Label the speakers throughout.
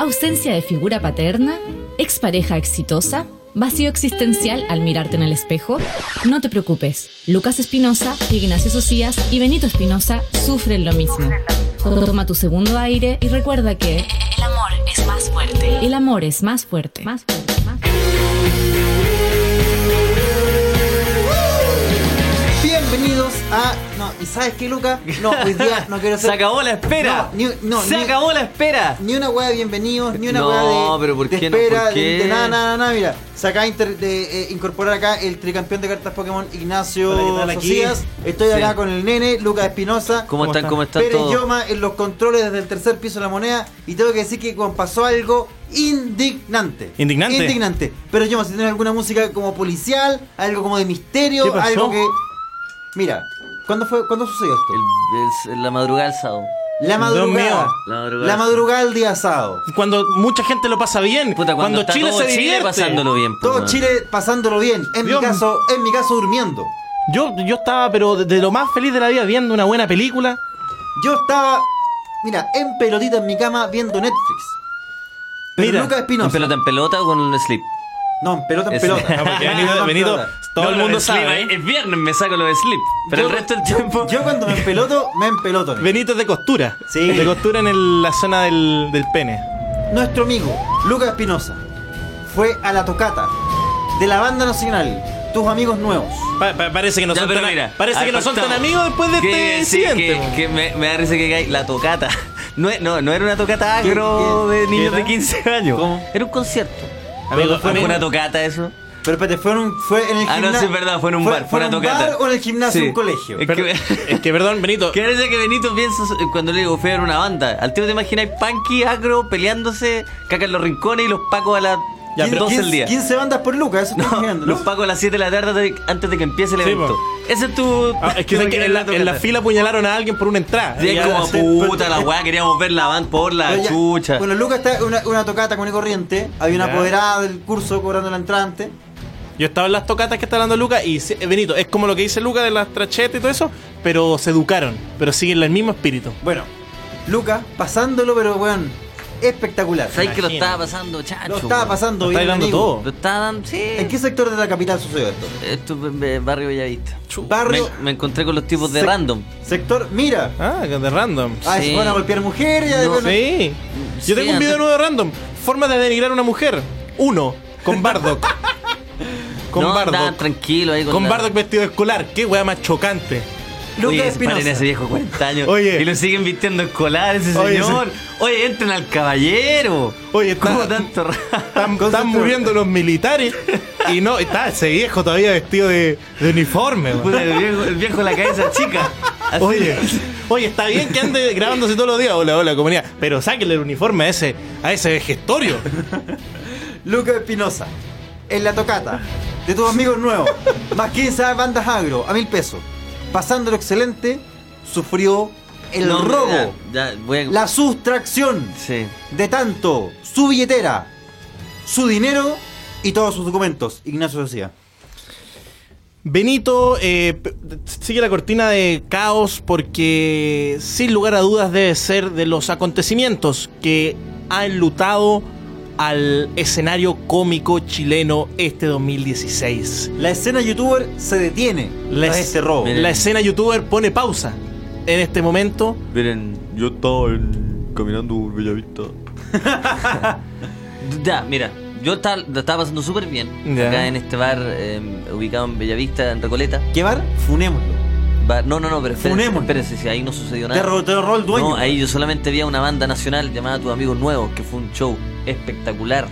Speaker 1: Ausencia de figura paterna, expareja exitosa, vacío existencial al mirarte en el espejo. No te preocupes, Lucas Espinosa, Ignacio Socias y Benito Espinosa sufren lo mismo. Toma tu segundo aire y recuerda que
Speaker 2: El amor es más fuerte.
Speaker 1: el amor es más fuerte.
Speaker 3: Más fuerte, más fuerte.
Speaker 4: Bienvenidos a. No, ¿y sabes qué, Luca? No, hoy día no quiero
Speaker 5: Se
Speaker 4: ser.
Speaker 5: acabó la espera.
Speaker 4: No, ni- no,
Speaker 5: Se
Speaker 4: ni-
Speaker 5: acabó la espera.
Speaker 4: Ni una hueá de bienvenidos, ni una
Speaker 5: No,
Speaker 4: hueá de.
Speaker 5: pero ¿por
Speaker 4: de
Speaker 5: qué no?
Speaker 4: espera,
Speaker 5: ¿Por
Speaker 4: de- De,
Speaker 5: qué?
Speaker 4: nada, nada, nada. Mira, se acaba inter- de eh, incorporar acá el tricampeón de cartas Pokémon
Speaker 6: Hola, ¿qué
Speaker 4: Ignacio
Speaker 6: tal aquí?
Speaker 4: Socias. Estoy
Speaker 5: Sí.
Speaker 4: acá con el nene, Lucas Espinosa.
Speaker 5: ¿Cómo,
Speaker 6: ¿Cómo
Speaker 5: están?
Speaker 6: están?
Speaker 5: ¿Cómo están
Speaker 4: Pérez
Speaker 5: todos?
Speaker 4: Yoma en los controles desde el tercer piso de la moneda. Y tengo que decir que Juan, pasó algo indignante.
Speaker 6: ¿Indignante?
Speaker 4: Indignante. Pero Yoma, si tienes alguna música como policial, algo como de misterio,
Speaker 6: ¿Qué pasó?
Speaker 4: algo que. Mira, ¿cuándo fue, cuándo sucedió esto?
Speaker 5: El- el- la madrugada del sábado.
Speaker 4: La madrugada.
Speaker 6: mío.
Speaker 5: La madrugada.
Speaker 4: La madrugada del día sábado.
Speaker 6: Cuando mucha gente lo pasa bien.
Speaker 5: Puta, cuando, está
Speaker 6: Chile
Speaker 5: todo
Speaker 6: se divierte.
Speaker 5: pasándolo bien. po,
Speaker 4: Todo
Speaker 5: weón.
Speaker 4: Chile pasándolo bien. En
Speaker 6: Dios.
Speaker 4: mi caso, en mi caso durmiendo.
Speaker 6: Yo, yo estaba, pero de, de lo más feliz de la vida, viendo una buena película.
Speaker 4: Yo estaba, mira, en pelotita en mi cama viendo Netflix. Pero
Speaker 6: Mira,
Speaker 4: Lucas
Speaker 5: ¿En
Speaker 4: Espinosa.
Speaker 5: pelota en pelota o con el slip?
Speaker 4: No, en pelota en
Speaker 5: Es-
Speaker 4: pelota.
Speaker 6: Ah, porque
Speaker 4: En pelota
Speaker 6: Benito,
Speaker 4: en
Speaker 6: Benito,
Speaker 4: pelota.
Speaker 6: todo
Speaker 5: No,
Speaker 6: el
Speaker 5: lo
Speaker 6: mundo
Speaker 5: del slip,
Speaker 6: sabe.
Speaker 5: ahí Es viernes, me saco lo de slip. Pero
Speaker 4: Yo-
Speaker 5: el resto del tiempo.
Speaker 4: Yo cuando me empeloto, me empeloto. nene.
Speaker 6: Benito es de costura.
Speaker 4: Sí.
Speaker 6: De costura en el- la zona del, del pene.
Speaker 4: Nuestro amigo, Lucas Espinosa, fue a la tocata de la banda nacional, Tus Amigos Nuevos.
Speaker 6: Pa- pa- parece que no
Speaker 5: Ya,
Speaker 6: son,
Speaker 5: pero
Speaker 6: tan,
Speaker 5: mira,
Speaker 6: parece que
Speaker 5: ahí
Speaker 6: no son tan
Speaker 5: partamos.
Speaker 6: amigos después de
Speaker 5: Que-
Speaker 6: este
Speaker 5: sí,
Speaker 6: incidente.
Speaker 5: que, que me, me da risa que cae la tocata. No, es- no, no era una tocata
Speaker 4: ¿Qué-
Speaker 5: agro
Speaker 4: qué-
Speaker 5: de
Speaker 4: qué
Speaker 5: niños
Speaker 4: era?
Speaker 5: de 15 años.
Speaker 4: ¿eh? ¿Cómo?
Speaker 5: Era un concierto.
Speaker 6: Amigo,
Speaker 5: ¿Fue
Speaker 6: amigo.
Speaker 5: una tocata eso?
Speaker 4: Pero espérate, fue en, un, fue en el
Speaker 5: Ah, no,
Speaker 4: gimna-
Speaker 5: sí, es verdad, fue en un bar.
Speaker 4: Fue en
Speaker 5: una
Speaker 4: un
Speaker 5: tocata.
Speaker 4: bar o en el gimnasio,
Speaker 5: Sí.
Speaker 4: un colegio.
Speaker 5: Es
Speaker 6: Pero-
Speaker 5: que-
Speaker 6: es que, perdón, Benito.
Speaker 5: ¿Qué parece que Benito piensa eh, cuando le digo fue a ver una banda? Al tío te imagináis punky, agro, peleándose, caca en los rincones y los pacos a las
Speaker 4: Ya, pero
Speaker 5: 12 del día.
Speaker 4: 15 bandas por Lucas, eso estoy mirando.
Speaker 5: los pacos a las 7 de la tarde de- antes de que empiece el
Speaker 6: Sí,
Speaker 5: evento. Ese es tu.
Speaker 6: Ah, es que,
Speaker 5: tu
Speaker 6: sabes que en, la,
Speaker 5: relato,
Speaker 6: en la
Speaker 5: Cata.
Speaker 6: fila apuñalaron a alguien por una entrada.
Speaker 5: Sí,
Speaker 6: Y
Speaker 5: es
Speaker 6: ahora-
Speaker 5: como
Speaker 4: sí,
Speaker 5: puta
Speaker 4: pero-
Speaker 5: la weá, queríamos ver la van por la
Speaker 4: Pero ya,
Speaker 5: ah, chucha.
Speaker 4: Bueno, Lucas está en una, una tocata con el corriente. Había una
Speaker 6: Ya.
Speaker 4: apoderada del curso cobrando la entrante.
Speaker 6: Yo estaba en las tocatas que está hablando Lucas y sí, eh, Benito, es como lo que dice Lucas de las trachetas y todo eso, pero se educaron, pero siguen el mismo espíritu.
Speaker 4: Bueno, Lucas, pasándolo, pero weón, espectacular.
Speaker 5: ¿Sabes que lo
Speaker 6: imagino.
Speaker 5: estaba pasando, chacho?
Speaker 4: Lo estaba pasando
Speaker 6: Lo
Speaker 4: bien.
Speaker 6: estáis dando
Speaker 4: amigo.
Speaker 6: todo.
Speaker 5: Lo estaba dando, sí.
Speaker 4: ¿En qué sector de la capital sucedió esto?
Speaker 5: Esto es barrio Bellavista.
Speaker 4: Barrio-
Speaker 5: Me, me encontré con los tipos de
Speaker 4: Sec-
Speaker 5: random.
Speaker 4: Sector, mira.
Speaker 6: Ah, que de random.
Speaker 4: Ah,
Speaker 5: Sí.
Speaker 4: se van a golpear mujeres. ya
Speaker 5: No,
Speaker 4: después-
Speaker 6: Sí.
Speaker 5: Sí,
Speaker 6: Yo tengo un video
Speaker 5: antes-
Speaker 6: nuevo de random. Formas de denigrar a una mujer. Uno, con Bardock. Con
Speaker 5: no, andaban
Speaker 6: Bardock.
Speaker 5: tranquilo ahí con,
Speaker 6: Con
Speaker 5: la-
Speaker 6: Bardock vestido de escolar. Qué weá más chocante.
Speaker 4: Lucas
Speaker 5: Oye, paren a ese
Speaker 4: Espinosa.
Speaker 5: viejo 40 años.
Speaker 6: Oye.
Speaker 5: Y lo siguen vistiendo escolar ese
Speaker 6: Oye,
Speaker 5: señor. Oye, entren al caballero.
Speaker 6: Oye, está-
Speaker 5: ¿Cómo tanto rato?
Speaker 6: Están,
Speaker 4: Con
Speaker 6: están
Speaker 4: su-
Speaker 6: muriendo los militares. Y no, está ese viejo todavía vestido de, de uniforme. weón.
Speaker 5: Puta, el viejo, el viejo la cabeza chica. Así-
Speaker 6: Oye, oye, está bien que ande grabándose todos los días. Hola, hola, comunidad. Pero sáquenle el uniforme a ese, a ese vejestorio.
Speaker 4: Lucas Espinosa, en la tocata de tus amigos nuevos, más 15 bandas agro, a mil pesos. Pasándolo excelente, sufrió el
Speaker 5: No,
Speaker 4: robo,
Speaker 5: Ya, ya, voy a-
Speaker 4: la sustracción
Speaker 5: Sí.
Speaker 4: de tanto su billetera, su dinero y todos sus documentos. Ignacio decía.
Speaker 6: Benito eh, p- sigue la cortina de caos porque sin lugar a dudas debe ser de los acontecimientos que ha enlutado al escenario cómico chileno este 2016.
Speaker 4: La escena youtuber se detiene
Speaker 6: La
Speaker 4: tras
Speaker 6: es-
Speaker 4: este robo.
Speaker 5: Mira.
Speaker 6: La escena youtuber pone pausa en este momento.
Speaker 5: Miren.
Speaker 7: Yo estaba en- caminando por Bellavista.
Speaker 5: Ya, mira. Yo estaba, lo estaba pasando súper bien.
Speaker 6: Ya.
Speaker 5: Acá en este bar eh, ubicado en Bellavista, en Recoleta.
Speaker 4: Llevar, funémoslo.
Speaker 5: Bar- no, no, no, pero espérense,
Speaker 4: Funémonos.
Speaker 5: espérense, si ahí no sucedió
Speaker 4: Te,
Speaker 5: nada.
Speaker 4: ro- te robó el dueño. pues.
Speaker 5: No, ahí yo solamente vi a una banda nacional llamada Tus Amigos Nuevos, que fue un show espectacular.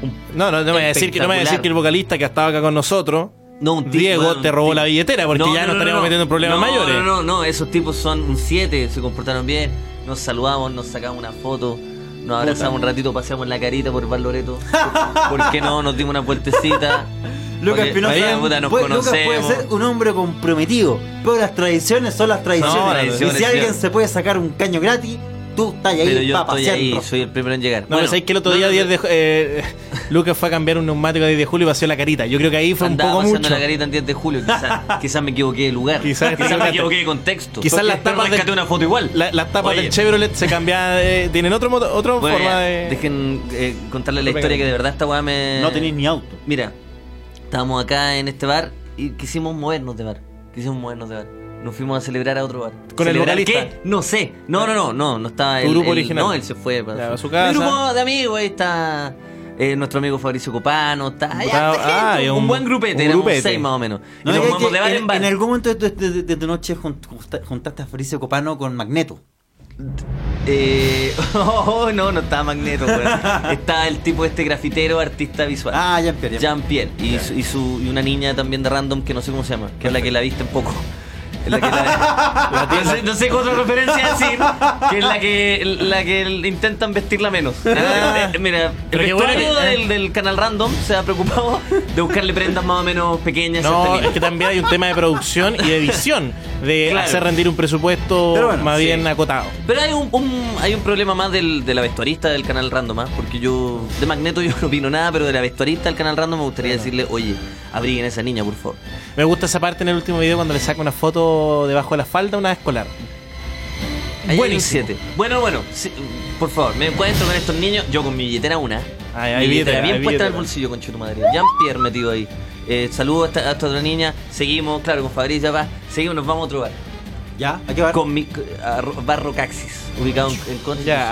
Speaker 5: Un-
Speaker 6: No, no, no me voy a decir que no me voy a decir que el vocalista que estaba acá con nosotros,
Speaker 5: no, un tipo,
Speaker 6: Diego,
Speaker 5: weón,
Speaker 6: te robó
Speaker 5: tipo.
Speaker 6: la billetera porque ya nos estaríamos metiendo en problemas
Speaker 5: No,
Speaker 6: mayores.
Speaker 5: No, no, no, esos tipos son un 7, se comportaron bien, nos saludamos, nos sacamos una foto, nos abrazamos un ratito, paseamos la carita por Bar Loreto. ¿Por qué no? Nos dimos una vueltecita.
Speaker 4: Lucas
Speaker 5: Porque,
Speaker 4: Espinosa
Speaker 5: oye, puta, nos
Speaker 4: puede, Lucas
Speaker 5: conocemos.
Speaker 4: puede ser un hombre comprometido, pero las tradiciones son las tradiciones.
Speaker 5: No, las
Speaker 4: y
Speaker 5: tradiciones,
Speaker 4: si alguien
Speaker 5: claro.
Speaker 4: se puede sacar un caño gratis, tú estás ahí
Speaker 5: Pero yo
Speaker 4: para
Speaker 5: estoy ahí,
Speaker 4: pasear.
Speaker 5: soy el primero en llegar.
Speaker 6: No, pero sabéis que el otro
Speaker 5: no,
Speaker 6: día
Speaker 5: no,
Speaker 6: 10 de, ju- eh, Lucas fue a cambiar un neumático de 10 de julio y vació la carita. Yo creo que ahí fue
Speaker 5: Andaba
Speaker 6: un poco
Speaker 5: pasando
Speaker 6: mucho. este
Speaker 5: la carita en 10 de julio. Quizás quizás me equivoqué de lugar.
Speaker 6: Quizás-
Speaker 5: Quizás, me
Speaker 6: quizás-
Speaker 5: equivoqué de contexto.
Speaker 6: Quizás las
Speaker 5: Pero
Speaker 6: tapas del-
Speaker 5: rescaté una foto igual.
Speaker 6: La- las tapas
Speaker 5: Oye.
Speaker 6: del Chevrolet se cambiaban, de- tienen otro moto- otra
Speaker 5: Bueno,
Speaker 6: forma
Speaker 5: ya,
Speaker 6: de.
Speaker 5: dejen eh, contarles la
Speaker 6: Venga.
Speaker 5: historia que de verdad esta weá me.
Speaker 4: No tenéis ni auto.
Speaker 5: Mira, estábamos acá en este bar y quisimos movernos de bar. Quisimos movernos de bar. Nos fuimos a celebrar a otro bar.
Speaker 6: ¿Con el
Speaker 5: ¿Celebrar
Speaker 6: vocalista? Ah.
Speaker 5: qué? No sé. No, no, no, no, no estaba
Speaker 6: Tu
Speaker 5: el
Speaker 6: grupo
Speaker 5: el-
Speaker 6: original.
Speaker 5: No, él se fue para
Speaker 6: Ya,
Speaker 5: su-
Speaker 6: a su casa.
Speaker 5: Mi grupo de amigos, ahí está eh, nuestro amigo Fabricio Copano, está hay
Speaker 6: Ah,
Speaker 5: harta gente,
Speaker 6: ah, y
Speaker 5: un,
Speaker 6: un-
Speaker 5: buen grupete,
Speaker 6: un
Speaker 5: éramos
Speaker 6: grupete.
Speaker 5: seis más o menos. Y
Speaker 4: No,
Speaker 5: nos
Speaker 4: es que
Speaker 5: movimos de bar
Speaker 4: en,
Speaker 5: en bar.
Speaker 4: en algún momento de, de- de- de tu noche jun- junta- juntaste a Fabricio Copano con Magneto.
Speaker 5: Eh, oh, no, no estaba Magneto, weón. Estaba el tipo este grafitero, artista visual.
Speaker 4: Ah, ya pierre
Speaker 5: Jean-Pierre. Y, su- y, su- y una niña también de random que no sé cómo se llama, que es la que la viste un poco. Es la que
Speaker 6: Ah.
Speaker 5: la- no, sé, no sé qué otra referencia decir, que es la que, la que intentan vestirla menos. Eh, eh, Mira, el
Speaker 6: Pero qué bueno
Speaker 5: vestuario
Speaker 6: que- eh.
Speaker 5: del, del canal random se ha preocupado de buscarle prendas más o menos pequeñas. a esta
Speaker 6: eh, No,
Speaker 5: niña.
Speaker 6: es que también hay un tema de producción y de edición, de
Speaker 5: Claro.
Speaker 6: hacer rendir un presupuesto
Speaker 4: Pero bueno,
Speaker 6: más
Speaker 5: sí.
Speaker 6: bien acotado.
Speaker 5: Pero hay un, un- hay un problema más del, de la vestuarista del canal Random, ¿ah? porque yo de Magneto yo no opino nada, pero de la vestuarista del canal Random me gustaría decirle, oye, abriguen a esa niña, por favor.
Speaker 6: Me gusta esa parte Este en el último video cuando le saca una foto debajo de la falda a una escolar.
Speaker 5: Ahí hay un
Speaker 6: Buenísimo.
Speaker 5: siete. Bueno, bueno, sí, por favor, me encuentro con estos niños, yo con mi billetera una.
Speaker 6: Ay,
Speaker 5: mi
Speaker 6: hay billetera,
Speaker 5: billetera,
Speaker 6: hay
Speaker 5: bien puesta en el
Speaker 6: billetera.
Speaker 5: bolsillo, con tu madre. Jean-Pierre metido ahí. Eh, saludo a esta, a esta otra niña, seguimos, claro, con Fabriz ya va, seguimos, nos vamos a otro bar.
Speaker 4: ¿Ya? ¿A qué bar?
Speaker 5: Con mi, a Ro- Barro Caxis, ubicado en, en Constitución.
Speaker 6: Ya,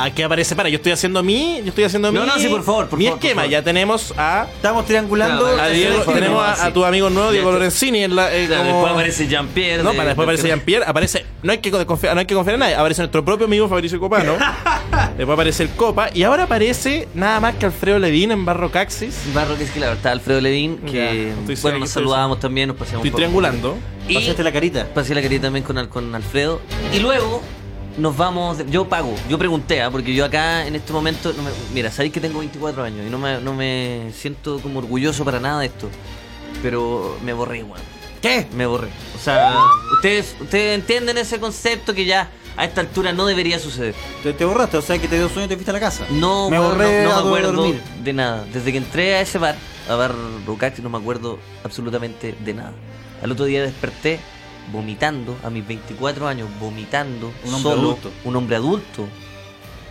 Speaker 6: ah, aquí aparece, para, yo estoy haciendo mi, yo estoy haciendo
Speaker 5: No,
Speaker 6: mi.
Speaker 5: no, sí, por favor, por
Speaker 6: mi
Speaker 5: favor, por
Speaker 6: esquema,
Speaker 5: favor.
Speaker 6: ya tenemos a.
Speaker 4: Estamos triangulando.
Speaker 5: Claro,
Speaker 6: a
Speaker 5: Sí,
Speaker 6: Diego-
Speaker 5: sí,
Speaker 6: tenemos a,
Speaker 5: sí.
Speaker 6: a tu amigo nuevo, Diego
Speaker 5: Ya,
Speaker 6: Lorenzini. En la, eh,
Speaker 5: Claro,
Speaker 6: como-
Speaker 5: después aparece Jean-Pierre.
Speaker 6: No,
Speaker 5: de-
Speaker 6: para después
Speaker 5: de-
Speaker 6: aparece Jean-Pierre, aparece, no hay que confiar, no hay que confiar en nadie, aparece nuestro propio amigo Fabricio Copano, después aparece el Copa, y ahora aparece nada más que Alfredo Levin en Barro Caxis.
Speaker 5: Barro que es claro, está Alfredo Levin,
Speaker 6: Ya,
Speaker 5: que
Speaker 6: estoy
Speaker 5: bueno,
Speaker 6: seguro
Speaker 5: nos
Speaker 6: que estoy
Speaker 5: saludábamos también, nos paseamos
Speaker 6: Estoy
Speaker 5: por-
Speaker 6: triangulando.
Speaker 5: Y
Speaker 4: Pasaste la carita.
Speaker 5: pasé la querida también con, Al- con Alfredo. Y luego nos vamos, de- yo pago, yo pregunté, ah, porque yo acá en este momento, no me- mira, sabéis que tengo 24 años y no me, no me siento como orgulloso para nada de esto, pero me borré, weón.
Speaker 4: ¿Qué?
Speaker 5: Me borré. O sea, ustedes, ustedes entienden ese concepto que ya a esta altura no debería suceder.
Speaker 4: Te, te borraste, o sea que te dio sueño y te fuiste a la casa.
Speaker 5: No,
Speaker 4: me
Speaker 5: weón,
Speaker 4: borré
Speaker 5: no, no
Speaker 4: a
Speaker 5: me acuerdo
Speaker 4: dormir.
Speaker 5: de nada. Desde que entré a ese bar, a bar Rocaxi, no me acuerdo absolutamente de nada. Al otro día desperté vomitando, a mis 24 años, vomitando,
Speaker 4: Un hombre
Speaker 5: solo,
Speaker 4: adulto.
Speaker 5: un hombre adulto.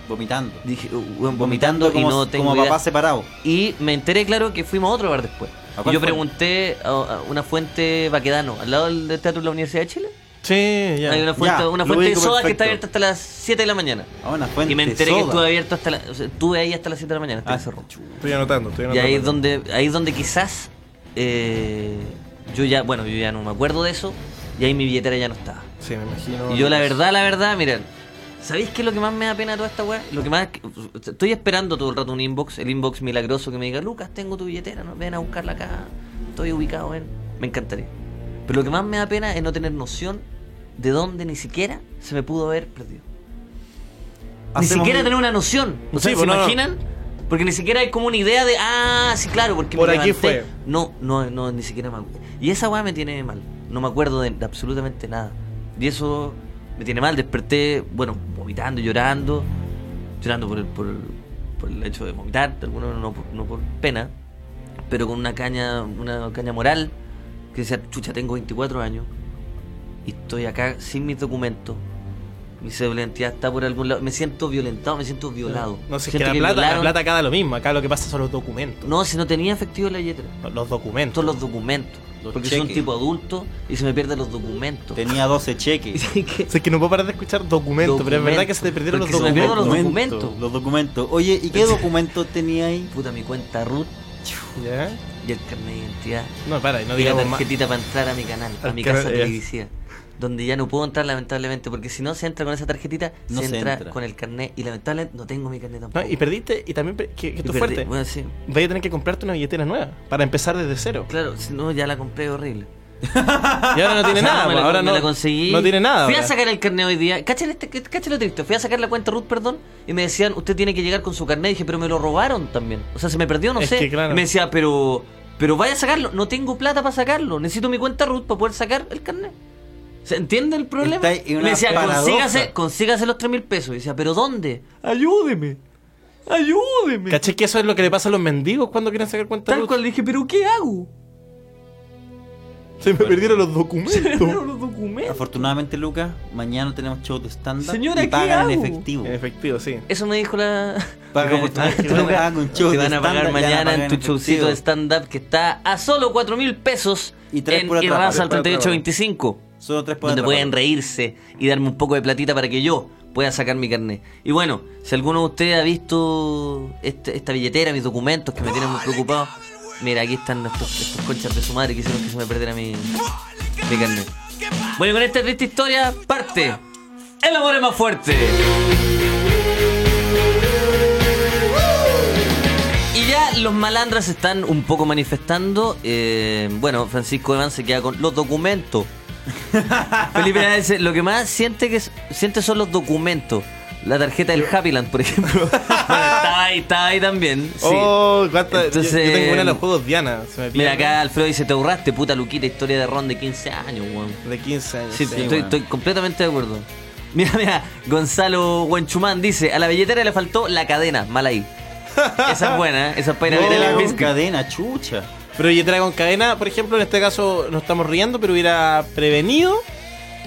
Speaker 4: Vomitando.
Speaker 5: Dije, uh, weón, vomitando,
Speaker 4: como,
Speaker 5: y no tengo
Speaker 4: como
Speaker 5: idea.
Speaker 4: papá separado.
Speaker 5: Y me enteré, claro, que fuimos a otro bar después.
Speaker 4: ¿A
Speaker 5: Y
Speaker 4: cuál
Speaker 5: yo
Speaker 4: fue?
Speaker 5: pregunté a, a una fuente vaquedano, al lado del del Teatro de la Universidad de Chile.
Speaker 6: Sí, ya.
Speaker 5: Hay una fuente,
Speaker 4: Ya,
Speaker 5: una
Speaker 4: lo
Speaker 5: fuente de
Speaker 4: ubico
Speaker 5: soda que
Speaker 4: perfecto.
Speaker 5: está abierta hasta las 7 de la mañana.
Speaker 4: A una fuente
Speaker 5: Y me enteré que
Speaker 4: soda.
Speaker 5: estuve abierto hasta la, o sea, estuve ahí hasta las 7 de la mañana, hasta
Speaker 4: Ah,
Speaker 5: que cerró.
Speaker 6: Estoy anotando, estoy
Speaker 5: Y
Speaker 6: anotando.
Speaker 5: ahí es donde, ahí es donde quizás eh, yo ya, bueno, yo ya no me acuerdo de eso, y ahí mi billetera ya no estaba.
Speaker 6: Sí, me imagino.
Speaker 5: Y yo la verdad, la verdad, miren, ¿sabéis qué es lo que más me da pena de toda esta weá? Lo que más estoy esperando todo el rato un inbox, el inbox milagroso que me diga, Lucas, tengo tu billetera, ¿no? ven a buscarla acá, estoy ubicado, ven, me encantaría. Pero lo que más me da pena es no tener noción de dónde ni siquiera se me pudo haber perdido. Ni
Speaker 4: Hacemos
Speaker 5: siquiera
Speaker 4: un-
Speaker 5: tener una noción. O
Speaker 6: Sí,
Speaker 5: sea, ¿se
Speaker 6: pues no, no.
Speaker 5: imaginan? Porque ni siquiera hay como una idea de, ah, sí, claro, porque
Speaker 6: Por
Speaker 5: me
Speaker 6: aquí
Speaker 5: levanté".
Speaker 6: fue.
Speaker 5: No, no, no, ni siquiera me acuerdo. Y esa weá me tiene mal. No me acuerdo de, de absolutamente nada. Y eso me tiene mal. Desperté, bueno, vomitando, llorando. Llorando por el, por el, por el hecho de vomitar, de alguna manera, no, por- no por pena. Pero con una caña, una caña moral. Que decía, chucha, tengo 24 años. Y estoy acá sin mis documentos. Mi cédula de identidad está por algún lado. Me siento violentado, me siento violado.
Speaker 6: No sé, es que
Speaker 5: Siento
Speaker 6: la
Speaker 5: que
Speaker 6: plata, la
Speaker 5: violaron-
Speaker 6: plata acá da lo mismo, acá lo que pasa son los documentos.
Speaker 5: No, si no tenía efectivo en la billetera.
Speaker 6: Los documentos.
Speaker 5: Todos los documentos.
Speaker 4: Los
Speaker 5: porque soy un
Speaker 4: cheques.
Speaker 5: tipo adulto y se me pierden los documentos.
Speaker 4: Tenía 12 cheques.
Speaker 5: Así que-
Speaker 6: O sea, es que no puedo parar de escuchar documentos, pero es verdad que se te perdieron los
Speaker 5: Porque se me pierden
Speaker 6: documentos.
Speaker 5: los
Speaker 4: Documentos,
Speaker 5: documentos.
Speaker 4: Los documentos. Oye, ¿y qué documento tenía ahí?
Speaker 5: Puta, mi cuenta root
Speaker 6: ¿Ya?
Speaker 5: y el carnet de identidad.
Speaker 6: No, para, no
Speaker 5: y la
Speaker 6: digamos más.
Speaker 5: tarjetita para entrar a mi canal, a
Speaker 6: Al
Speaker 5: mi
Speaker 6: canal,
Speaker 5: casa
Speaker 6: yes.
Speaker 5: televisiva. Donde ya no puedo entrar, lamentablemente, porque si no se entra con esa tarjetita,
Speaker 4: No
Speaker 5: se,
Speaker 4: se
Speaker 5: entra,
Speaker 4: entra.
Speaker 5: con el carnet. Y lamentablemente no tengo mi carnet tampoco.
Speaker 6: No, y perdiste, y también, per- que, que esto
Speaker 5: Y
Speaker 6: es
Speaker 5: perdí-
Speaker 6: fuerte.
Speaker 5: Bueno, sí.
Speaker 6: Vaya a tener que comprarte una billetera nueva para empezar desde cero.
Speaker 5: Claro, si no, ya la compré horrible.
Speaker 6: Y ahora no tiene
Speaker 5: O sea,
Speaker 6: nada,
Speaker 5: me
Speaker 6: pues,
Speaker 5: la-
Speaker 6: ahora
Speaker 5: me
Speaker 6: no,
Speaker 5: la conseguí.
Speaker 6: no tiene nada. pues.
Speaker 5: Fui
Speaker 6: ahora.
Speaker 5: a sacar el carnet hoy día. Cachen, este, cachen lo triste. Fui a sacar la cuenta Ruth, perdón, y me decían, usted tiene que llegar con su carnet. Y dije, pero me lo robaron también. O sea, se me perdió, no
Speaker 6: Es
Speaker 5: sé.
Speaker 6: que, claro.
Speaker 5: Y me decía, pero, pero vaya a sacarlo. No tengo plata para sacarlo. Necesito mi cuenta Ruth para poder sacar el carnet. ¿Se entiende el problema?
Speaker 4: Está ahí
Speaker 5: Y
Speaker 4: una
Speaker 5: me decía,
Speaker 4: paradoja.
Speaker 5: consígase, consígase los 3 mil pesos. Y decía, pero ¿dónde? Ayúdeme. ayúdeme.
Speaker 6: ¿Caché que eso es lo que le pasa a los mendigos cuando quieren sacar cuenta de
Speaker 5: Tal
Speaker 6: luz?
Speaker 5: cual le dije, pero ¿qué hago?
Speaker 6: Se me perdieron los
Speaker 5: Se me
Speaker 6: documentos.
Speaker 5: perdieron los documentos.
Speaker 4: Afortunadamente, Lucas, mañana tenemos show de stand-up
Speaker 5: Señora,
Speaker 4: y
Speaker 5: ¿qué
Speaker 4: pagan en
Speaker 5: hago?
Speaker 4: efectivo.
Speaker 6: en efectivo, sí.
Speaker 5: Eso me dijo la.
Speaker 4: Pagan
Speaker 5: Como
Speaker 4: en
Speaker 5: tú me dijiste,
Speaker 4: efectivo,
Speaker 5: weón,
Speaker 4: hagan un show
Speaker 5: Te
Speaker 4: de
Speaker 5: van a pagar
Speaker 4: stand-up, ya la
Speaker 5: mañana
Speaker 4: pagan
Speaker 5: en tu
Speaker 4: en
Speaker 5: showcito de
Speaker 4: efectivo.
Speaker 5: stand-up que está a solo 4 mil pesos
Speaker 4: Y tres
Speaker 5: en
Speaker 4: por atrapar.
Speaker 5: Irraza al
Speaker 6: Tres por
Speaker 5: 3825.
Speaker 4: Solo tres
Speaker 5: donde
Speaker 4: pueden
Speaker 5: pueden
Speaker 4: atrapar.
Speaker 5: reírse y darme un poco de platita para que yo pueda sacar mi carnet. Y bueno, si alguno de ustedes ha visto este- esta billetera, mis documentos que me tienen muy preocupado, mira, aquí están estos, estos conchas de su madre que hicieron que se me perdiera mi, mi carnet. Bueno, y con esta triste historia parte El amor es más fuerte. Y ya los malandras se están un poco manifestando. Eh, bueno, Francisco Evans se queda con los documentos. Felipe Nada dice, lo que más siente que siente son los documentos. La tarjeta del Happyland, por ejemplo. Bueno, estaba ahí, estaba ahí también. Sí.
Speaker 6: Oh, cuánta- yo-
Speaker 5: Entonces,
Speaker 6: yo, tengo una de los juegos Diana. Se me
Speaker 5: Mira,
Speaker 6: pierde.
Speaker 5: acá Alfredo dice, te ahorraste, puta Luquita, historia de Ron de 15 años, weón.
Speaker 6: De 15 años.
Speaker 5: Sí,
Speaker 6: sí.
Speaker 5: estoy, estoy completamente de acuerdo. Mira, mira, Gonzalo Guanchumán dice, a la billetera le faltó la cadena, mal ahí. Esa es buena, ¿eh? esa es para ir a
Speaker 4: No,
Speaker 5: ver el
Speaker 6: Oh,
Speaker 4: con
Speaker 5: Biscuit.
Speaker 4: cadena, chucha.
Speaker 6: Pero billetera con cadena, por ejemplo, en este caso nos estamos riendo, pero hubiera prevenido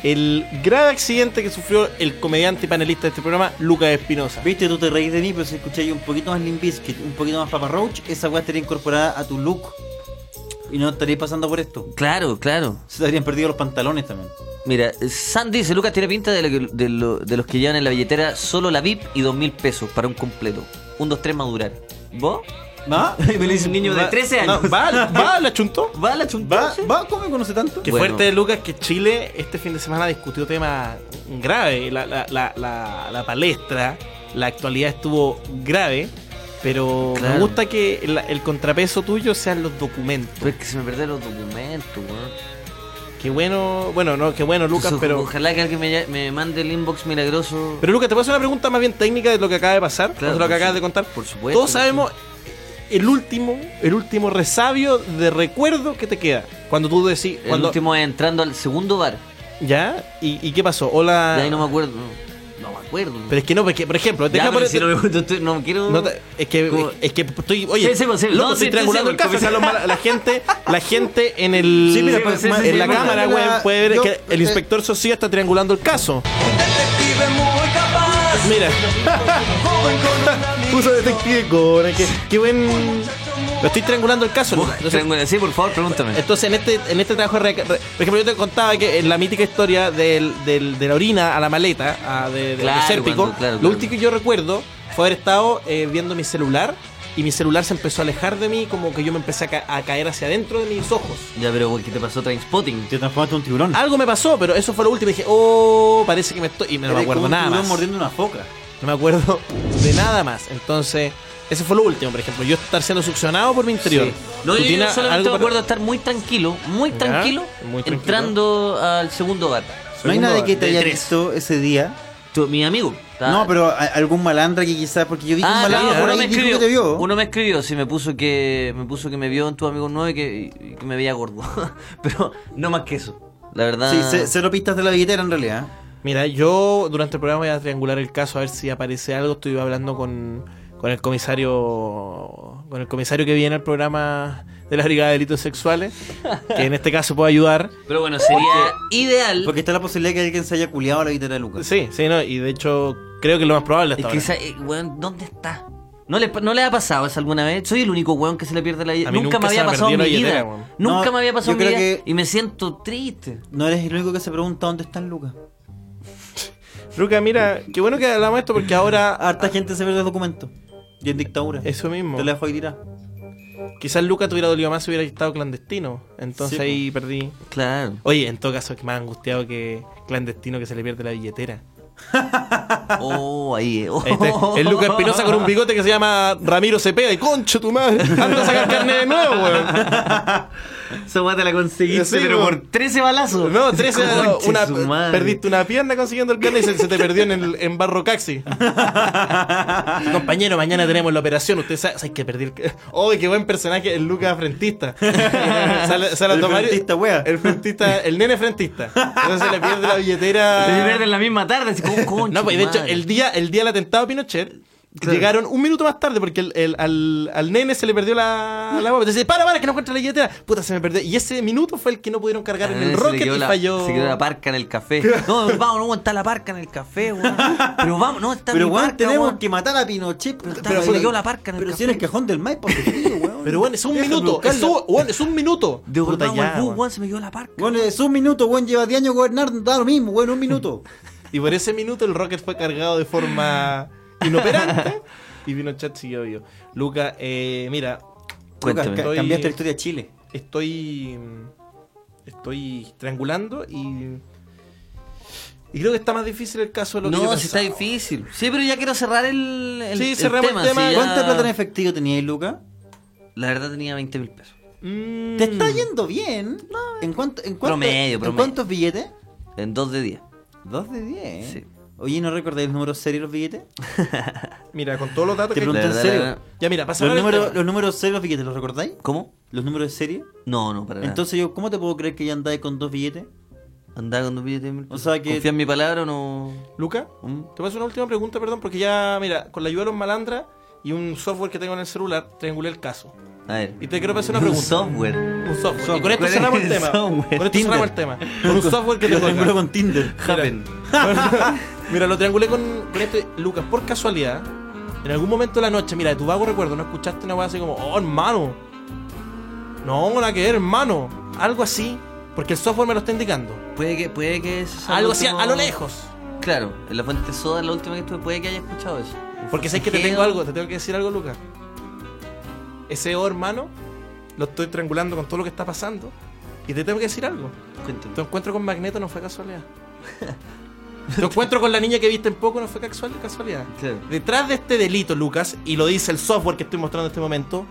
Speaker 6: el grave accidente que sufrió el comediante y panelista de este programa, Lucas Espinosa.
Speaker 4: Viste, tú te reís de mí, pero si escucháis un poquito más Limp Bizkit, un poquito más Papa Roach, esa weá estaría incorporada a tu look. Y no estarías pasando por esto.
Speaker 5: Claro, claro.
Speaker 4: Se te habrían perdido los pantalones también.
Speaker 5: Mira, San dice, Lucas tiene pinta de, lo que- de lo- de los que llevan en la billetera solo la VIP y dos mil pesos para un completo. Un, dos, tres madurar. ¿Vos?
Speaker 4: ¿Va?
Speaker 5: Me lo dice un niño de
Speaker 6: ¿Ah? Va-
Speaker 5: 13
Speaker 6: no,
Speaker 5: años.
Speaker 6: va, va, la chuntó.
Speaker 5: ¿Va la
Speaker 4: ¿Va?
Speaker 5: chuntarse?
Speaker 4: ¿Va? ¿Cómo me conoce tanto?
Speaker 6: Qué
Speaker 5: Bueno.
Speaker 6: fuerte de Lucas que Chile este fin de semana discutió temas graves. La, la- la- la- la palestra, la actualidad estuvo grave, pero me
Speaker 5: Claro.
Speaker 6: gusta que la- el contrapeso tuyo sean los documentos.
Speaker 5: Pero es que se me perdieron los documentos, weón.
Speaker 6: Qué bueno, bueno, no, qué bueno Lucas,
Speaker 5: Entonces,
Speaker 6: pero...
Speaker 5: Ojalá que alguien me, lla- me mande el inbox milagroso.
Speaker 6: Pero Lucas, te puedo hacer una pregunta más bien técnica de lo que acaba de pasar,
Speaker 5: Claro,
Speaker 6: de lo
Speaker 5: por
Speaker 6: que acabas
Speaker 5: su-
Speaker 6: de contar.
Speaker 5: por supuesto,
Speaker 6: Todos
Speaker 5: por
Speaker 6: sabemos el último, el último resabio de recuerdo que te queda. Cuando tú decís,
Speaker 5: el
Speaker 6: cuando,
Speaker 5: último es entrando al segundo bar.
Speaker 6: ¿ya? ¿Y, y qué pasó? Hola.
Speaker 5: De ahí no me acuerdo. No, me acuerdo.
Speaker 6: Pero es que no, porque, por ejemplo,
Speaker 5: Ya,
Speaker 6: deja
Speaker 5: pero
Speaker 6: poner-
Speaker 5: si no me acuerdo, estoy- no quiero.
Speaker 6: no te- es que
Speaker 5: Como-
Speaker 6: es que estoy, oye,
Speaker 5: Sí, sí, sí,
Speaker 6: loco,
Speaker 5: no,
Speaker 6: estoy
Speaker 5: sí,
Speaker 6: triangulando
Speaker 5: sí,
Speaker 6: el caso,
Speaker 5: sí,
Speaker 6: o sea, los mal- la gente, la gente en el
Speaker 4: Sí, mira,
Speaker 5: Sí, pues, sí, sí,
Speaker 6: en la
Speaker 5: sí,
Speaker 6: cámara,
Speaker 4: mira,
Speaker 6: weón, puede ver
Speaker 4: yo-
Speaker 6: que
Speaker 5: eh,
Speaker 6: el inspector Socia está triangulando el caso. Mira. Puso detective Conan, qué, qué buen. Lo estoy triangulando el caso. Lucas. Entonces,
Speaker 5: Triangula- Sí, por favor, pregúntame.
Speaker 6: entonces, en este, en este trabajo, de re- re- por ejemplo, yo te contaba que en la mítica historia del, del- de la orina a la maleta, a de, de- de
Speaker 5: Claro,
Speaker 6: Sérpico,
Speaker 5: cuando- claro,
Speaker 6: lo
Speaker 5: claro.
Speaker 6: último que yo recuerdo fue haber estado eh, viendo mi celular y mi celular se empezó a alejar de mí, como que yo me empecé a, ca- a caer hacia adentro de mis ojos.
Speaker 5: Ya, pero güey, ¿qué te pasó Trainspotting?
Speaker 4: Te transformaste en un tiburón.
Speaker 6: Algo me pasó, pero eso fue lo último. Y dije, oh, parece que me estoy. Y no me
Speaker 4: Eres como
Speaker 6: acuerdo
Speaker 4: un
Speaker 6: nada
Speaker 4: tiburón
Speaker 6: más.
Speaker 4: mordiendo una foca.
Speaker 6: No me acuerdo de nada más. Entonces, ese fue lo último, por ejemplo. Yo estar siendo succionado por mi interior.
Speaker 5: Sí. No,
Speaker 6: ¿Tú
Speaker 5: yo, yo
Speaker 6: tienes
Speaker 5: solamente
Speaker 6: algo
Speaker 5: me
Speaker 6: para-
Speaker 5: acuerdo de estar muy tranquilo, muy
Speaker 6: Ya,
Speaker 5: tranquilo,
Speaker 6: muy tranquilo.
Speaker 5: entrando al segundo bar.
Speaker 4: No hay
Speaker 6: Segundo
Speaker 4: nadie que
Speaker 5: de
Speaker 4: te haya
Speaker 5: tres.
Speaker 4: visto ese día.
Speaker 5: Tu- mi amigo. estaba-
Speaker 4: No, pero a- algún malandra que quizás, porque yo vi que un
Speaker 5: Ah, claro,
Speaker 4: malandra por
Speaker 5: uno me
Speaker 4: ahí dijo que te
Speaker 5: escribió.
Speaker 4: vio.
Speaker 5: Uno me escribió, sí, me puso que me puso que me vio en tu amigo nuevo y que, y que me veía gordo. pero no más que eso. La verdad.
Speaker 4: Sí, ce- cero pistas de la billetera en realidad.
Speaker 6: Mira, yo durante el programa voy a triangular el caso a ver si aparece algo. Estuve hablando con, con el comisario con el comisario que viene al programa de la Brigada de Delitos Sexuales, que en este caso puede ayudar.
Speaker 5: Pero bueno, sería ideal.
Speaker 4: Porque está la posibilidad que alguien se haya culiado la billetera de Lucas.
Speaker 6: Sí, sí, no, y de hecho creo que es lo más probable
Speaker 5: Es
Speaker 6: hasta
Speaker 5: que
Speaker 6: ahora.
Speaker 5: esa- eh, weón, ¿dónde está? ¿No le, ¿No le ha pasado eso alguna vez? Soy el único weón que se le pierde la billetera.
Speaker 6: A mí
Speaker 5: Nunca, me
Speaker 6: nunca se
Speaker 5: había
Speaker 6: me
Speaker 5: pasado en mi
Speaker 6: perdió la
Speaker 5: vida.
Speaker 6: billetera, weón.
Speaker 5: Nunca
Speaker 4: No,
Speaker 5: me había
Speaker 4: yo
Speaker 5: pasado en mi vida.
Speaker 4: creo que-
Speaker 5: Y me siento triste.
Speaker 4: No eres el único que se pregunta dónde están Lucas.
Speaker 6: Luca, mira, qué bueno que hablamos de esto porque ahora
Speaker 4: Harta gente se pierde documentos. Y en dictadura.
Speaker 6: eso mismo.
Speaker 4: Te la dejo ahí tirada.
Speaker 6: Quizás Luca te hubiera dolido más si hubiera estado clandestino. Entonces
Speaker 4: Sí,
Speaker 6: ahí perdí.
Speaker 5: Claro.
Speaker 6: Oye, en todo caso es más angustiado que clandestino que se le pierde la billetera.
Speaker 5: Oh, ahí. eh. Oh.
Speaker 6: Ahí está. Es Lucas Espinosa con un bigote que se llama Ramiro Cepeda. Y concho tu madre. Anda a sacar carne de nuevo, weón.
Speaker 5: Esa weá te la conseguiste,
Speaker 6: Sí,
Speaker 5: pero
Speaker 6: weón.
Speaker 5: por 13 balazos.
Speaker 6: No, 13
Speaker 5: Conche
Speaker 6: una,
Speaker 5: su madre.
Speaker 6: perdiste una pierna consiguiendo el carne y se, se te perdió en, el, en Barro Caxi. Compañero, mañana tenemos la operación. Usted sabe, sabe que perdí el. Oh, qué buen personaje el Lucas Frentista. sale, sale a
Speaker 4: El
Speaker 6: tomar-
Speaker 4: frentista, wea.
Speaker 6: El frentista, el nene frentista. Entonces se le pierde la billetera.
Speaker 5: Te pierden la misma tarde. Así como, conche
Speaker 6: No, pues y de
Speaker 5: tu
Speaker 6: hecho,
Speaker 5: madre.
Speaker 6: el día, el día del atentado a Pinochet,
Speaker 4: Claro.
Speaker 6: Llegaron un minuto más tarde porque el- el- al, al nene se le perdió la, la guagua. Entonces, para, para, que no encuentra la billetera. Puta, se me perdió. Y ese minuto fue el que no pudieron cargar en
Speaker 5: Ah, Se
Speaker 6: el
Speaker 5: le
Speaker 6: rocket
Speaker 5: quedó
Speaker 6: y
Speaker 5: la-
Speaker 6: falló.
Speaker 5: Se quedó la parca en el café. No, vamos, no, está la parca en el café, weón. Pero vamos, no, está
Speaker 4: Pero
Speaker 5: mi
Speaker 4: weón,
Speaker 5: parca,
Speaker 4: tenemos
Speaker 5: weón.
Speaker 4: que matar a Pinochet. Pero,
Speaker 5: está- se le quedó la parca en el
Speaker 4: Pero si
Speaker 5: café.
Speaker 4: en el cajón del Maipo, te digo, weón.
Speaker 6: Pero bueno, es un
Speaker 4: Deja
Speaker 6: minuto.
Speaker 4: buscarla.
Speaker 6: Es un, bueno, es un minuto.
Speaker 5: Devolvamos
Speaker 6: Puta, ya,
Speaker 5: el bus,
Speaker 6: weón.
Speaker 5: weón, se me quedó la parca.
Speaker 4: Bueno, es un minuto, weón. Lleva 10 años gobernando, da lo mismo, weón, un minuto.
Speaker 6: Y por ese minuto el rocket fue cargado de forma inoperante. y Pinochet siguió vivo. Luca, eh, mira,
Speaker 4: Lucas,
Speaker 5: Cuéntame.
Speaker 4: ca-
Speaker 6: Estoy-
Speaker 4: cambiaste la historia de Chile.
Speaker 6: estoy. Estoy triangulando y. Y creo que está más difícil el caso de lo que yo
Speaker 5: No, si está
Speaker 6: pensaba.
Speaker 5: difícil. Sí, pero ya quiero cerrar el, el,
Speaker 6: Sí, cerremos el tema.
Speaker 5: si ya-
Speaker 4: ¿Cuánta plata en efectivo tenías, Luca?
Speaker 5: La verdad tenía 20 mil pesos.
Speaker 6: Mm.
Speaker 4: ¿Te está yendo bien? ¿En, cuánto, en, cuánto-
Speaker 5: Promedio,
Speaker 4: ¿en
Speaker 5: promedio.
Speaker 4: cuántos billetes?
Speaker 5: En dos de 10.
Speaker 4: Dos de diez.
Speaker 5: Sí.
Speaker 4: Oye, ¿no recordáis el número serio de los billetes?
Speaker 6: Mira, con todos los datos
Speaker 4: Te
Speaker 6: que
Speaker 4: pregunto
Speaker 5: La
Speaker 4: en
Speaker 5: verdad,
Speaker 4: serio.
Speaker 5: la verdad.
Speaker 6: Ya, mira, pasamos
Speaker 4: Los
Speaker 6: al
Speaker 4: números,
Speaker 6: tema.
Speaker 4: los números serios de los billetes, ¿los recordáis?
Speaker 5: ¿Cómo?
Speaker 4: ¿Los números de serie?
Speaker 5: No, no, para nada.
Speaker 4: Entonces yo, ¿cómo te puedo creer que ya andáis con dos billetes?
Speaker 5: Andaba con dos billetes de mil pesos.
Speaker 4: sea que-
Speaker 5: Confía en mi palabra o no.
Speaker 6: Luca,
Speaker 5: Mm.
Speaker 6: te paso una última pregunta, perdón, porque ya, mira, con la ayuda de los malandras y un software que tengo en el celular, triangulé el caso.
Speaker 5: A ver.
Speaker 6: Y te quiero hacer una
Speaker 5: Un
Speaker 6: pregunta.
Speaker 5: software.
Speaker 6: Un software. Y con
Speaker 5: Software.
Speaker 6: esto cerramos el tema.
Speaker 5: Software.
Speaker 6: Con esto cerramos el tema. Con un software que
Speaker 4: Yo
Speaker 6: tengo
Speaker 4: triangulo
Speaker 6: acá.
Speaker 4: con Tinder.
Speaker 5: Happen.
Speaker 6: Mira, lo triangulé con, con este Lucas por casualidad. En algún momento de la noche, mira, de tu vago recuerdo, no escuchaste una weá así como, oh, hermano. No, nada que ver, hermano. Algo así, porque el software me lo está indicando.
Speaker 5: Puede que, puede que eso sea
Speaker 6: Algo
Speaker 5: lo
Speaker 6: así, a
Speaker 5: último-
Speaker 6: lo lejos.
Speaker 5: Claro, en la fuente soda, la última que estuve, puede que haya escuchado eso.
Speaker 6: Porque sé que te tengo algo, te tengo que decir algo, Lucas. Ese oh, hermano, lo estoy triangulando con todo lo que está pasando. Y te tengo que decir algo.
Speaker 5: Cuéntame.
Speaker 6: Tu encuentro con Magneto no fue casualidad. tu encuentro con la niña que viste en poco no fue casual- casualidad.
Speaker 5: Claro.
Speaker 6: Detrás de este delito, Lucas, y lo dice el software que estoy mostrando en este momento,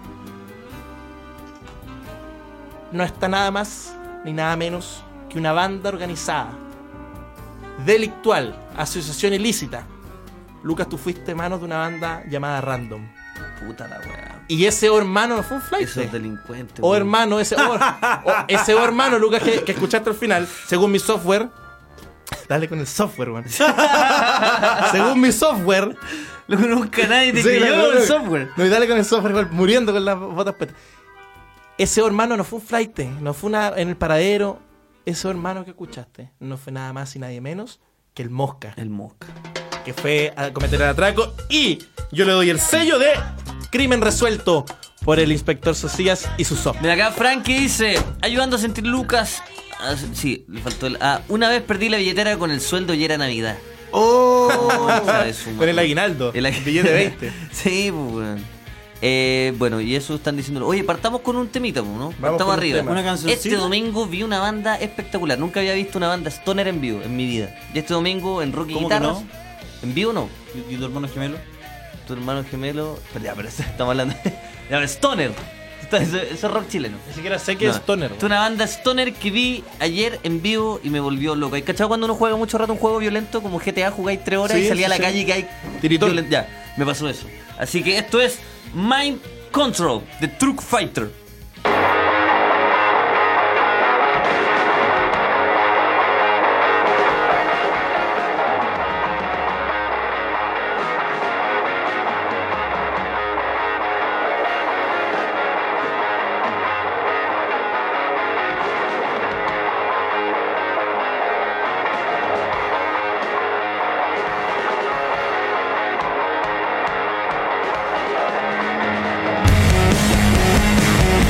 Speaker 6: no está nada más ni nada menos que una banda organizada, delictual, asociación ilícita. Lucas, tú fuiste mano de una banda llamada Random.
Speaker 5: Puta la weá.
Speaker 6: Y ese oh, hermano no fue un flight.
Speaker 5: Esos delincuentes.
Speaker 6: O
Speaker 5: weón.
Speaker 6: hermano, ese o, o- ese o hermano, Lucas, que, que escuchaste al final, según mi software. Dale con el software, weón. según mi software.
Speaker 5: Loco, nunca nadie te
Speaker 6: Sí,
Speaker 5: creyó
Speaker 6: la-
Speaker 5: el software.
Speaker 6: No, y dale con el software, weón, muriendo con las botas puestas. Ese o hermano no fue un flight, no fue una, en el paradero. Ese o hermano que escuchaste no fue nada más y nadie menos que el mosca,
Speaker 5: El mosca.
Speaker 6: que fue a cometer el atraco. Y yo le doy el sello de crimen resuelto por el inspector Socias y su software.
Speaker 5: Mira acá Frankie dice, ayudando a sentir Lucas. Ah, sí, le faltó el... Ah, una vez perdí la billetera con el sueldo y era Navidad.
Speaker 4: ¡Oh!
Speaker 5: Hija de su
Speaker 6: Con el
Speaker 5: madre.
Speaker 6: aguinaldo.
Speaker 5: El
Speaker 6: El
Speaker 5: agu-
Speaker 6: billete 20.
Speaker 5: sí, pues, weón. Eh, bueno, y eso están diciendo. Oye, partamos con un temita, pues, ¿no?
Speaker 6: con
Speaker 5: partamos
Speaker 6: un
Speaker 5: arriba.
Speaker 6: tema.
Speaker 4: Una cancioncita.
Speaker 5: este domingo vi una banda espectacular. Nunca había visto una banda stoner en vivo en mi vida. Y este domingo en Rocky
Speaker 4: ¿Cómo que
Speaker 5: Guitarras.
Speaker 4: no?
Speaker 5: ¿En vivo no?
Speaker 4: ¿Y tu hermano gemelo?
Speaker 5: Tu hermano gemelo. Pero ya, pero estamos hablando. ya, pero stoner. Está- Eso eso es rock chileno.
Speaker 6: Ni siquiera sé que es
Speaker 5: No,
Speaker 6: Stoner.
Speaker 5: Es una banda stoner que vi ayer en vivo y me volvió loco. ¿Hay cachado cuando uno juega mucho rato un juego violento como GTA, jugáis tres horas
Speaker 6: Sí,
Speaker 5: y
Speaker 6: sí,
Speaker 5: salía a la
Speaker 6: sí.
Speaker 5: calle y que hay.
Speaker 6: Tiritón.
Speaker 5: violen- Ya, me pasó eso. Así que esto es Mind Control de Truck Fighter.
Speaker 3: Thank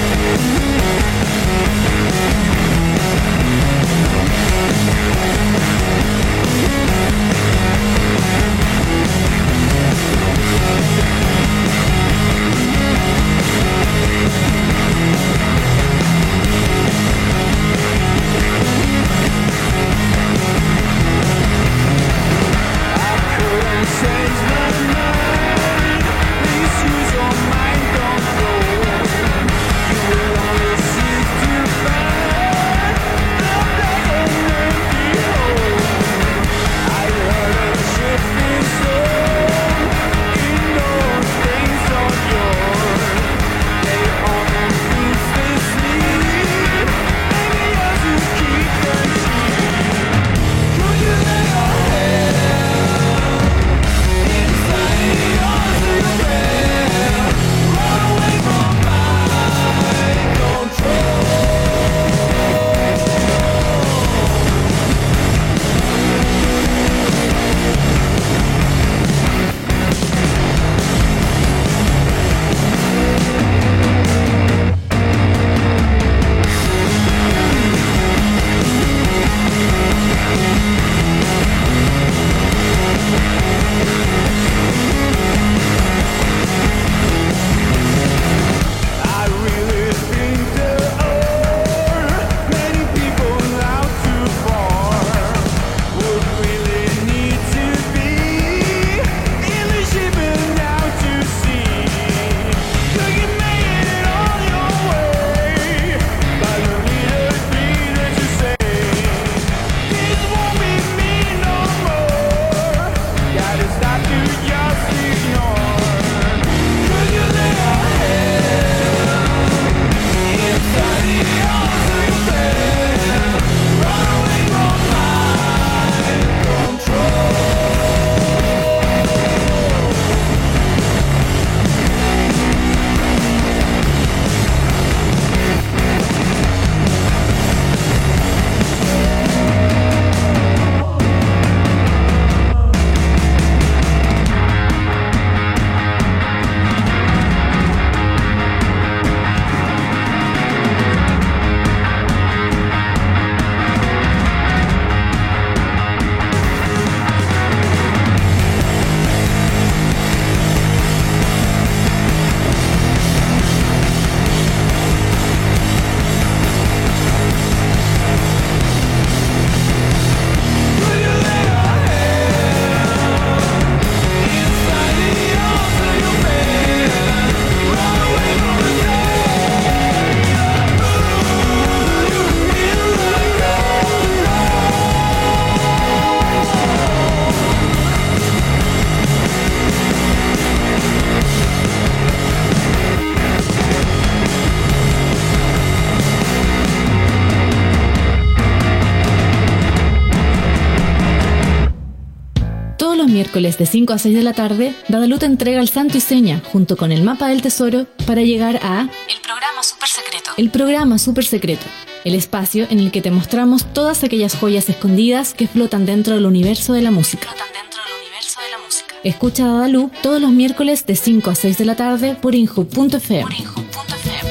Speaker 1: los miércoles de 5 a 6 de la tarde, Dadalu te entrega el santo y seña junto con el mapa del tesoro para llegar a
Speaker 2: El programa super secreto.
Speaker 1: el programa Super Secreto, el espacio en el que te mostramos todas aquellas joyas escondidas que flotan dentro del universo de la música.
Speaker 2: Flotan dentro del universo de la música.
Speaker 1: Escucha a Dadalu todos los miércoles de 5 a 6 de la tarde por Inju.fm.
Speaker 2: Por Inju.fm.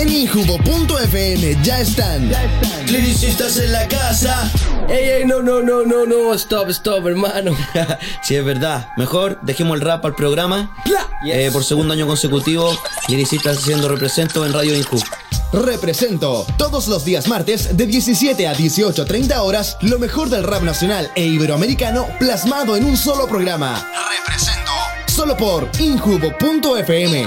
Speaker 3: En Injubo.fm ya están.
Speaker 8: Clinicistas en la casa. Ey, ey, no, no, no, no, no. Stop, stop, hermano.
Speaker 9: Si es verdad, mejor dejemos el rap al programa. Eh, por segundo año consecutivo, Liricistas haciendo represento en Radio Inju.
Speaker 3: Represento todos los días martes de 17 a 18.30 horas lo mejor del rap nacional e iberoamericano plasmado en un solo programa. Represento solo por Injubo.fm.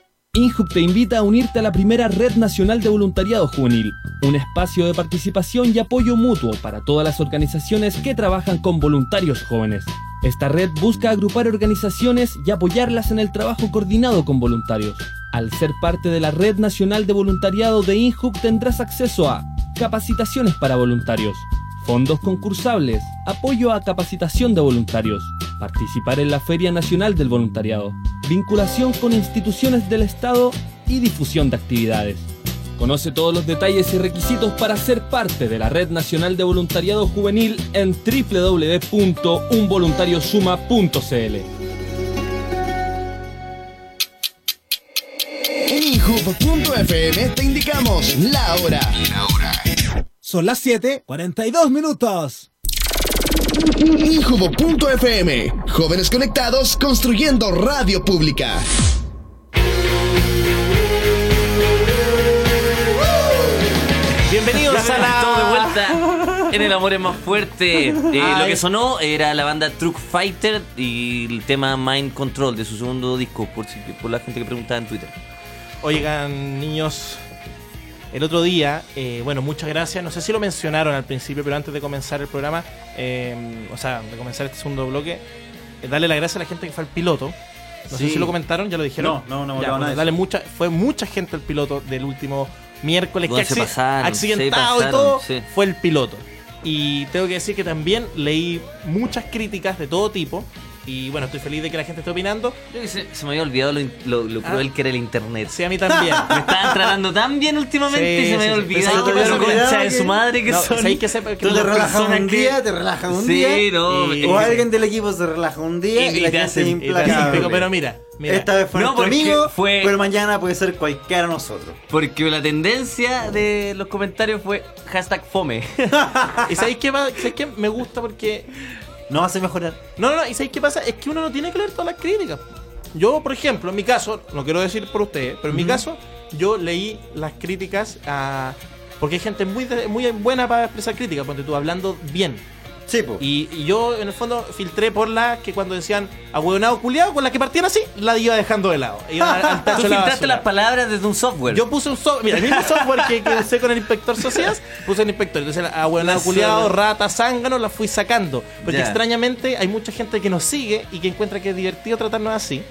Speaker 10: Inhub te invita a unirte a la primera Red Nacional de Voluntariado Juvenil, un espacio de participación y apoyo mutuo para todas las organizaciones que trabajan con voluntarios jóvenes. Esta red busca agrupar organizaciones y apoyarlas en el trabajo coordinado con voluntarios. Al ser parte de la Red Nacional de Voluntariado de Inhub tendrás acceso a capacitaciones para voluntarios, fondos concursables, apoyo a capacitación de voluntarios, participar en la Feria Nacional del Voluntariado, vinculación con instituciones del Estado y difusión de actividades. Conoce todos los detalles y requisitos para ser parte de la Red Nacional de Voluntariado Juvenil en www.unvoluntariosuma.cl.
Speaker 3: En Injubo.fm te indicamos la hora.
Speaker 11: Son las 7, 42 minutos.
Speaker 3: Injubo.fm. Jóvenes conectados construyendo radio pública.
Speaker 6: Bienvenidos
Speaker 5: Ya
Speaker 6: a
Speaker 5: estamos de
Speaker 6: la...
Speaker 5: vuelta en El Amor es Más Fuerte. Eh, lo
Speaker 6: Ay.
Speaker 5: que sonó era la banda Truck Fighter y el tema Mind Control de su segundo disco, por, si, por la gente que preguntaba en Twitter.
Speaker 6: Oigan, niños, el otro día, eh, bueno, muchas gracias. No sé si lo mencionaron al principio, pero antes de comenzar el programa, eh, o sea, de comenzar este segundo bloque, eh, darle las gracias a la gente que fue al piloto. No sé
Speaker 4: Sí.
Speaker 6: si lo comentaron, ya lo dijeron.
Speaker 4: No, no, no
Speaker 6: Ya,
Speaker 4: volaron
Speaker 6: bueno,
Speaker 4: nada de
Speaker 6: dale
Speaker 4: eso.
Speaker 6: mucha, fue mucha gente el piloto del último miércoles
Speaker 5: Bueno,
Speaker 6: que
Speaker 5: se
Speaker 6: acci-
Speaker 5: pasaron,
Speaker 6: accidentado
Speaker 5: se
Speaker 6: y todo
Speaker 5: pasaron, sí.
Speaker 6: fue el piloto. Y tengo que decir que también leí muchas críticas de todo tipo. Y bueno, estoy feliz de que la gente esté opinando.
Speaker 5: Creo que se, se me había olvidado lo, in- lo- lo
Speaker 6: Ah.
Speaker 5: cruel que era el internet.
Speaker 6: Sí, a mí también.
Speaker 5: Me estaban tratando tan bien últimamente
Speaker 6: Sí,
Speaker 5: y se me
Speaker 6: sí,
Speaker 5: había
Speaker 6: sí. Pensaba
Speaker 5: olvidado
Speaker 6: que
Speaker 5: lo
Speaker 6: te había
Speaker 5: concha
Speaker 4: olvidado
Speaker 5: de
Speaker 4: que-
Speaker 5: su madre que
Speaker 6: No,
Speaker 5: son.
Speaker 6: ¿sabéis que sepa- que
Speaker 4: Tú te
Speaker 6: las
Speaker 4: relajas
Speaker 5: personas
Speaker 4: un
Speaker 5: que-
Speaker 4: día, te relajas un
Speaker 5: sí,
Speaker 4: día.
Speaker 5: no.
Speaker 6: Y-
Speaker 5: eh,
Speaker 4: O alguien del equipo se relaja un día y,
Speaker 6: y,
Speaker 4: la
Speaker 6: te
Speaker 4: gente
Speaker 6: hacen- y te hacen
Speaker 4: implacable.
Speaker 6: pico, pero mira, mira.
Speaker 4: Esta vez fue
Speaker 5: No,
Speaker 4: nuestro
Speaker 5: porque
Speaker 4: amigo,
Speaker 5: fue-
Speaker 4: pero mañana puede ser cualquiera de nosotros.
Speaker 5: Porque la tendencia de los comentarios fue hashtag fome.
Speaker 6: ¿Y sabéis qué, va- sabéis qué me gusta? Porque.
Speaker 4: Nos hace mejorar.
Speaker 6: No, no, no, ¿y sabéis qué pasa? Es que uno no tiene que leer todas las críticas. Yo, por ejemplo, en mi caso, no quiero decir por ustedes, pero en mi caso, yo leí las críticas a. Porque hay gente muy, de- muy buena para expresar críticas, ponte tú hablando bien.
Speaker 4: Sí, po.
Speaker 6: Y, y yo, en el fondo, filtré por las que cuando decían ahueonado culiado, con las que partían así, la iba dejando de lado. Iba al- al tacho
Speaker 5: Tú
Speaker 6: de la
Speaker 5: filtraste
Speaker 6: basura.
Speaker 5: las palabras desde un software.
Speaker 6: Yo puse un software, mira, el mismo software que, que usé con el inspector Socias, puse el inspector. Entonces, ah, a huevonado
Speaker 5: La
Speaker 6: culiado,
Speaker 5: sola.
Speaker 6: rata, zángano, la fui sacando. Porque
Speaker 5: Ya.
Speaker 6: extrañamente hay mucha gente que nos sigue y que encuentra que es divertido tratarnos así.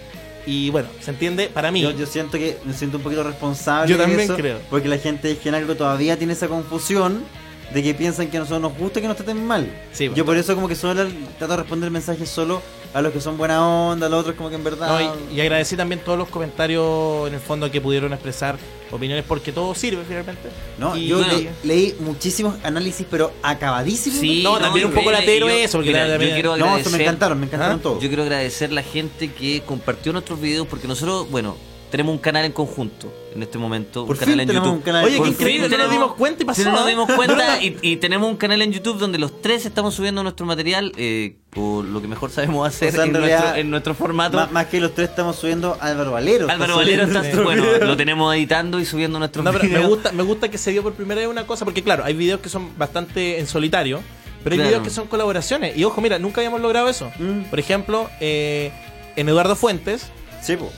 Speaker 6: Y bueno, se entiende para mí.
Speaker 4: Yo, yo siento que me siento un poquito responsable.
Speaker 6: Yo
Speaker 4: de
Speaker 6: también
Speaker 4: eso,
Speaker 6: creo.
Speaker 4: Porque la gente de Genalgo todavía tiene esa confusión de que piensan que a nosotros nos gusta que nos traten mal.
Speaker 6: Sí, pues. bueno.
Speaker 4: Yo por eso como que solo trato de responder mensajes solo a los que son buena onda, a los otros como que en verdad...
Speaker 6: No, y, y agradecí también todos los comentarios en el fondo que pudieron expresar opiniones porque todo sirve finalmente.
Speaker 4: No,
Speaker 6: Y-
Speaker 4: yo
Speaker 5: bueno.
Speaker 4: le- leí muchísimos análisis, pero acabadísimos.
Speaker 5: Sí,
Speaker 6: No, también un poco
Speaker 5: mira,
Speaker 6: latero
Speaker 5: yo-
Speaker 6: eso, porque
Speaker 5: mira,
Speaker 6: la- la-
Speaker 5: yo quiero
Speaker 4: No, eso me
Speaker 5: agradecer-
Speaker 4: encantaron, me encantaron
Speaker 6: ¿Ah?
Speaker 4: todos.
Speaker 5: Yo quiero agradecer la gente que compartió nuestros videos porque nosotros, bueno, tenemos un canal en conjunto en este momento.
Speaker 4: Por
Speaker 5: un canal
Speaker 4: fin
Speaker 5: en
Speaker 4: tenemos
Speaker 5: YouTube.
Speaker 4: un canal en
Speaker 6: Oye, qué
Speaker 5: Por fin
Speaker 6: increíble, no nos
Speaker 5: tenemos-
Speaker 6: dimos cuenta y pasó.
Speaker 5: no nos
Speaker 6: ¿eh?
Speaker 5: dimos cuenta y, y tenemos un canal en YouTube donde los tres estamos subiendo nuestro material eh, o lo que mejor sabemos hacer
Speaker 4: O sea, Pues, en
Speaker 5: en,
Speaker 4: realidad,
Speaker 5: nuestro, en nuestro formato.
Speaker 4: Má- más que los tres estamos subiendo a Álvaro Valero.
Speaker 5: Álvaro
Speaker 4: Está
Speaker 5: Valero está,
Speaker 4: subiendo-
Speaker 5: bueno, lo tenemos editando y subiendo nuestros
Speaker 6: No, pero me
Speaker 5: videos.
Speaker 6: gusta, me gusta que se dio por primera vez una cosa, porque claro, hay videos que son bastante en solitario, Pero hay
Speaker 5: Claro. Mm.
Speaker 6: videos que son colaboraciones. Y ojo, mira, nunca habíamos logrado eso. Por ejemplo, eh, en Eduardo Fuentes,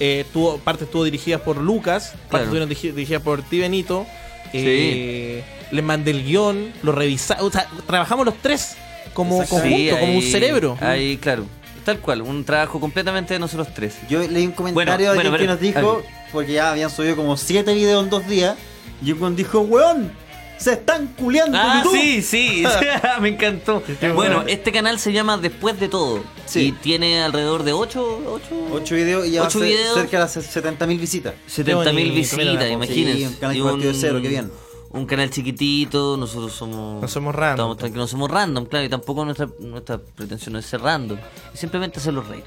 Speaker 6: eh, tuvo, partes estuvo dirigidas por Lucas,
Speaker 5: Claro.
Speaker 6: partes estuvieron dirigi- dirigidas por ti, Benito. eh, Les mandé el guión, lo revisamos. O sea, trabajamos los tres como conjunto,
Speaker 5: Sí,
Speaker 6: como un
Speaker 5: ahí-
Speaker 6: cerebro.
Speaker 5: Ahí, claro. Tal cual, un trabajo completamente de nosotros tres.
Speaker 4: Yo leí un comentario de alguien que nos dijo,
Speaker 5: Ah,
Speaker 4: porque ya habían subido como 7 videos en dos días, y uno dijo, weón, se están culeando
Speaker 5: Ah,
Speaker 4: YouTube".
Speaker 5: sí, sí, me encantó. Bueno, este canal se llama Después de Todo. Y tiene alrededor de 8, 8,
Speaker 4: 8 videos y ya
Speaker 5: Ocho
Speaker 4: hace
Speaker 5: videos.
Speaker 4: cerca de las 70.000 visitas.
Speaker 5: 70.000 visitas,
Speaker 4: Sí,
Speaker 5: imagínense.
Speaker 4: un canal
Speaker 5: Y
Speaker 4: partido de cero, qué bien.
Speaker 5: Un canal chiquitito, nosotros somos.
Speaker 6: No somos random.
Speaker 5: estamos tranquilos, no somos random, claro, y tampoco nuestra, nuestra pretensión es ser random. Es simplemente hacerlos reír.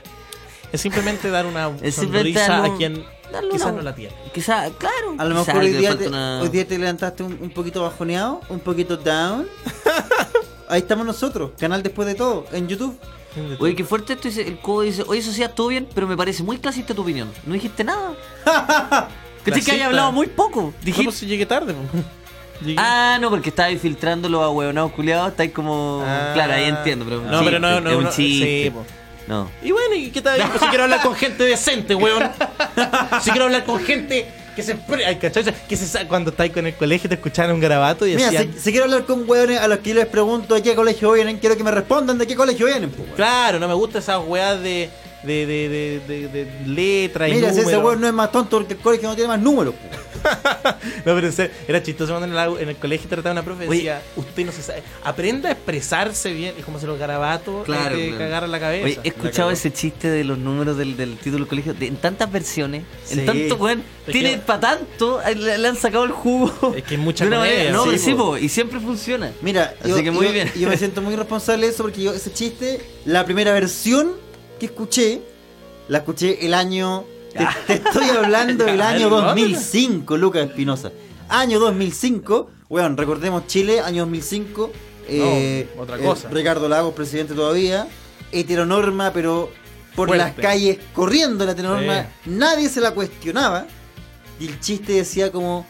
Speaker 6: Es simplemente dar una
Speaker 5: Es simplemente
Speaker 6: sonrisa
Speaker 5: darle
Speaker 6: a
Speaker 5: un-
Speaker 6: quien
Speaker 5: darle
Speaker 6: quizás
Speaker 5: una-
Speaker 6: no la tiene.
Speaker 5: Quizá, claro.
Speaker 4: A lo
Speaker 5: quizá
Speaker 4: mejor hoy
Speaker 5: le
Speaker 4: día,
Speaker 5: falta
Speaker 4: te,
Speaker 5: una-
Speaker 4: hoy día te levantaste un, un poquito bajoneado, un poquito down. Ahí estamos nosotros, canal después de todo, en YouTube.
Speaker 5: Oye, qué fuerte esto. Dice, el codo dice: Oye, Sociedad, todo bien, pero me parece muy clasista tu opinión. No dijiste nada. Caché que haya
Speaker 6: Clasista.
Speaker 5: hablado muy poco. Dijiste.
Speaker 6: ¿Cómo si llegué tarde? po?
Speaker 5: Ah, no, porque estáis filtrando los ahueonados culiados. Estáis como.
Speaker 6: Ah.
Speaker 5: claro, ahí entiendo, pero. es un
Speaker 6: No, pero no,
Speaker 5: chiste,
Speaker 6: no,
Speaker 5: Es un
Speaker 6: no,
Speaker 5: chiste.
Speaker 6: sí, po.
Speaker 5: no.
Speaker 6: Y bueno, ¿y qué tal? Pues si quiero hablar con gente decente, weón. Si quiero hablar con gente que se. pre- Ay, ¿cachai? Que se sa- cuando estáis con el colegio te escuchaban un garabato y
Speaker 4: Mira,
Speaker 6: decían.
Speaker 4: si, si quiero hablar con weones a los que yo les pregunto de qué colegio vienen, quiero que me respondan de qué colegio vienen. po, weón.
Speaker 6: Claro, no me gustan esas weas de. de. de. de. de, de letra y
Speaker 4: Mira, si ese
Speaker 6: número".
Speaker 4: weón no es más tonto porque el colegio no tiene más números. po.
Speaker 6: No, pero en serio, era chistoso cuando en el, en el colegio trataba una profe y
Speaker 5: Oye.
Speaker 6: decía, usted no se sabe. Aprenda a expresarse bien. Es como si los garabatos eh,
Speaker 5: Claro,
Speaker 6: te
Speaker 5: claro.
Speaker 6: cagaran la cabeza.
Speaker 5: Oye, he escuchado ese chiste de los números del, del título del colegio de- en tantas versiones,
Speaker 6: Sí.
Speaker 5: en tanto, weón.
Speaker 6: Es
Speaker 5: Tiene
Speaker 6: que-
Speaker 5: para tanto, eh, le, le han sacado el jugo.
Speaker 6: Es que es mucha
Speaker 5: de una
Speaker 6: comedia,
Speaker 5: manera. No,
Speaker 6: sí,
Speaker 5: pero sí,
Speaker 6: po.
Speaker 5: po, y siempre funciona.
Speaker 4: Mira,
Speaker 5: Así
Speaker 4: yo,
Speaker 5: que muy
Speaker 4: yo-
Speaker 5: bien.
Speaker 4: yo me siento muy responsable de eso porque yo ese chiste, la primera versión que escuché, la escuché el año. Te, te estoy hablando del
Speaker 6: Ya,
Speaker 4: año
Speaker 6: el
Speaker 4: 2005, Lucas Espinosa. Año 2005, weón, recordemos Chile, año 2005. eh,
Speaker 6: No, otra
Speaker 4: eh,
Speaker 6: cosa.
Speaker 4: Ricardo Lagos, presidente todavía. Heteronorma, pero por
Speaker 6: Fuerte.
Speaker 4: las calles corriendo la heteronorma.
Speaker 6: Sí.
Speaker 4: Nadie se la cuestionaba. Y el chiste decía como,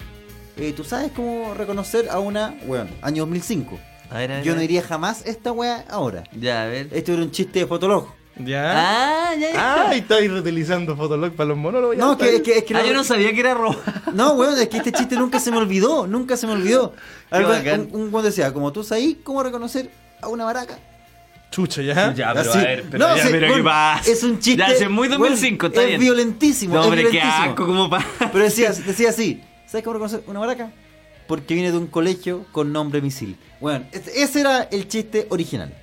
Speaker 4: eh, ¿tú sabes cómo reconocer a una, weón, año 2005?
Speaker 5: A ver, a ver,
Speaker 4: Yo
Speaker 5: a
Speaker 4: no
Speaker 5: ver.
Speaker 4: diría jamás esta weá ahora.
Speaker 5: Ya, a ver.
Speaker 4: Esto era un chiste de Fotolog.
Speaker 6: ¿Ya?
Speaker 5: Ah, ya, ya.
Speaker 6: y estoy reutilizando Fotolog para los monólogos.
Speaker 4: No, que, es que, es que
Speaker 5: Ah,
Speaker 4: no-
Speaker 5: yo no sabía que era rojo.
Speaker 4: No, weón, es que este chiste nunca se me olvidó. Nunca se me olvidó.
Speaker 5: Qué
Speaker 4: Algo-
Speaker 5: bacán.
Speaker 4: un, un weón decía, como tú sabes cómo reconocer a una baraca.
Speaker 6: Chucha, ¿ya?
Speaker 5: Ya,
Speaker 4: Así. No, ¿Ah? sí, weón, Es un chiste.
Speaker 5: Ya, hace muy
Speaker 4: weón,
Speaker 5: 2005, está
Speaker 4: es
Speaker 5: bien.
Speaker 4: violentísimo.
Speaker 5: No,
Speaker 4: es
Speaker 5: hombre, qué
Speaker 4: violentísimo.
Speaker 5: asco, como pa.
Speaker 4: Pero decía, decía así, ¿sabes cómo reconocer una baraca? Porque viene de un colegio con nombre misil. Bueno, ese ese era el chiste original.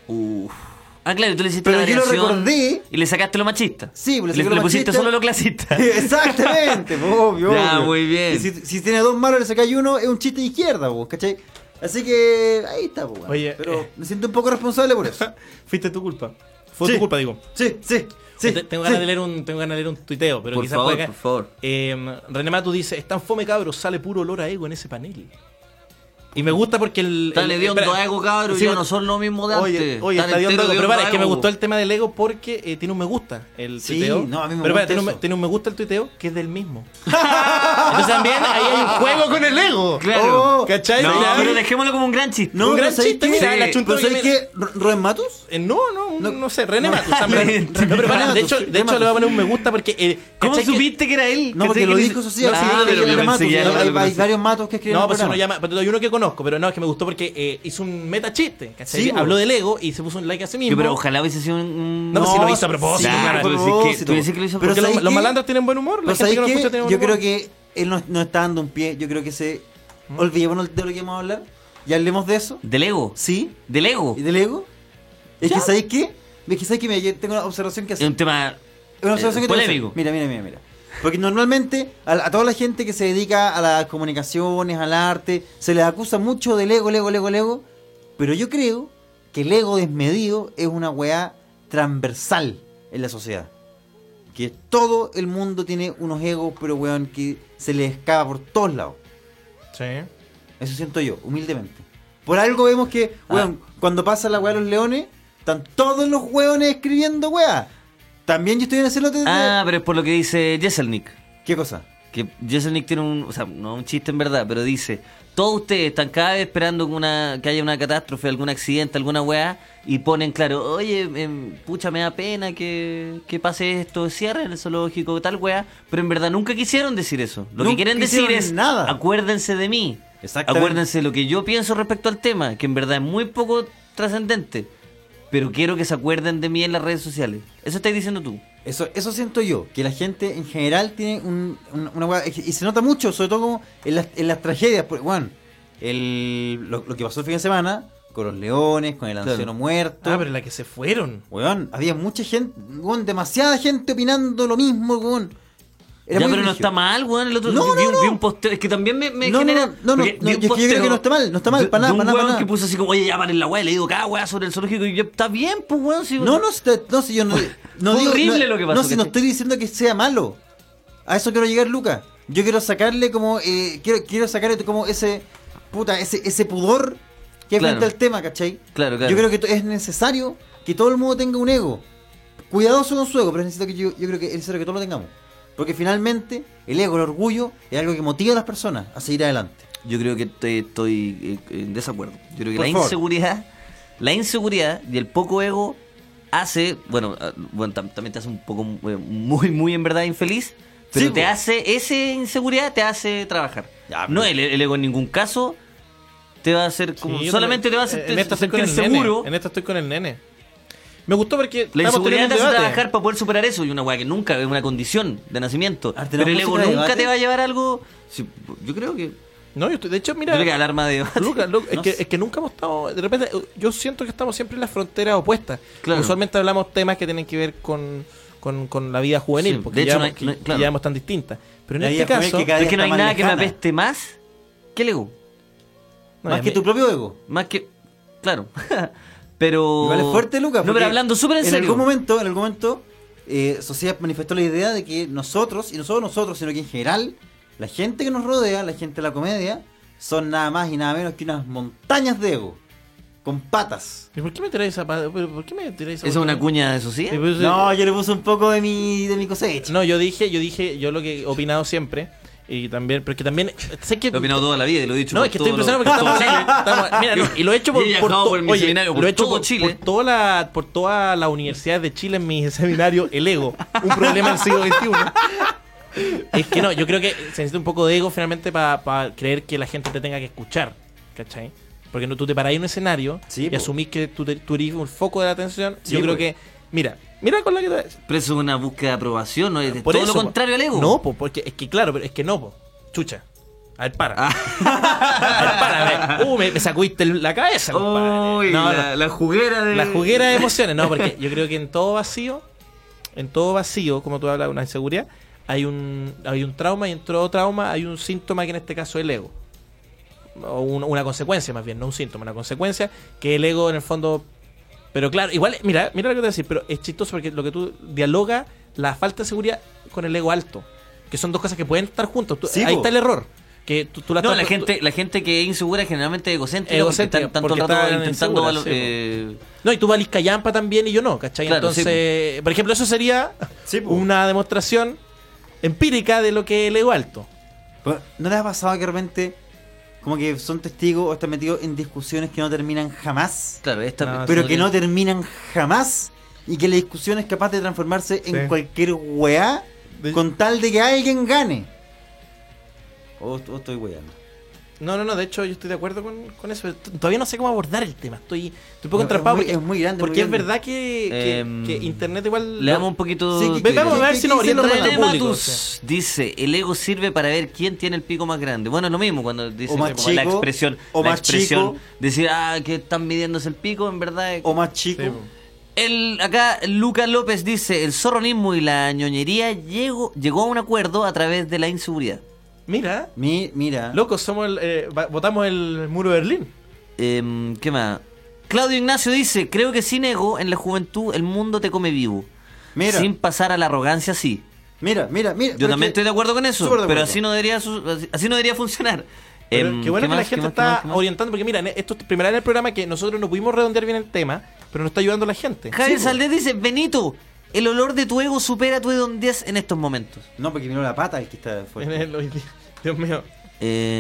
Speaker 5: Ah, claro, tú le hiciste
Speaker 4: Pero
Speaker 5: la
Speaker 4: yo lo
Speaker 5: variación
Speaker 4: recordé.
Speaker 5: Y le sacaste lo machista.
Speaker 4: Sí, pues le
Speaker 5: le,
Speaker 4: saqué lo
Speaker 5: pusiste
Speaker 4: machista.
Speaker 5: solo lo clasista.
Speaker 4: Exactamente, pues, obvio.
Speaker 5: Ya,
Speaker 4: obvio.
Speaker 5: muy bien.
Speaker 4: Y si, si tiene dos manos y le sacáis uno, es un chiste de izquierda, vos, ¿cachai? Así que ahí está, pues, bueno.
Speaker 6: Oye,
Speaker 4: Pero
Speaker 6: eh.
Speaker 4: me siento un poco responsable por eso.
Speaker 6: Fuiste tu culpa. Fue
Speaker 4: Sí.
Speaker 6: tu culpa, digo.
Speaker 4: Sí, sí, sí.
Speaker 6: Te- tengo,
Speaker 4: sí.
Speaker 6: ganas de leer un, tengo ganas de leer un tuiteo, pero
Speaker 5: Por
Speaker 6: quizás
Speaker 5: favor,
Speaker 6: puede
Speaker 5: por favor.
Speaker 6: Eh, René Matu dice: Es tan fome, cabros, sale puro olor a ego en ese panel. Y me gusta porque el.
Speaker 5: Está
Speaker 6: el-
Speaker 5: le dio un
Speaker 6: espera,
Speaker 5: doego, cabrón.
Speaker 6: sí,
Speaker 5: ya no son lo mismo de antes.
Speaker 6: Oye, oye
Speaker 5: Están
Speaker 6: está hediondo,
Speaker 5: enteros de
Speaker 6: pero para, es que me
Speaker 5: doego.
Speaker 6: gustó el tema del ego porque eh, tiene un me gusta el
Speaker 4: Sí,
Speaker 6: tuiteo.
Speaker 4: no, a mí me
Speaker 6: pero
Speaker 4: gusta
Speaker 6: espera, tiene, un, me-
Speaker 4: eso.
Speaker 6: tiene un me gusta el tuiteo que es del mismo. Entonces también ahí hay un juego con el ego.
Speaker 5: Claro.
Speaker 4: Oh,
Speaker 6: ¿Cachai?
Speaker 5: No,
Speaker 6: Ya.
Speaker 5: pero dejémoslo como un gran chiste.
Speaker 4: No,
Speaker 6: un gran
Speaker 4: ¿sabes
Speaker 6: chiste,
Speaker 4: qué?
Speaker 6: mira, la chunta
Speaker 4: ¿Pero
Speaker 6: que
Speaker 4: sabes
Speaker 6: me-
Speaker 4: qué? ¿Ro- ¿Roen Matus?
Speaker 6: Eh, no, no, un- no,
Speaker 4: No.
Speaker 6: sé, René Matus. o sea, pero-
Speaker 5: René-
Speaker 6: no, pero para, de hecho, de hecho le voy a poner un me gusta porque. eh,
Speaker 5: ¿Cómo
Speaker 6: ¿cachai que-
Speaker 5: supiste que era él?
Speaker 4: No, porque
Speaker 5: Pensé
Speaker 4: lo
Speaker 5: que
Speaker 4: dijo eso sí.
Speaker 5: Ah,
Speaker 4: así que
Speaker 5: pero
Speaker 4: era
Speaker 5: yo
Speaker 4: Matus,
Speaker 5: pensé que ya
Speaker 4: hay-
Speaker 5: no
Speaker 4: hay,
Speaker 5: lo
Speaker 4: hay
Speaker 5: conocí.
Speaker 4: varios matos que escriben.
Speaker 6: No,
Speaker 4: el
Speaker 6: pues uno
Speaker 4: programa.
Speaker 6: llama, pero hay uno que conozco, pero no, es que me gustó porque eh, hizo un meta chiste, ¿cachai?
Speaker 4: Sí,
Speaker 6: Habló
Speaker 4: pues.
Speaker 6: del ego y se puso un like a sí mismo.
Speaker 5: Yo, pero ojalá hubiese sido un.
Speaker 6: No, pero si lo hizo a
Speaker 5: sí,
Speaker 6: propósito.
Speaker 5: claro,
Speaker 6: claro.
Speaker 5: tú decís que- pues, tú decís que lo hizo a
Speaker 4: Pero
Speaker 6: Porque los,
Speaker 5: propósito.
Speaker 4: ¿sabes
Speaker 6: los
Speaker 4: qué?
Speaker 6: malandros tienen buen humor, la
Speaker 4: Pero
Speaker 6: gente
Speaker 4: ¿sabes
Speaker 6: que no
Speaker 4: qué?
Speaker 6: escucha tiene buen
Speaker 4: Yo
Speaker 6: humor. ¿Mm?
Speaker 4: creo que él no, no está dando un pie. Yo creo que se. Olvidémonos de lo que íbamos a hablar. Y hablemos de eso.
Speaker 5: Del ego.
Speaker 4: Sí.
Speaker 5: Del ego.
Speaker 4: ¿Y del ego? Es
Speaker 6: Ya.
Speaker 4: que ¿sabéis qué? Es que ¿sabéis qué? Mira, yo tengo una observación que
Speaker 5: Es un
Speaker 4: hacer.
Speaker 5: tema.
Speaker 4: Es una observación
Speaker 5: eh,
Speaker 4: que tengo que
Speaker 5: polémico.
Speaker 4: hacer. Mira, mira, mira, mira. Porque normalmente a, la- a toda la gente que se dedica a las comunicaciones, al arte, se les acusa mucho del ego, el ego, el ego, el ego. Pero yo creo que el ego desmedido es una weá transversal en la sociedad. Que todo el mundo tiene unos egos, pero weón, que se les escapa por todos lados.
Speaker 6: Sí.
Speaker 4: Eso siento yo, humildemente. Por algo vemos que,
Speaker 5: Ah.
Speaker 4: weón, cuando pasa la weá de los leones, están todos los weones escribiendo weá. También yo estoy en ese lote de...
Speaker 5: Ah, pero es por lo que dice Jesselnik.
Speaker 4: ¿Qué cosa?
Speaker 5: que Jeselnik tiene un, o sea, no un chiste en verdad, pero dice, todos ustedes están cada vez esperando que una, que haya una catástrofe, algún accidente, alguna weá, y ponen claro, oye, em, pucha, me da pena que, que pase esto, cierren el zoológico, tal weá, pero en verdad nunca quisieron decir eso. Lo que
Speaker 4: Nunca
Speaker 5: quieren decir
Speaker 4: quisieron
Speaker 5: es,
Speaker 4: nada.
Speaker 5: acuérdense de mí, acuérdense de lo que yo pienso respecto al tema, que en verdad es muy poco trascendente, pero quiero que se acuerden de mí en las redes sociales. Eso estáis diciendo tú.
Speaker 4: Eso, eso siento yo, que la gente en general tiene un- un- una hueá- Y se nota mucho, sobre todo como en las, en las tragedias. Porque, bueno, el, lo, lo que pasó el fin de semana con los leones, con el
Speaker 6: Claro.
Speaker 4: anciano muerto.
Speaker 6: Ah, pero la que se fueron.
Speaker 4: Weón, había mucha gente, weón, demasiada gente opinando lo mismo, weón. Era
Speaker 5: ya,
Speaker 4: muy
Speaker 5: pero no
Speaker 4: brígido.
Speaker 5: está mal, weón. El otro
Speaker 4: No,
Speaker 5: vi,
Speaker 4: no,
Speaker 5: un- vi un posteo. Es que también me, me
Speaker 4: No, no,
Speaker 5: genera.
Speaker 4: no, no, no,
Speaker 5: porque
Speaker 4: no, yo
Speaker 5: vi un
Speaker 4: es que yo creo
Speaker 5: posteo
Speaker 4: que no está mal, no está mal,
Speaker 5: de-
Speaker 4: para nada,
Speaker 5: de un
Speaker 4: para nada,
Speaker 5: weón
Speaker 4: para nada.
Speaker 5: que puso así como, oye, ya paren la weá. Le digo, cada weá sobre el zoológico. Y yo, está bien, pues, weón. Si,
Speaker 4: No, no, si te- no, si yo no. no
Speaker 5: Fue
Speaker 4: digo-
Speaker 5: horrible
Speaker 4: no-
Speaker 5: lo que pasó,
Speaker 4: No, si no
Speaker 5: ¿cachai?
Speaker 4: estoy diciendo que sea malo. A eso quiero llegar, Luca. Yo quiero sacarle como. eh, quiero, quiero sacarle como ese. Puta, ese, ese pudor que hay
Speaker 5: Claro.
Speaker 4: frente al tema, ¿cachai?
Speaker 5: Claro, claro.
Speaker 4: Yo creo que to- es necesario que todo el mundo tenga un ego. Cuidadoso con su ego, pero necesito que yo, yo creo que es necesario que todos lo tengamos. Porque finalmente, el ego, el orgullo, es algo que motiva a las personas a seguir adelante.
Speaker 5: Yo creo que estoy, estoy, eh, en desacuerdo. Yo creo que
Speaker 4: Por
Speaker 5: la
Speaker 4: favor.
Speaker 5: inseguridad, la inseguridad y el poco ego hace, bueno, ah, bueno tam- también te hace un poco eh, muy, muy en verdad infeliz, pero te hace, esa inseguridad te hace trabajar. no, el, el ego en ningún caso te va a hacer como,
Speaker 6: Sí, yo
Speaker 5: solamente te va a
Speaker 6: también-
Speaker 5: hacer
Speaker 6: en esta estoy con
Speaker 5: sentir
Speaker 6: el nene,
Speaker 5: seguro.
Speaker 6: En esta estoy con el nene. Me gustó porque
Speaker 5: La
Speaker 6: estamos
Speaker 5: inseguridad te
Speaker 6: teniendo un
Speaker 5: hace
Speaker 6: debate.
Speaker 5: trabajar para poder superar eso. Y una weá que nunca es una condición de nacimiento. Pero el ego
Speaker 6: música de
Speaker 5: nunca
Speaker 6: debate?
Speaker 5: te va a llevar a algo. sí, yo creo que.
Speaker 6: No, yo estoy- de hecho, mira.
Speaker 5: Yo creo que alarma de debate.
Speaker 6: Luca, Luca, es,
Speaker 5: No
Speaker 6: que,
Speaker 5: sé.
Speaker 6: es que nunca hemos estado. De repente, yo siento que estamos siempre en las fronteras opuestas.
Speaker 5: Claro.
Speaker 6: Usualmente hablamos temas que tienen que ver con, con, con la vida juvenil,
Speaker 5: Sí,
Speaker 6: porque
Speaker 5: de
Speaker 6: ya
Speaker 5: hecho, no
Speaker 6: vemos
Speaker 5: hay-
Speaker 6: que-
Speaker 5: no hay-
Speaker 6: que
Speaker 5: claro.
Speaker 6: ya vemos tan distintas. Pero en
Speaker 5: La
Speaker 6: este
Speaker 5: vida juvenil
Speaker 6: caso.
Speaker 5: que cada Es día que no está hay más nada que me lejana. apeste más que el ego.
Speaker 4: Más que tu propio ego.
Speaker 5: Más que. Claro. pero.
Speaker 4: Igual es fuerte, Lucas.
Speaker 5: No, pero hablando súper en, serio.
Speaker 4: algún momento, en algún momento, eh, Sociedad manifestó la idea de que nosotros, y no solo nosotros, sino que en general, la gente que nos rodea, la gente de la comedia, son nada más y nada menos que unas montañas de ego. Con patas.
Speaker 6: ¿Y por qué me tiráis esa pa- pero ¿Por qué me tiráis esa
Speaker 5: ¿Esa es una
Speaker 6: cuestión?
Speaker 5: cuña de sociedad?
Speaker 6: Sí, pues,
Speaker 4: No, yo le puse un poco de mi, de mi cosecha.
Speaker 6: No, yo dije, yo dije, yo lo que he opinado siempre. Y también, porque también. Sé que,
Speaker 5: Lo he opinado toda la vida y lo he dicho.
Speaker 6: No,
Speaker 5: por
Speaker 6: es que estoy
Speaker 5: todo lo-
Speaker 6: impresionado porque
Speaker 5: por
Speaker 6: estamos,
Speaker 5: todo Chile.
Speaker 6: estamos- mira, no, y lo he hecho por,
Speaker 5: Yo he
Speaker 6: por,
Speaker 5: viajado
Speaker 6: to-
Speaker 5: por mi
Speaker 6: oye,
Speaker 5: seminario,
Speaker 6: lo
Speaker 5: por
Speaker 6: he hecho
Speaker 5: todo
Speaker 6: por,
Speaker 5: Chile.
Speaker 6: por toda la, por todas las universidades de Chile en mi seminario, el ego, un problema del siglo XXI. Es que no, yo creo que se necesita un poco de ego finalmente para creer que la gente te tenga que escuchar, ¿cachai? Porque no, tú te parás en un escenario y asumís que tú, te- tú eres un foco de la atención.
Speaker 5: Sí,
Speaker 6: yo creo
Speaker 5: po.
Speaker 6: que, mira, mira con la que te...
Speaker 5: Pero eso es una búsqueda de aprobación, ¿no? Es
Speaker 6: Por
Speaker 5: todo
Speaker 6: eso,
Speaker 5: lo
Speaker 6: po.
Speaker 5: contrario al ego.
Speaker 6: No, po, porque es que claro, pero es que no, po. Chucha. A ver, para.
Speaker 5: Ah.
Speaker 6: A ver, para. a ver. Uh, me, me sacudiste el- la cabeza, compadre.
Speaker 5: Uy,
Speaker 6: No,
Speaker 5: la,
Speaker 6: no.
Speaker 5: la juguera de.
Speaker 6: La juguera de emociones, no, porque yo creo que en todo vacío, en todo vacío, como tú hablas de una inseguridad, hay un, hay un trauma y en todo trauma hay un síntoma que en este caso es el ego. O un- una consecuencia más bien, no un síntoma, una consecuencia que el ego en el fondo... Pero claro, igual, mira, mira lo que te voy a decir, pero es chistoso porque lo que tú dialoga la falta de seguridad con el ego alto, que son dos cosas que pueden estar juntos. Tú-
Speaker 5: Sí,
Speaker 6: ahí
Speaker 5: po.
Speaker 6: está el error. Que tú, tú la
Speaker 5: No,
Speaker 6: estás-
Speaker 5: la
Speaker 6: tú-
Speaker 5: gente, la gente que es insegura es generalmente
Speaker 6: Eh,
Speaker 5: egocéntrica.
Speaker 6: Egocéntrica,
Speaker 5: porque están tanto
Speaker 6: porque
Speaker 5: rato
Speaker 6: están
Speaker 5: intentando.
Speaker 6: inseguras,
Speaker 5: valo-
Speaker 6: sí, po.
Speaker 5: eh,
Speaker 6: No, y tú valís callampa también y yo no, ¿cachai?
Speaker 5: Claro,
Speaker 6: Entonces, por ejemplo, eso sería una demostración empírica de lo que es el ego alto.
Speaker 4: Pero, ¿No les ha pasado que de repente, como que son testigos o están metidos en discusiones que no terminan jamás?
Speaker 5: Claro, esta.
Speaker 6: Ah,
Speaker 4: pero que no terminan jamás y que la discusión es capaz de transformarse en cualquier weá con tal de que alguien gane. O, o estoy weando.
Speaker 6: No, no, no, de hecho yo estoy de acuerdo con, con eso. pero t- Todavía no sé cómo abordar el tema. Estoy, estoy un poco
Speaker 4: No, es
Speaker 6: atrapado
Speaker 4: muy-
Speaker 6: porque
Speaker 4: es muy grande,
Speaker 6: Porque
Speaker 4: muy
Speaker 6: es
Speaker 4: grande.
Speaker 6: verdad que, que-
Speaker 5: Em,
Speaker 6: que Internet igual...
Speaker 5: Le damos un poquito.
Speaker 6: Sí,
Speaker 5: de-
Speaker 6: que- vengamos a ver si nos
Speaker 5: René
Speaker 6: orientamos a nuestro público,
Speaker 5: Matus dice: el ego sirve para ver quién tiene el pico más grande. Bueno, es lo mismo cuando dice
Speaker 4: O más
Speaker 5: como la
Speaker 4: chico,
Speaker 5: expresión.
Speaker 4: o
Speaker 5: la
Speaker 4: más
Speaker 5: expresión,
Speaker 4: chico.
Speaker 5: Decir, ah, que están midiéndose el pico, en verdad. es-
Speaker 4: O más chico.
Speaker 5: El, acá Lucas López dice: el zorronismo y la ñoñería llegó, llegó a un acuerdo a través de la inseguridad.
Speaker 6: Mira,
Speaker 4: Mi- mira.
Speaker 6: loco, somos el, eh, va- votamos el muro de Berlín.
Speaker 5: Em, ¿Qué más? Claudio Ignacio dice: Creo que sin ego, en la juventud, el mundo te come vivo.
Speaker 4: Mira.
Speaker 5: Sin pasar a la arrogancia, sí.
Speaker 4: Mira, mira, mira.
Speaker 5: Yo también estoy de acuerdo con eso,
Speaker 4: súper de
Speaker 5: pero
Speaker 4: acuerdo.
Speaker 5: así no debería su- así, así no debería funcionar.
Speaker 6: Pero
Speaker 5: Em,
Speaker 6: qué bueno
Speaker 5: ¿qué
Speaker 6: que la
Speaker 5: más, qué
Speaker 6: gente
Speaker 5: más, qué
Speaker 6: está
Speaker 5: más, qué más?
Speaker 6: orientando, porque mira, en- esto es primera vez en el programa que nosotros no pudimos redondear bien el tema, pero nos está ayudando la gente.
Speaker 5: Javier
Speaker 6: Sí, po.
Speaker 5: Saldés dice, Benito, El olor de tu ego supera tu hedondez en estos momentos.
Speaker 4: No, porque miró la pata el que está fuerte.
Speaker 6: Dios mío.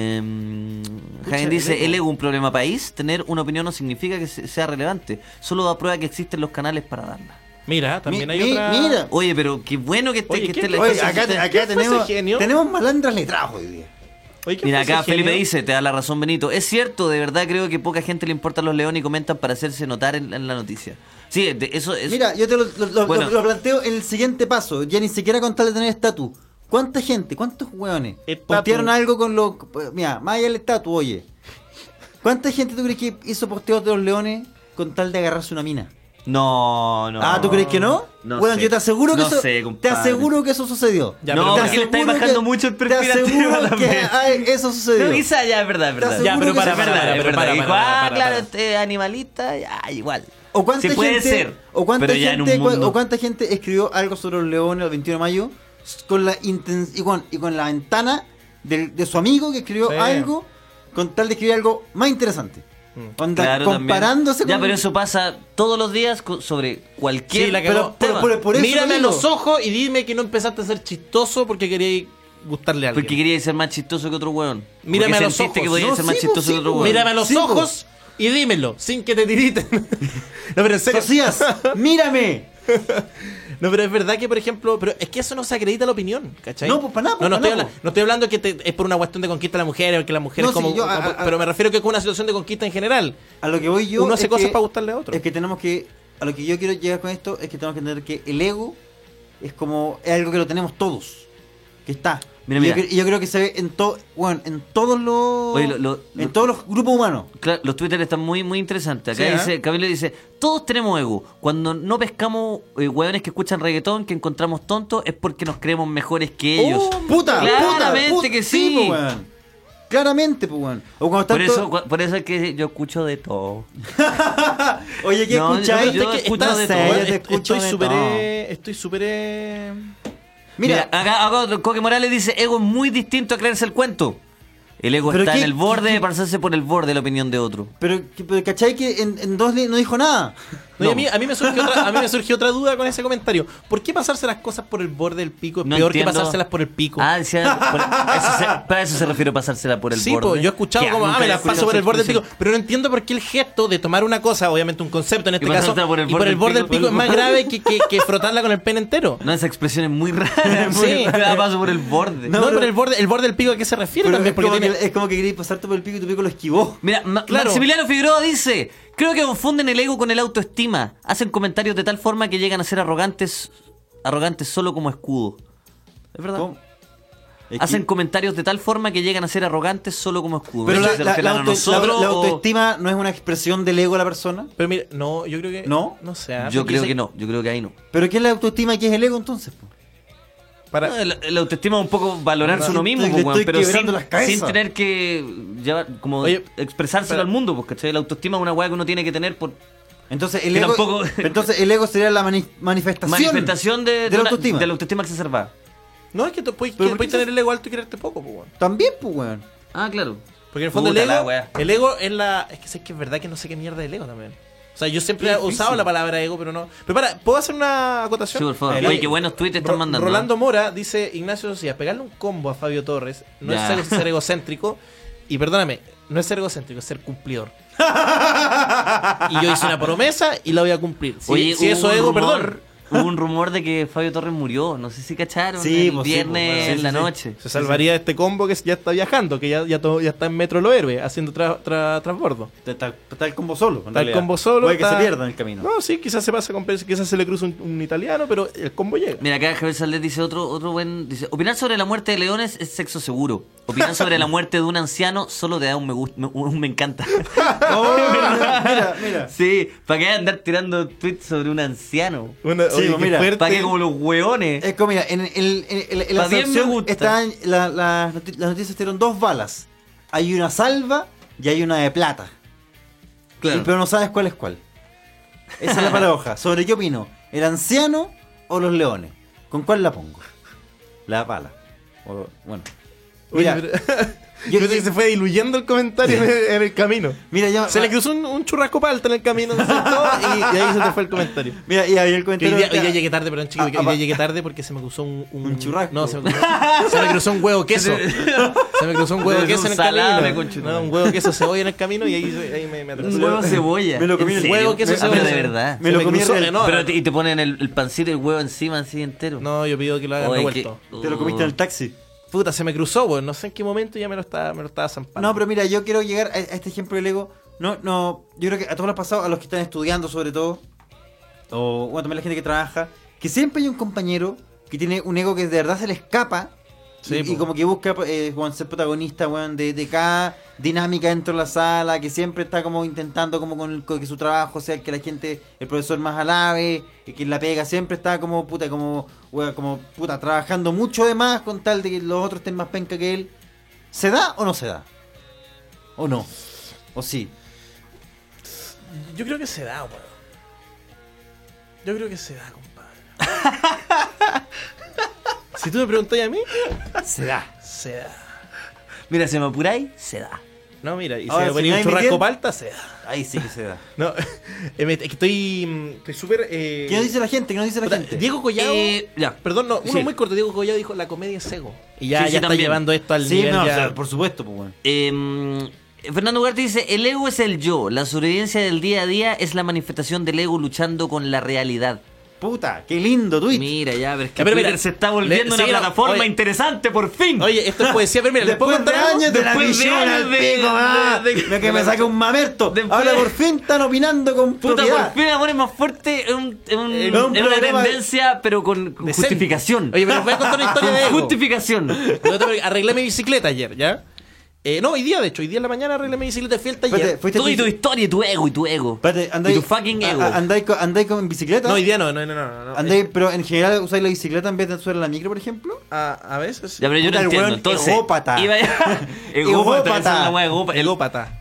Speaker 5: Jaén Em, dice, el ego un problema país, tener una opinión no significa que se- sea relevante, solo da prueba que existen los canales para darla.
Speaker 6: Mira, también
Speaker 5: Mi-
Speaker 6: hay
Speaker 5: mi-
Speaker 6: otra.
Speaker 5: mira. Oye, pero qué bueno que esté,
Speaker 6: Oye,
Speaker 5: que
Speaker 6: ¿qué
Speaker 5: esté la-
Speaker 6: fue
Speaker 5: que
Speaker 4: Oye,
Speaker 5: se-
Speaker 4: acá,
Speaker 5: se-
Speaker 4: acá
Speaker 6: ¿Qué fue ese
Speaker 4: tenemos,
Speaker 6: genio?
Speaker 4: tenemos malandras letrados hoy día.
Speaker 5: Mira,
Speaker 6: fue ese
Speaker 5: acá Felipe
Speaker 6: genio?
Speaker 5: dice, te da la razón Benito. Es cierto, de verdad creo que poca gente le importan los leones y comentan para hacerse notar en, en la noticia. Sí, de- eso es...
Speaker 4: Mira, yo te lo, lo- lo-
Speaker 5: Bueno.
Speaker 4: lo planteo en el siguiente paso. Ya ni siquiera con tal de tener estatus. ¿Cuánta gente, cuántos hueones postearon algo con los. Mira, más allá del estatus, oye. ¿Cuánta gente tú crees que hizo posteos de los leones con tal de agarrarse una mina?
Speaker 5: No, no.
Speaker 4: ah, ¿tú crees que no?
Speaker 5: No
Speaker 4: bueno,
Speaker 5: sé.
Speaker 4: yo te aseguro que
Speaker 5: No
Speaker 4: eso.
Speaker 5: sé,
Speaker 4: te
Speaker 5: compadre.
Speaker 4: aseguro que eso sucedió.
Speaker 5: Ya, No,
Speaker 4: Te
Speaker 5: porque le estáis
Speaker 4: aseguro
Speaker 5: bajando mucho el perfil
Speaker 4: Te
Speaker 5: a Esteban
Speaker 4: aseguro que
Speaker 5: Lambert.
Speaker 4: ay, eso sucedió.
Speaker 5: No, quizá ya es verdad, es verdad.
Speaker 4: Te aseguro que eso sucedió.
Speaker 5: es verdad. Dijo, ah, claro,
Speaker 4: claro,
Speaker 5: este animalita, ya, igual.
Speaker 4: O cuánta
Speaker 5: Sí, puede
Speaker 4: gente,
Speaker 5: ser,
Speaker 4: O cuánta,
Speaker 5: pero ya en un
Speaker 4: gente, cua-
Speaker 5: mundo-
Speaker 4: o cuánta gente escribió algo sobre los leones el 21 de mayo s- con la inten- y, con, y con la ventana del- de su amigo que escribió
Speaker 5: Sí.
Speaker 4: algo con tal de escribir algo más interesante.
Speaker 5: Mm.
Speaker 4: Onda,
Speaker 5: Claro, también.
Speaker 4: comparándose
Speaker 5: Ya,
Speaker 4: con...
Speaker 5: pero eso pasa todos los días co- sobre cualquier
Speaker 6: Sí, la
Speaker 5: pero,
Speaker 6: cagó.
Speaker 5: tema.
Speaker 6: Mírame a los ojos y dime que no empezaste a ser chistoso porque querías gustarle a alguien.
Speaker 5: Porque quería ser más chistoso que otro hueón.
Speaker 6: Mírame a
Speaker 5: Porque
Speaker 6: los
Speaker 5: sentiste
Speaker 6: ojos.
Speaker 5: que podía
Speaker 6: No,
Speaker 5: ser más
Speaker 6: sí,
Speaker 5: chistoso
Speaker 6: po, sí,
Speaker 5: que otro
Speaker 6: po.
Speaker 5: hueón.
Speaker 6: Mírame a los
Speaker 5: Sí, pues. po.
Speaker 6: ojos y dímelo, sin que te tiriten. no, pero en serio.
Speaker 4: mírame.
Speaker 6: No, pero es verdad que, por ejemplo, pero es que eso no se acredita la opinión, ¿cachai?
Speaker 4: No, pues, para nada, pues,
Speaker 6: No, no,
Speaker 4: para
Speaker 6: estoy,
Speaker 4: nada,
Speaker 6: habla- no estoy hablando que te- es por una cuestión de conquista de la mujer, o que la mujer
Speaker 4: No,
Speaker 6: es como.
Speaker 4: sí, yo, a-
Speaker 6: como-
Speaker 4: a-
Speaker 6: pero me refiero que es una situación de conquista en general.
Speaker 4: A lo que voy yo
Speaker 6: Uno hace
Speaker 4: es
Speaker 6: cosas
Speaker 4: que-
Speaker 6: para gustarle a otro.
Speaker 4: Es que tenemos que. A lo que yo quiero llegar con esto es que tenemos que entender que el ego es como. Es algo que lo tenemos todos. Que está.
Speaker 5: Mira,
Speaker 4: Y yo
Speaker 5: mira.
Speaker 4: cre- Y yo, creo que se ve en, todo bueno, en todos los.
Speaker 5: Oye, lo- lo-
Speaker 4: en todos los grupos humanos.
Speaker 5: Claro, los Twitter están muy, muy interesantes. Acá
Speaker 4: Sí, ¿eh?
Speaker 5: dice, Camilo dice, todos tenemos ego. Cuando no pescamos eh, hueones que escuchan reggaetón, que encontramos tontos, es porque nos creemos mejores que ellos.
Speaker 4: ¡Puta!
Speaker 5: Claramente
Speaker 4: puta, puta,
Speaker 5: que sí.
Speaker 4: po, weón. Claramente, pues, weón. O cuando
Speaker 5: por,
Speaker 4: están
Speaker 5: eso,
Speaker 4: todos-
Speaker 5: cua- por eso es que yo escucho de todo.
Speaker 4: Oye, ¿qué
Speaker 5: No,
Speaker 4: escucháis?
Speaker 5: yo- yo
Speaker 4: ¿Qué
Speaker 5: escucho
Speaker 4: estás-
Speaker 5: de todo.
Speaker 4: yo te
Speaker 5: Est-
Speaker 4: escucho
Speaker 5: estoy
Speaker 4: de
Speaker 5: súper,
Speaker 4: todo.
Speaker 6: Eh, Estoy súper. eh,
Speaker 5: Mira, acá, acá otro, Coque Morales dice, ego es muy distinto a creerse el cuento. El ego
Speaker 4: Pero
Speaker 5: está en
Speaker 4: qué-
Speaker 5: el borde de pasarse por el borde de la opinión de otro.
Speaker 4: Pero, pero ¿cachai que en, en dos li- no dijo nada?
Speaker 6: No, y A, mí, a mí me surgió otra, a mí me surgió otra duda con ese comentario. ¿Por qué pasarse las cosas por el borde del pico es
Speaker 5: No
Speaker 6: peor
Speaker 5: entiendo.
Speaker 6: que pasárselas por el pico?
Speaker 5: Ah, decía, por- eso se- para eso se refiere pasársela por el
Speaker 6: sí,
Speaker 5: borde.
Speaker 6: po, yo he escuchado
Speaker 5: Que
Speaker 6: como,
Speaker 5: nunca
Speaker 6: ah, me
Speaker 5: había
Speaker 6: las paso
Speaker 5: escuchado
Speaker 6: por el
Speaker 5: esa
Speaker 6: borde del pico.
Speaker 5: expresión.
Speaker 6: Pero no entiendo por qué el gesto de tomar una cosa, obviamente un concepto en este
Speaker 5: Y
Speaker 6: caso,
Speaker 5: pasártela por el
Speaker 6: y por
Speaker 5: borde
Speaker 6: el
Speaker 5: del
Speaker 6: borde del
Speaker 5: pico.
Speaker 6: pico es más grave que, que- que frotarla con el pene entero.
Speaker 5: No, esa expresión es muy rara. es muy
Speaker 6: Sí.
Speaker 5: rara, paso por el borde.
Speaker 6: No, pero el borde, el borde del pico a qué se refiere
Speaker 4: Pero
Speaker 6: también,
Speaker 4: es,
Speaker 6: porque
Speaker 4: como
Speaker 6: tiene-
Speaker 4: que, es como que queréis pasarte por el pico y tu pico lo esquivó.
Speaker 5: Mira, Ma-
Speaker 6: Claro.
Speaker 5: Maximiliano Figueroa dice, creo que confunden el ego con el autoestima. Hacen comentarios de tal forma que llegan a ser arrogantes, arrogantes solo como escudo. Es verdad.
Speaker 4: ¿Cómo? Es que-
Speaker 5: Hacen comentarios de tal forma que llegan a ser arrogantes solo como escudo.
Speaker 4: Pero
Speaker 5: No sé
Speaker 4: la,
Speaker 5: si se
Speaker 4: la-
Speaker 5: refieren
Speaker 4: la
Speaker 5: a
Speaker 4: auto- la-
Speaker 5: nosotros
Speaker 4: la
Speaker 5: o-
Speaker 4: autoestima no es una expresión del ego de la persona.
Speaker 6: Pero mira, no, yo creo que.
Speaker 4: ¿No?
Speaker 6: No sé. ah,
Speaker 5: Yo
Speaker 6: porque
Speaker 5: creo
Speaker 6: ese-
Speaker 5: que no, yo creo que ahí no.
Speaker 4: ¿Pero qué es la autoestima y qué es el ego entonces? po?
Speaker 6: Para-
Speaker 5: No, el- la autoestima es un poco valorarse
Speaker 4: No,
Speaker 5: uno mismo,
Speaker 4: le
Speaker 5: po, weón,
Speaker 4: estoy
Speaker 5: pero sin,
Speaker 4: quebrando las cabezas.
Speaker 5: sin tener que llevar- como
Speaker 6: Oye,
Speaker 5: expresárselo
Speaker 6: pero-
Speaker 5: al mundo, porque la autoestima es una weá que uno tiene que tener por
Speaker 4: Entonces el,
Speaker 5: Que
Speaker 4: ego,
Speaker 5: tampoco-
Speaker 4: entonces el ego sería la mani- manifestación,
Speaker 5: manifestación de,
Speaker 4: de
Speaker 5: de
Speaker 4: la
Speaker 5: una-
Speaker 4: autoestima.
Speaker 5: de la autoestima exacerbada.
Speaker 6: No, es que tú puedes,
Speaker 4: Pero
Speaker 6: que
Speaker 4: ¿por
Speaker 6: puedes
Speaker 4: qué
Speaker 6: tener el ego alto y quererte poco, pues, weón.
Speaker 4: También, pues, weón.
Speaker 5: Ah, claro.
Speaker 6: Porque en el fondo
Speaker 5: Puta
Speaker 6: el
Speaker 5: la
Speaker 6: ego,
Speaker 5: wea.
Speaker 6: el ego es la... Es que sé que es verdad que no sé qué mierda es el ego también. O sea, yo siempre
Speaker 4: Qué
Speaker 6: he
Speaker 4: difícil.
Speaker 6: usado la palabra ego, pero no... Pero para, ¿puedo hacer una acotación?
Speaker 5: Sí, por favor.
Speaker 6: Adelante.
Speaker 5: Oye, qué buenos tweets están
Speaker 6: Ro-
Speaker 5: mandando. ¿eh?
Speaker 6: Rolando Mora dice, Ignacio Socias, pegarle un combo a Fabio Torres no
Speaker 5: Ya.
Speaker 6: es ser, ser egocéntrico. Y perdóname, no es ser egocéntrico, es ser cumplidor. y yo hice una promesa y la voy a cumplir. Si,
Speaker 5: Ah, Oye,
Speaker 6: si
Speaker 5: hubo
Speaker 6: eso
Speaker 5: un
Speaker 6: es ego,
Speaker 5: rumor-
Speaker 6: perdón.
Speaker 5: Hubo un rumor de que Fabio Torres murió. No sé si cacharon.
Speaker 4: Sí,
Speaker 5: el
Speaker 4: pues, sí,
Speaker 5: viernes
Speaker 4: pues, bueno,
Speaker 5: en
Speaker 4: sí,
Speaker 5: la
Speaker 4: sí, sí.
Speaker 5: noche.
Speaker 6: Se salvaría de este combo que ya está viajando, que ya, ya, to- ya está en Metro Lo Héroe, haciendo tra- tra- transbordo.
Speaker 4: Tal, tal combo solo. en
Speaker 6: Tal
Speaker 4: realidad.
Speaker 6: combo solo,
Speaker 4: Puede que
Speaker 6: tal-
Speaker 4: se pierda en el camino.
Speaker 6: No, sí, quizás se pasa con Pérez, quizás se le cruza un, un italiano, pero el combo llega.
Speaker 5: Mira, acá Javier Saldés dice otro, otro buen. Dice: Opinar sobre la muerte de leones es sexo seguro. Opinar sobre la muerte de un anciano solo te da un me, gust- me- un me encanta.
Speaker 4: Oh, mira, mira.
Speaker 5: sí, ¿para qué andar tirando tweets sobre un anciano?
Speaker 6: Bueno,
Speaker 4: Sí,
Speaker 6: oye,
Speaker 4: pues
Speaker 6: qué
Speaker 4: mira,
Speaker 6: fuerte.
Speaker 5: ¿Para qué como los hueones?
Speaker 4: Es como, mira, en, en- en- en- en la
Speaker 5: Pa' bien me
Speaker 4: sección
Speaker 5: gusta.
Speaker 4: están- la- la noti- las noticias tienen dos balas. Hay una salva y hay una de plata. Y- pero no sabes cuál es cuál. Esa es la paradoja. ¿Sobre qué opino? ¿El anciano o los leones? ¿Con cuál la pongo? La pala. O- bueno.
Speaker 6: Oye,
Speaker 4: Mira,
Speaker 6: pero- Yo creo que se fue diluyendo el comentario en el, en el camino.
Speaker 4: Mira, yo-
Speaker 6: se le cruzó un, un churrasco palta en el camino, se sentó y, y ahí se te fue el comentario.
Speaker 4: Mira, y ahí el
Speaker 6: Que Hoy
Speaker 4: comentario.
Speaker 6: día, hoy día llegué tarde, perdón, chico.
Speaker 4: Ah,
Speaker 6: hoy
Speaker 4: ah,
Speaker 6: día
Speaker 4: va.
Speaker 6: llegué tarde porque se me cruzó un, un,
Speaker 4: churrasco.
Speaker 6: No, se me, cruzó, se me cruzó un huevo queso. Se me cruzó un huevo
Speaker 5: Pero
Speaker 6: queso
Speaker 5: un
Speaker 6: en el
Speaker 5: salame,
Speaker 6: camino.
Speaker 5: conchetumare.
Speaker 6: No, un huevo queso cebolla en el camino y ahí, ahí me, me atrasé.
Speaker 5: Un huevo cebolla.
Speaker 6: Me lo comí.
Speaker 5: ¿En
Speaker 6: Un
Speaker 5: serio?
Speaker 6: huevo queso
Speaker 5: Ah,
Speaker 6: cebolla.
Speaker 5: pero de verdad.
Speaker 6: Se me cruzó enorme.
Speaker 5: Pero te- y te ponen el, el pancito y el huevo encima, así entero.
Speaker 6: No, yo pido que lo hagan
Speaker 5: Oye,
Speaker 6: revuelto.
Speaker 5: que-
Speaker 4: Te lo comiste en el taxi.
Speaker 6: Puta, se me cruzó, weón. No sé en qué momento ya me lo estaba, me lo estaba zampando.
Speaker 4: No, pero mira, yo quiero llegar a, a este ejemplo del ego. No, no, yo creo que a todos los pasados, a los que están estudiando sobre todo, o bueno, también la gente que trabaja, que siempre hay un compañero que tiene un ego que de verdad se le escapa.
Speaker 6: Sí,
Speaker 4: y, y
Speaker 6: po.
Speaker 4: como que busca eh, weón, ser protagonista weón, de, de cada dinámica dentro de la sala, que siempre está como intentando como con, el- con que su trabajo sea el que la gente, el profesor más alabe, y que la pega, siempre está como puta, como, weón, como puta, trabajando mucho de más con tal de que los otros estén más penca que él. ¿Se da o no se da? ¿O no? ¿O sí?
Speaker 6: Yo creo que se da, weón. Yo creo que se da, compadre. si tú me preguntáis a mí,
Speaker 5: Se da.
Speaker 6: se da.
Speaker 5: Mira, se me apuráis, se da.
Speaker 6: No, mira, y
Speaker 4: Ahora,
Speaker 6: si me
Speaker 4: si
Speaker 6: ponía
Speaker 4: nadie
Speaker 6: un
Speaker 4: me
Speaker 6: churrasco
Speaker 4: entiende-
Speaker 6: palta, se da.
Speaker 4: Ahí sí que se da.
Speaker 6: No, eh, me- es que estoy mm, estoy súper. eh,
Speaker 4: ¿Qué nos dice la gente? ¿Qué nos dice la
Speaker 6: puta,
Speaker 4: gente?
Speaker 6: Diego Collado.
Speaker 5: Eh, ya.
Speaker 6: Perdón, no, uno
Speaker 5: Sí.
Speaker 6: muy corto. Diego Collado dijo: La comedia es ego. Y ya,
Speaker 5: Sí,
Speaker 6: ya
Speaker 5: sí,
Speaker 6: está
Speaker 5: también.
Speaker 6: llevando esto al
Speaker 4: sí,
Speaker 6: nivel.
Speaker 4: no, o
Speaker 6: ya-
Speaker 4: sea, por supuesto, pues bueno.
Speaker 5: Eh, Fernando Ugarte dice, el ego es el yo, la sobrevivencia del día a día es la manifestación del ego luchando con la realidad.
Speaker 4: Puta, qué lindo tweet.
Speaker 5: Mira, ya, pero es que
Speaker 6: Ya, pero
Speaker 5: Twitter
Speaker 6: mira,
Speaker 5: se está volviendo
Speaker 6: le-
Speaker 5: una
Speaker 6: sí, no,
Speaker 5: plataforma
Speaker 6: oye.
Speaker 5: interesante, por fin.
Speaker 6: Oye, esto
Speaker 5: pues,
Speaker 6: es poesía, pero mira, ¿les puedo
Speaker 4: Después de
Speaker 6: contar algo?
Speaker 4: años de la
Speaker 5: Después de
Speaker 4: visión
Speaker 5: años
Speaker 4: al
Speaker 5: de-
Speaker 4: pico, ah,
Speaker 5: de-
Speaker 4: de que me saque un mamerto.
Speaker 5: Después-
Speaker 4: Ahora por fin están opinando con
Speaker 5: Puta,
Speaker 4: propiedad.
Speaker 5: por fin amor es más fuerte, es un- es
Speaker 6: Eh,
Speaker 5: un-
Speaker 4: Es
Speaker 5: es
Speaker 4: un
Speaker 5: una
Speaker 4: programa-
Speaker 5: tendencia, pero con con
Speaker 6: Decente.
Speaker 5: justificación.
Speaker 6: Oye, pero les voy a contar una historia de
Speaker 5: Con
Speaker 6: ego.
Speaker 5: justificación.
Speaker 6: No te preocupes, arreglé mi bicicleta ayer, ¿ya? Eh, no, hoy día, de hecho, hoy día en la mañana arreglé mi bicicleta, fui al taller.
Speaker 4: Espérate, fuiste
Speaker 5: Tú y tu
Speaker 4: bici-
Speaker 5: historia, y tu ego, y tu ego.
Speaker 4: Espérate, andáis-
Speaker 5: y tu fucking
Speaker 4: a-
Speaker 5: ego.
Speaker 4: a- Andáis con, andáis con bicicleta.
Speaker 6: No, hoy día no, no, no, no. Eh, no.
Speaker 4: Andáis, pero en general usáis la bicicleta en vez de subir a la micro, por ejemplo.
Speaker 6: A, a veces.
Speaker 5: ya, pero yo
Speaker 4: puta,
Speaker 5: no
Speaker 4: el
Speaker 5: entiendo.
Speaker 4: weón
Speaker 5: Entonces,
Speaker 4: egópata.
Speaker 5: Iba egópata. esa es la wea, egópata. El
Speaker 6: Egópata.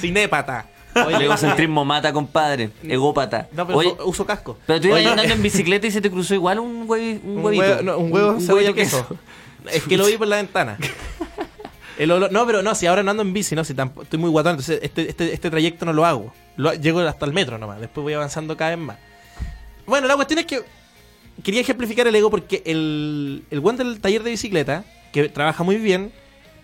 Speaker 6: Cinépata.
Speaker 5: el egocentrismo mata, compadre. Egópata.
Speaker 6: No, pero
Speaker 5: Oye,
Speaker 6: uso, uso casco.
Speaker 5: pero tú ibas
Speaker 6: Oye,
Speaker 5: andando en bicicleta y se te cruzó igual un, huevi- un
Speaker 6: un
Speaker 5: huevito.
Speaker 6: huevo- no, un huevo, cebolla,
Speaker 5: huevito
Speaker 6: queso. Es que lo vi por la ventana. El olor- no, pero no, si ahora no ando en bici, no, si tampoco, estoy muy guatón, entonces este, este, este trayecto no lo hago. Lo- llego hasta el metro nomás, después voy avanzando cada vez más. Bueno, la cuestión es que quería ejemplificar el ego porque el, el weón del taller de bicicleta, que trabaja muy bien,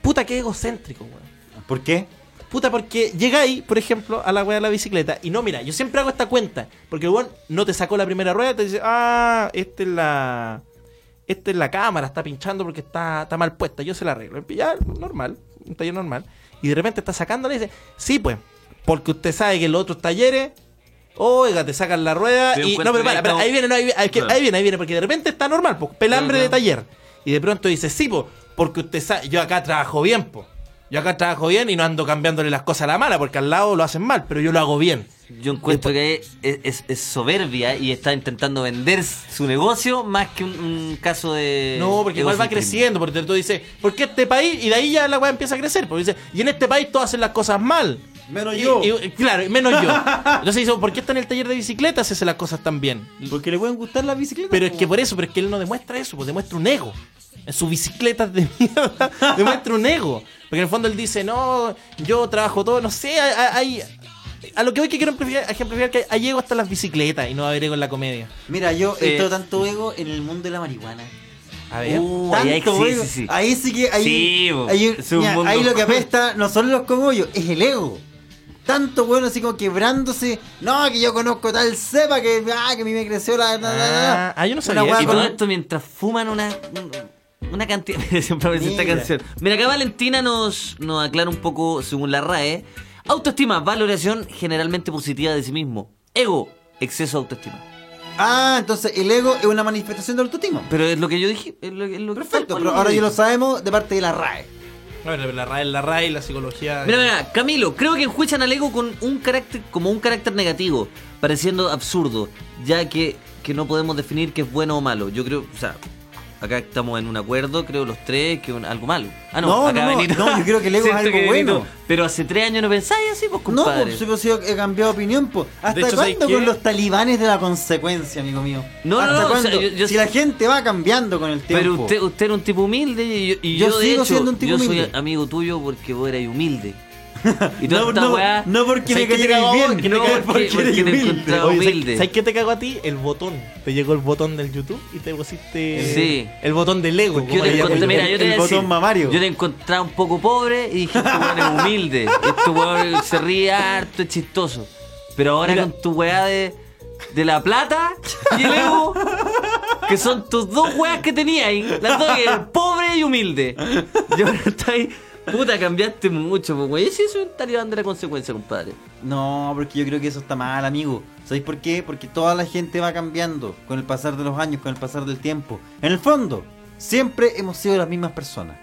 Speaker 6: puta que egocéntrico, weón.
Speaker 4: ¿Por qué?
Speaker 6: Puta, porque llegáis, por ejemplo, a la weá de la bicicleta y no, mira, yo siempre hago esta cuenta. Porque el weón no te sacó la primera rueda, te dice, ah, esta es la. Esta es la cámara, está pinchando porque está, está mal puesta, yo se la arreglo. Y Ya, normal, un taller normal. Y de repente está sacándola y dice, sí, pues, porque usted sabe que los otros talleres. Oiga, te sacan la rueda
Speaker 5: Te
Speaker 6: y.
Speaker 5: encuentro
Speaker 6: No, pero para, para,
Speaker 5: directo-
Speaker 6: ahí viene, no, ahí, vi- ahí- que-
Speaker 5: Claro.
Speaker 6: ahí viene, ahí viene, porque de repente está normal, pues, pelambre
Speaker 5: Claro,
Speaker 6: de
Speaker 5: claro.
Speaker 6: taller. Y de pronto dice, sí, po, porque usted sabe, yo acá trabajo bien, po. Yo acá trabajo bien y no ando cambiándole las cosas a la mala, porque al lado lo hacen mal, pero yo lo hago bien.
Speaker 5: Yo encuentro que es, es- es soberbia y está intentando vender su negocio más que un, un caso de.
Speaker 6: No, porque igual va
Speaker 5: egocentrismo.
Speaker 6: creciendo, porque tú dices, ¿por qué este país? Y de ahí ya la weá empieza a crecer, porque dice, y en este país todos hacen las cosas mal.
Speaker 4: Menos
Speaker 6: Y-
Speaker 4: yo.
Speaker 6: y- claro, y menos yo. Entonces dice, ¿por qué está en el taller de bicicletas si hace las cosas tan bien?
Speaker 4: Porque le pueden gustar las bicicletas.
Speaker 6: Pero es que por eso, pero es que él no demuestra eso, pues demuestra un ego. En sus bicicletas de mierda demuestra un ego. Porque en el fondo él dice, no, yo trabajo todo, no sé, hay... hay- a lo que hoy que quiero ejemplificar ejemplificar que hay ego hasta en las bicicletas y no va a haber ego en la comedia.
Speaker 4: Mira, yo he
Speaker 5: Eh,
Speaker 4: visto tanto ego en el mundo de la marihuana.
Speaker 6: A ver.
Speaker 5: Uh, ahí hay-
Speaker 4: Tanto
Speaker 5: sí,
Speaker 4: ego.
Speaker 5: sí, sí.
Speaker 4: Ahí sí que. Ahí,
Speaker 5: Sí, bo.
Speaker 4: ahí-
Speaker 5: Es un
Speaker 4: mira,
Speaker 5: mundo-
Speaker 4: ahí lo que apesta no son los cogollos, es el ego. Tanto bueno, así como quebrándose. No, que yo conozco tal cepa que. Ah, que a mí me creció la. la- la- la".
Speaker 6: Ah, ah, yo no
Speaker 4: Una
Speaker 6: sabía
Speaker 4: hueá
Speaker 6: eso.
Speaker 5: Y todo
Speaker 4: con-
Speaker 5: esto mientras fuman una. Una cantidad. Siempre aparece esta
Speaker 4: Mira.
Speaker 5: canción. Mira, acá Valentina nos, nos aclara un poco, según la RAE. Autoestima, valoración generalmente positiva de sí mismo. Ego, exceso de autoestima.
Speaker 4: Ah, entonces el ego es una manifestación del autoestima.
Speaker 5: Pero es lo que yo dije. es lo- es lo- tal
Speaker 4: Perfecto,
Speaker 5: cual
Speaker 4: pero ahora
Speaker 5: dije.
Speaker 4: ya lo sabemos de parte de la RAE.
Speaker 6: Bueno, la RAE, la RAE, la psicología.
Speaker 5: Mira, mira, Camilo, creo que enjuician al ego con un carácter, como un carácter negativo, pareciendo absurdo, ya que, que no podemos definir qué es bueno o malo. Yo creo, o sea, acá estamos en un acuerdo, creo los tres, que un- algo malo. Ah, no,
Speaker 4: No,
Speaker 5: acá
Speaker 4: no, no,
Speaker 5: Benito.
Speaker 4: no, yo creo que Lego es
Speaker 5: Siento
Speaker 4: algo
Speaker 5: que Benito-
Speaker 4: bueno.
Speaker 5: pero hace tres años no pensáis así, pues,
Speaker 4: No,
Speaker 5: compadre.
Speaker 4: pues, yo, yo he cambiado de opinión, pues. ¿Hasta
Speaker 5: hecho, ¿sabes
Speaker 4: cuándo
Speaker 5: qué?
Speaker 4: con los talibanes de la consecuencia, amigo mío?
Speaker 5: No, no,
Speaker 4: ¿Hasta
Speaker 5: no, o sea,
Speaker 4: cuándo?
Speaker 5: yo- yo-
Speaker 4: si la gente va cambiando con el tiempo.
Speaker 5: Pero usted, usted era un tipo humilde y, y
Speaker 4: Yo
Speaker 5: yo, de
Speaker 4: sigo
Speaker 5: hecho,
Speaker 4: siendo un tipo
Speaker 5: yo soy
Speaker 4: humilde.
Speaker 5: amigo tuyo porque vos eras humilde. Y
Speaker 6: No,
Speaker 5: toda esta
Speaker 6: no,
Speaker 5: weá-
Speaker 6: no porque
Speaker 5: ¿sabes
Speaker 6: me
Speaker 5: qué te
Speaker 6: caiga
Speaker 5: cagó?
Speaker 6: bien, que
Speaker 5: no
Speaker 6: te caiga porque
Speaker 5: porque,
Speaker 6: eres
Speaker 5: porque te
Speaker 6: humilde.
Speaker 5: encontraba
Speaker 6: Oye, ¿sabes-
Speaker 5: humilde.
Speaker 6: ¿Sabes qué te cagó a ti? El botón. Te llegó el botón del YouTube y te pusiste
Speaker 5: Sí.
Speaker 6: el botón del Lego.
Speaker 5: Yo te encontré, mira, yo te voy a decir, Yo te
Speaker 6: te...
Speaker 5: encontraba un poco pobre y dije, este weón es humilde. Este weón se ríe harto, es chistoso. Pero ahora con tu weá de, de la plata y el ego, que son tus dos weas que tenías ahí. Las dos, que eres pobre y humilde. Y ahora estás ahí, puta, cambiaste mucho, pues, weón. Yo sí soy un talibán de la consecuencia, compadre.
Speaker 4: No, porque yo creo que eso está mal, amigo. ¿Sabéis por qué? Porque toda la gente va cambiando con el pasar de los años, con el pasar del tiempo. En el fondo, siempre hemos sido las mismas personas.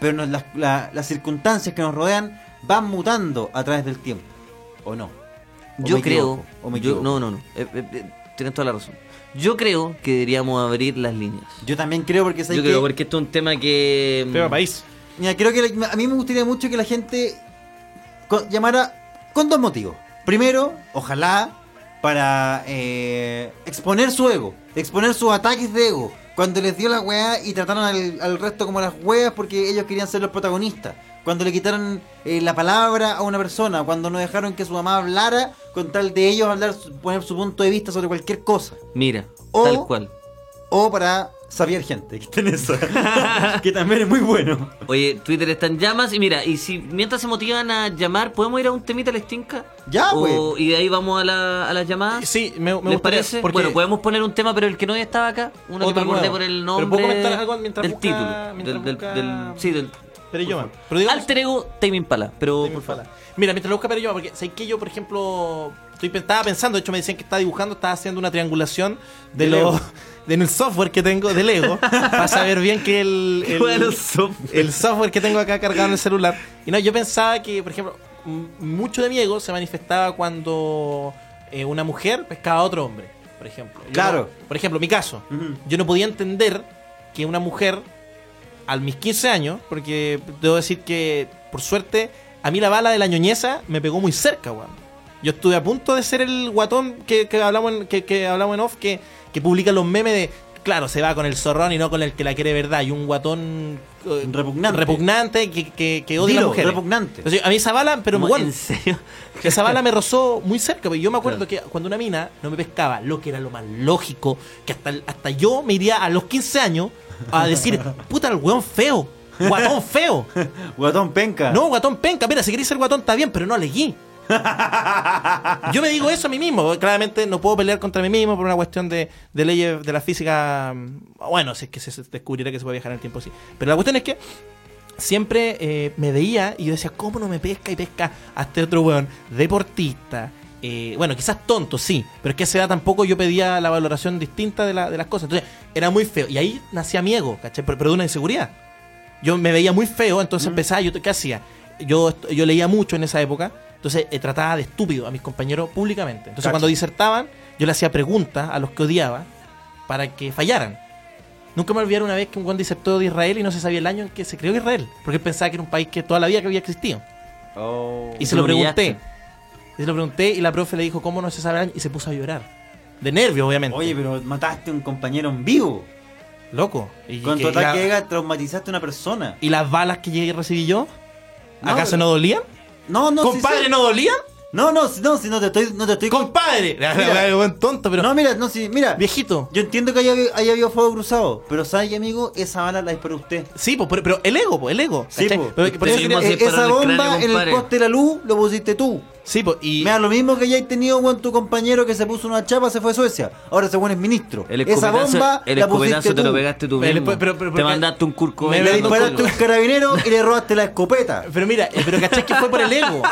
Speaker 4: Pero nos- las, la- las circunstancias que nos rodean van mutando a través del tiempo. ¿O no? ¿O
Speaker 5: Yo
Speaker 4: me
Speaker 5: creo.
Speaker 4: equivoco? ¿O me
Speaker 5: yo-
Speaker 4: equivoco?
Speaker 5: no, no, no. Eh, eh, eh, tienes toda la razón. Yo creo que deberíamos abrir las líneas.
Speaker 4: Yo también creo porque
Speaker 5: Yo
Speaker 4: ¿sabes
Speaker 5: creo
Speaker 4: qué?
Speaker 5: porque esto es un tema que. mm,
Speaker 4: Tema
Speaker 5: país.
Speaker 4: Mira, creo que la- a mí me gustaría mucho que la gente co- llamara con dos motivos. Primero, ojalá para eh, exponer su ego, exponer sus ataques de ego. Cuando les dio la weá y trataron al, al resto como las weas porque ellos querían ser los protagonistas. Cuando le quitaron eh, la palabra a una persona, cuando no dejaron que su mamá hablara con tal de ellos hablar, su- poner su punto de vista sobre cualquier cosa.
Speaker 5: Mira,
Speaker 4: O-
Speaker 5: tal cual.
Speaker 4: O para sabiar gente, que está en esa. que también es muy bueno.
Speaker 5: Oye, Twitter está en llamas y mira, y si mientras se motivan a llamar, ¿podemos ir a un temita al Stinka?
Speaker 4: Ya,
Speaker 5: O-
Speaker 4: pues.
Speaker 5: Y de ahí vamos a, la- a las llamadas.
Speaker 6: Sí, me, me
Speaker 5: ¿Les
Speaker 6: gustaría,
Speaker 5: parece?
Speaker 6: porque-
Speaker 5: Bueno, podemos poner un tema, pero el que no estaba acá, uno que me
Speaker 6: Otro
Speaker 5: acordé
Speaker 6: nuevo.
Speaker 5: por el
Speaker 6: Pero
Speaker 5: nombre.
Speaker 6: ¿puedo comentar algo mientras
Speaker 5: del
Speaker 6: busca-
Speaker 5: título.
Speaker 6: mientras
Speaker 5: del,
Speaker 6: busca-
Speaker 5: del- del- sí, del.
Speaker 6: Pero yo,
Speaker 5: por favor. Alter ego, Tame Impala. Pero, por favor.
Speaker 6: Mira, mientras lo busca, pero yo, porque sé que yo, por ejemplo, estoy, pe- estaba pensando, de hecho me decían que estaba dibujando, estaba haciendo una triangulación de,
Speaker 5: De
Speaker 6: lo,
Speaker 5: Lego.
Speaker 6: de en el software que tengo de Lego para saber bien que el, el,
Speaker 5: Bueno,
Speaker 6: el software que tengo acá cargado en el celular. Y no, yo pensaba que, por ejemplo, m- mucho de mi ego se manifestaba cuando eh, una mujer pescaba a otro hombre, por ejemplo. Yo
Speaker 4: Claro.
Speaker 6: no- por ejemplo, mi caso. Yo no podía entender que una mujer a mis 15 años, porque debo decir que, por suerte, a mí la bala de la ñoñeza me pegó muy cerca, weón. Yo estuve a punto de ser el guatón que, que hablamos, en, que, que hablamos en off, que, que publica los memes de, claro, se va con el zorrón y no con el que la quiere verdad, y un guatón eh,
Speaker 4: Repugnante.
Speaker 6: repugnante que, que, que odia a
Speaker 4: Dilo,
Speaker 6: las mujeres.
Speaker 4: repugnante.
Speaker 6: Entonces, a mí esa bala, pero
Speaker 5: Como,
Speaker 6: weón,
Speaker 5: ¿En serio?
Speaker 6: esa bala me rozó muy cerca, porque yo me acuerdo que cuando una mina no me pescaba, lo que era lo más lógico, que hasta, hasta yo me iría a los 15 años a decir, puta, el weón feo, guatón feo.
Speaker 4: Guatón penca.
Speaker 6: No, guatón penca, mira, si querés ser guatón está bien, pero no leguí. Yo me digo eso a mí mismo, claramente no puedo pelear contra mí mismo por una cuestión de, de leyes de la física, mm, bueno, si es que se se descubrirá que se puede viajar en el tiempo, sí. Pero la cuestión es que siempre eh, me veía y yo decía, ¿cómo no me pesca y pesca a este otro weón? Deportista. eh, bueno, quizás tonto, sí, pero es que a esa edad tampoco yo pedía la valoración distinta de, la- de las cosas. Entonces, era muy feo. Y ahí nacía mi ego, ¿cachai? Pero, pero de una inseguridad. Yo me veía muy feo, entonces empezaba, yo, ¿qué hacía? Yo, est- yo leía mucho en esa época, entonces eh, trataba de estúpido a mis compañeros públicamente. Entonces,
Speaker 5: Cacho.
Speaker 6: cuando disertaban, yo le hacía preguntas a los que odiaba para que fallaran. Nunca me olvidaré una vez que un guan disertó de Israel y no se sabía el año en que se creó Israel, porque él pensaba que era un país que toda la vida que había existido. Y se lo
Speaker 5: Lo humillaste.
Speaker 6: pregunté. Y se lo pregunté y la profe le dijo, ¿cómo no se sabe el año? Y se puso a llorar. De nervio, obviamente.
Speaker 4: Oye, pero mataste a un compañero en vivo.
Speaker 6: Loco. Y,
Speaker 4: Con tu
Speaker 6: que la-
Speaker 4: ataque de ega traumatizaste a una persona.
Speaker 6: ¿Y las balas que llegué y recibí yo?
Speaker 4: No,
Speaker 6: ¿Acaso
Speaker 4: pero-
Speaker 6: no dolían?
Speaker 4: No, no.
Speaker 6: ¿Compadre, no dolía?
Speaker 4: No, no, si- no, si no te estoy, no te estoy.
Speaker 6: Compadre. buen tonto, pero.
Speaker 4: No, mira, no, si, mira.
Speaker 6: Viejito.
Speaker 4: Yo entiendo que haya, haya habido fuego cruzado, pero ¿sabes, qué, amigo? Esa bala la disparó usted.
Speaker 6: Sí, pues, pero, pero el ego, pues, el ego.
Speaker 4: Sí,
Speaker 6: ¿cachai?
Speaker 4: po.
Speaker 6: Pero- por
Speaker 4: Eh,
Speaker 6: eso quería-
Speaker 4: eh, esa bomba en el poste de la luz lo pusiste tú.
Speaker 6: Sí, pues, y.
Speaker 4: Mira, lo mismo que hayáis tenido con tu compañero que se puso una chapa, se fue a Suecia. Ahora ese buen es ministro.
Speaker 5: El
Speaker 4: esa
Speaker 5: escopetazo-
Speaker 4: bomba
Speaker 5: el
Speaker 4: la
Speaker 5: escopetazo
Speaker 4: pusiste
Speaker 5: te
Speaker 4: tú.
Speaker 5: lo pegaste tú
Speaker 6: Pero-
Speaker 5: mismo.
Speaker 6: pero- pero- pero-
Speaker 5: te mandaste un curco.
Speaker 4: Le disparaste a un carabinero y le robaste la escopeta.
Speaker 6: Pero mira, eh, pero ¿cachai que fue por el ego?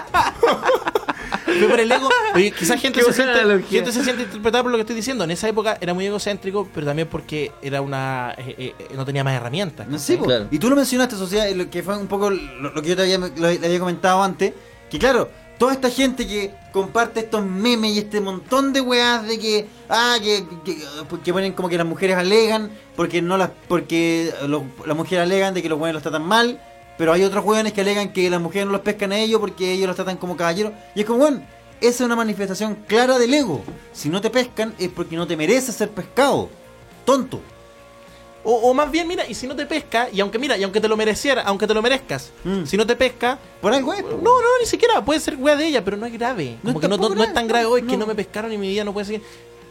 Speaker 6: fue por el ego. Oye, quizás gente
Speaker 5: Qué
Speaker 6: se,
Speaker 5: buena
Speaker 6: siente,
Speaker 5: analogía.
Speaker 6: gente se siente interpretada por lo que estoy diciendo. En esa época era muy egocéntrico, pero también porque era una eh, eh, no tenía más herramientas.
Speaker 4: No sé, po. Y tú lo mencionaste, sociedad, lo que fue un poco lo, lo que yo te había, lo- le había comentado antes, que claro, Toda esta gente que comparte estos memes y este montón de weas de que. Ah, que, que- que ponen como que las mujeres alegan porque no las porque lo- las mujeres alegan de que los weones los tratan mal. Pero hay otros weones que alegan que las mujeres no los pescan a ellos porque ellos los tratan como caballeros. Y es como, bueno, esa es una manifestación clara del ego. Si no te pescan es porque no te mereces ser pescado. Tonto.
Speaker 6: O, o más bien, mira, y si no te pesca, y aunque mira, y aunque te lo mereciera, aunque te lo merezcas, si no te pesca.
Speaker 4: Mm. Por algo
Speaker 6: No, no, ni siquiera. Puede ser wea de ella, pero no es grave. Como que no, no- no es tan grave hoy que no me pescaron y mi vida no puede seguir.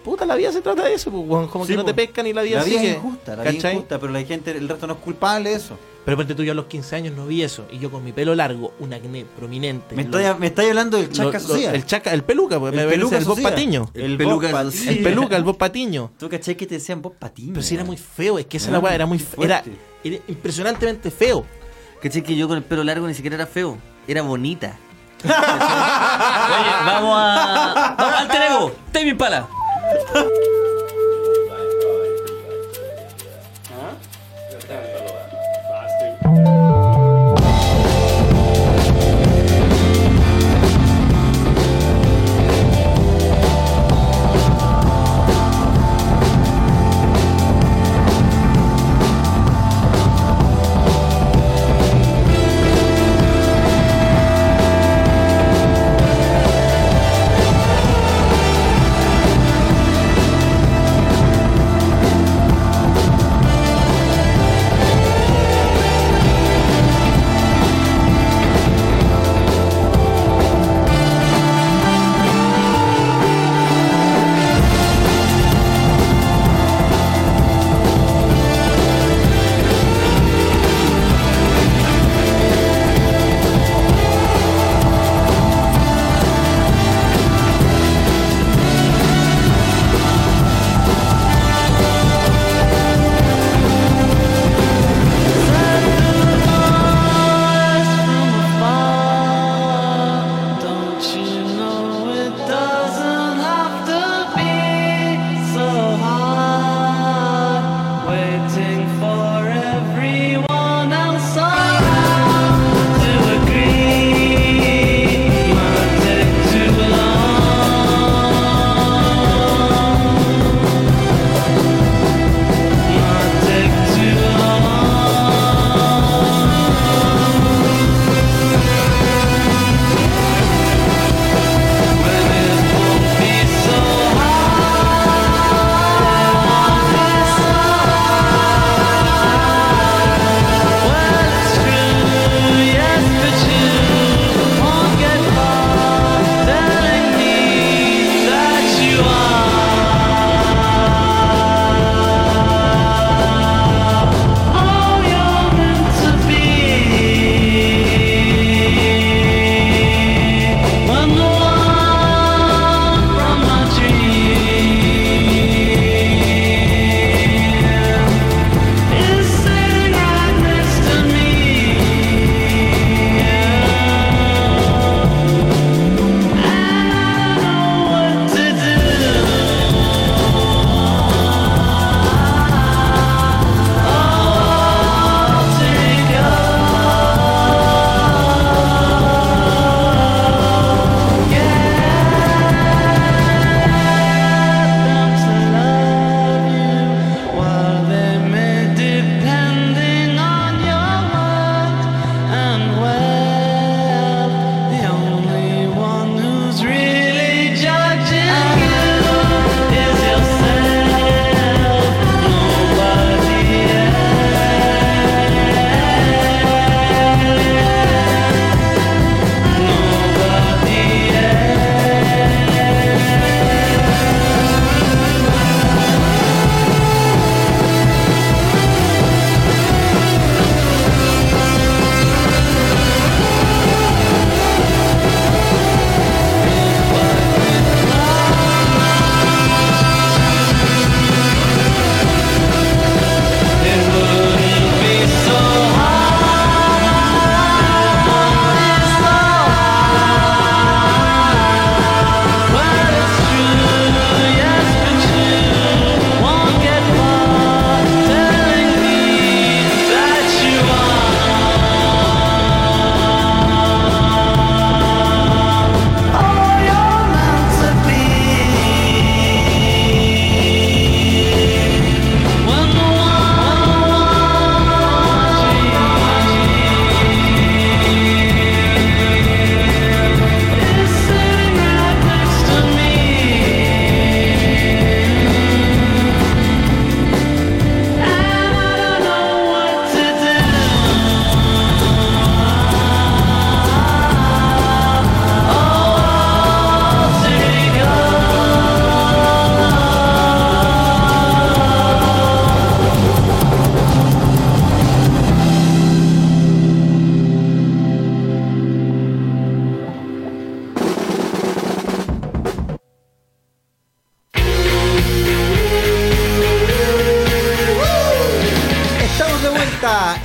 Speaker 6: Puta, la vida se trata de eso, pues, weón, Como
Speaker 4: Sí,
Speaker 6: que no te
Speaker 4: pues.
Speaker 6: pescan y la vida
Speaker 4: La vida
Speaker 6: sigue.
Speaker 4: es injusta, la vida es
Speaker 6: ¿cachai?
Speaker 4: injusta, pero la gente, el resto no es culpable de eso.
Speaker 6: Pero ponte tú, yo a los 15 años no vi eso. Y yo con mi pelo largo, un acné prominente.
Speaker 4: Me
Speaker 6: lo-
Speaker 4: estáis me estáis hablando del
Speaker 6: lo-
Speaker 4: chasca
Speaker 6: lo-
Speaker 4: social.
Speaker 6: El chaca, el peluca, pues,
Speaker 4: El
Speaker 6: me
Speaker 4: peluca
Speaker 6: peluca, el Bob
Speaker 4: social.
Speaker 6: Patiño.
Speaker 4: El El peluca Bob social.
Speaker 6: El peluca, el Bob Patiño.
Speaker 4: Tú caché que te decían vos patín.
Speaker 6: Pero si era muy feo, es que esa
Speaker 5: Ah,
Speaker 6: la weá era muy
Speaker 5: qué
Speaker 6: fe- era,
Speaker 5: fuerte.
Speaker 6: era impresionantemente feo.
Speaker 5: ¿Cachai que yo con el pelo largo ni siquiera era feo? Era bonita. Oye, vamos a. Vamos al Terego. Tame Impala.
Speaker 12: Thank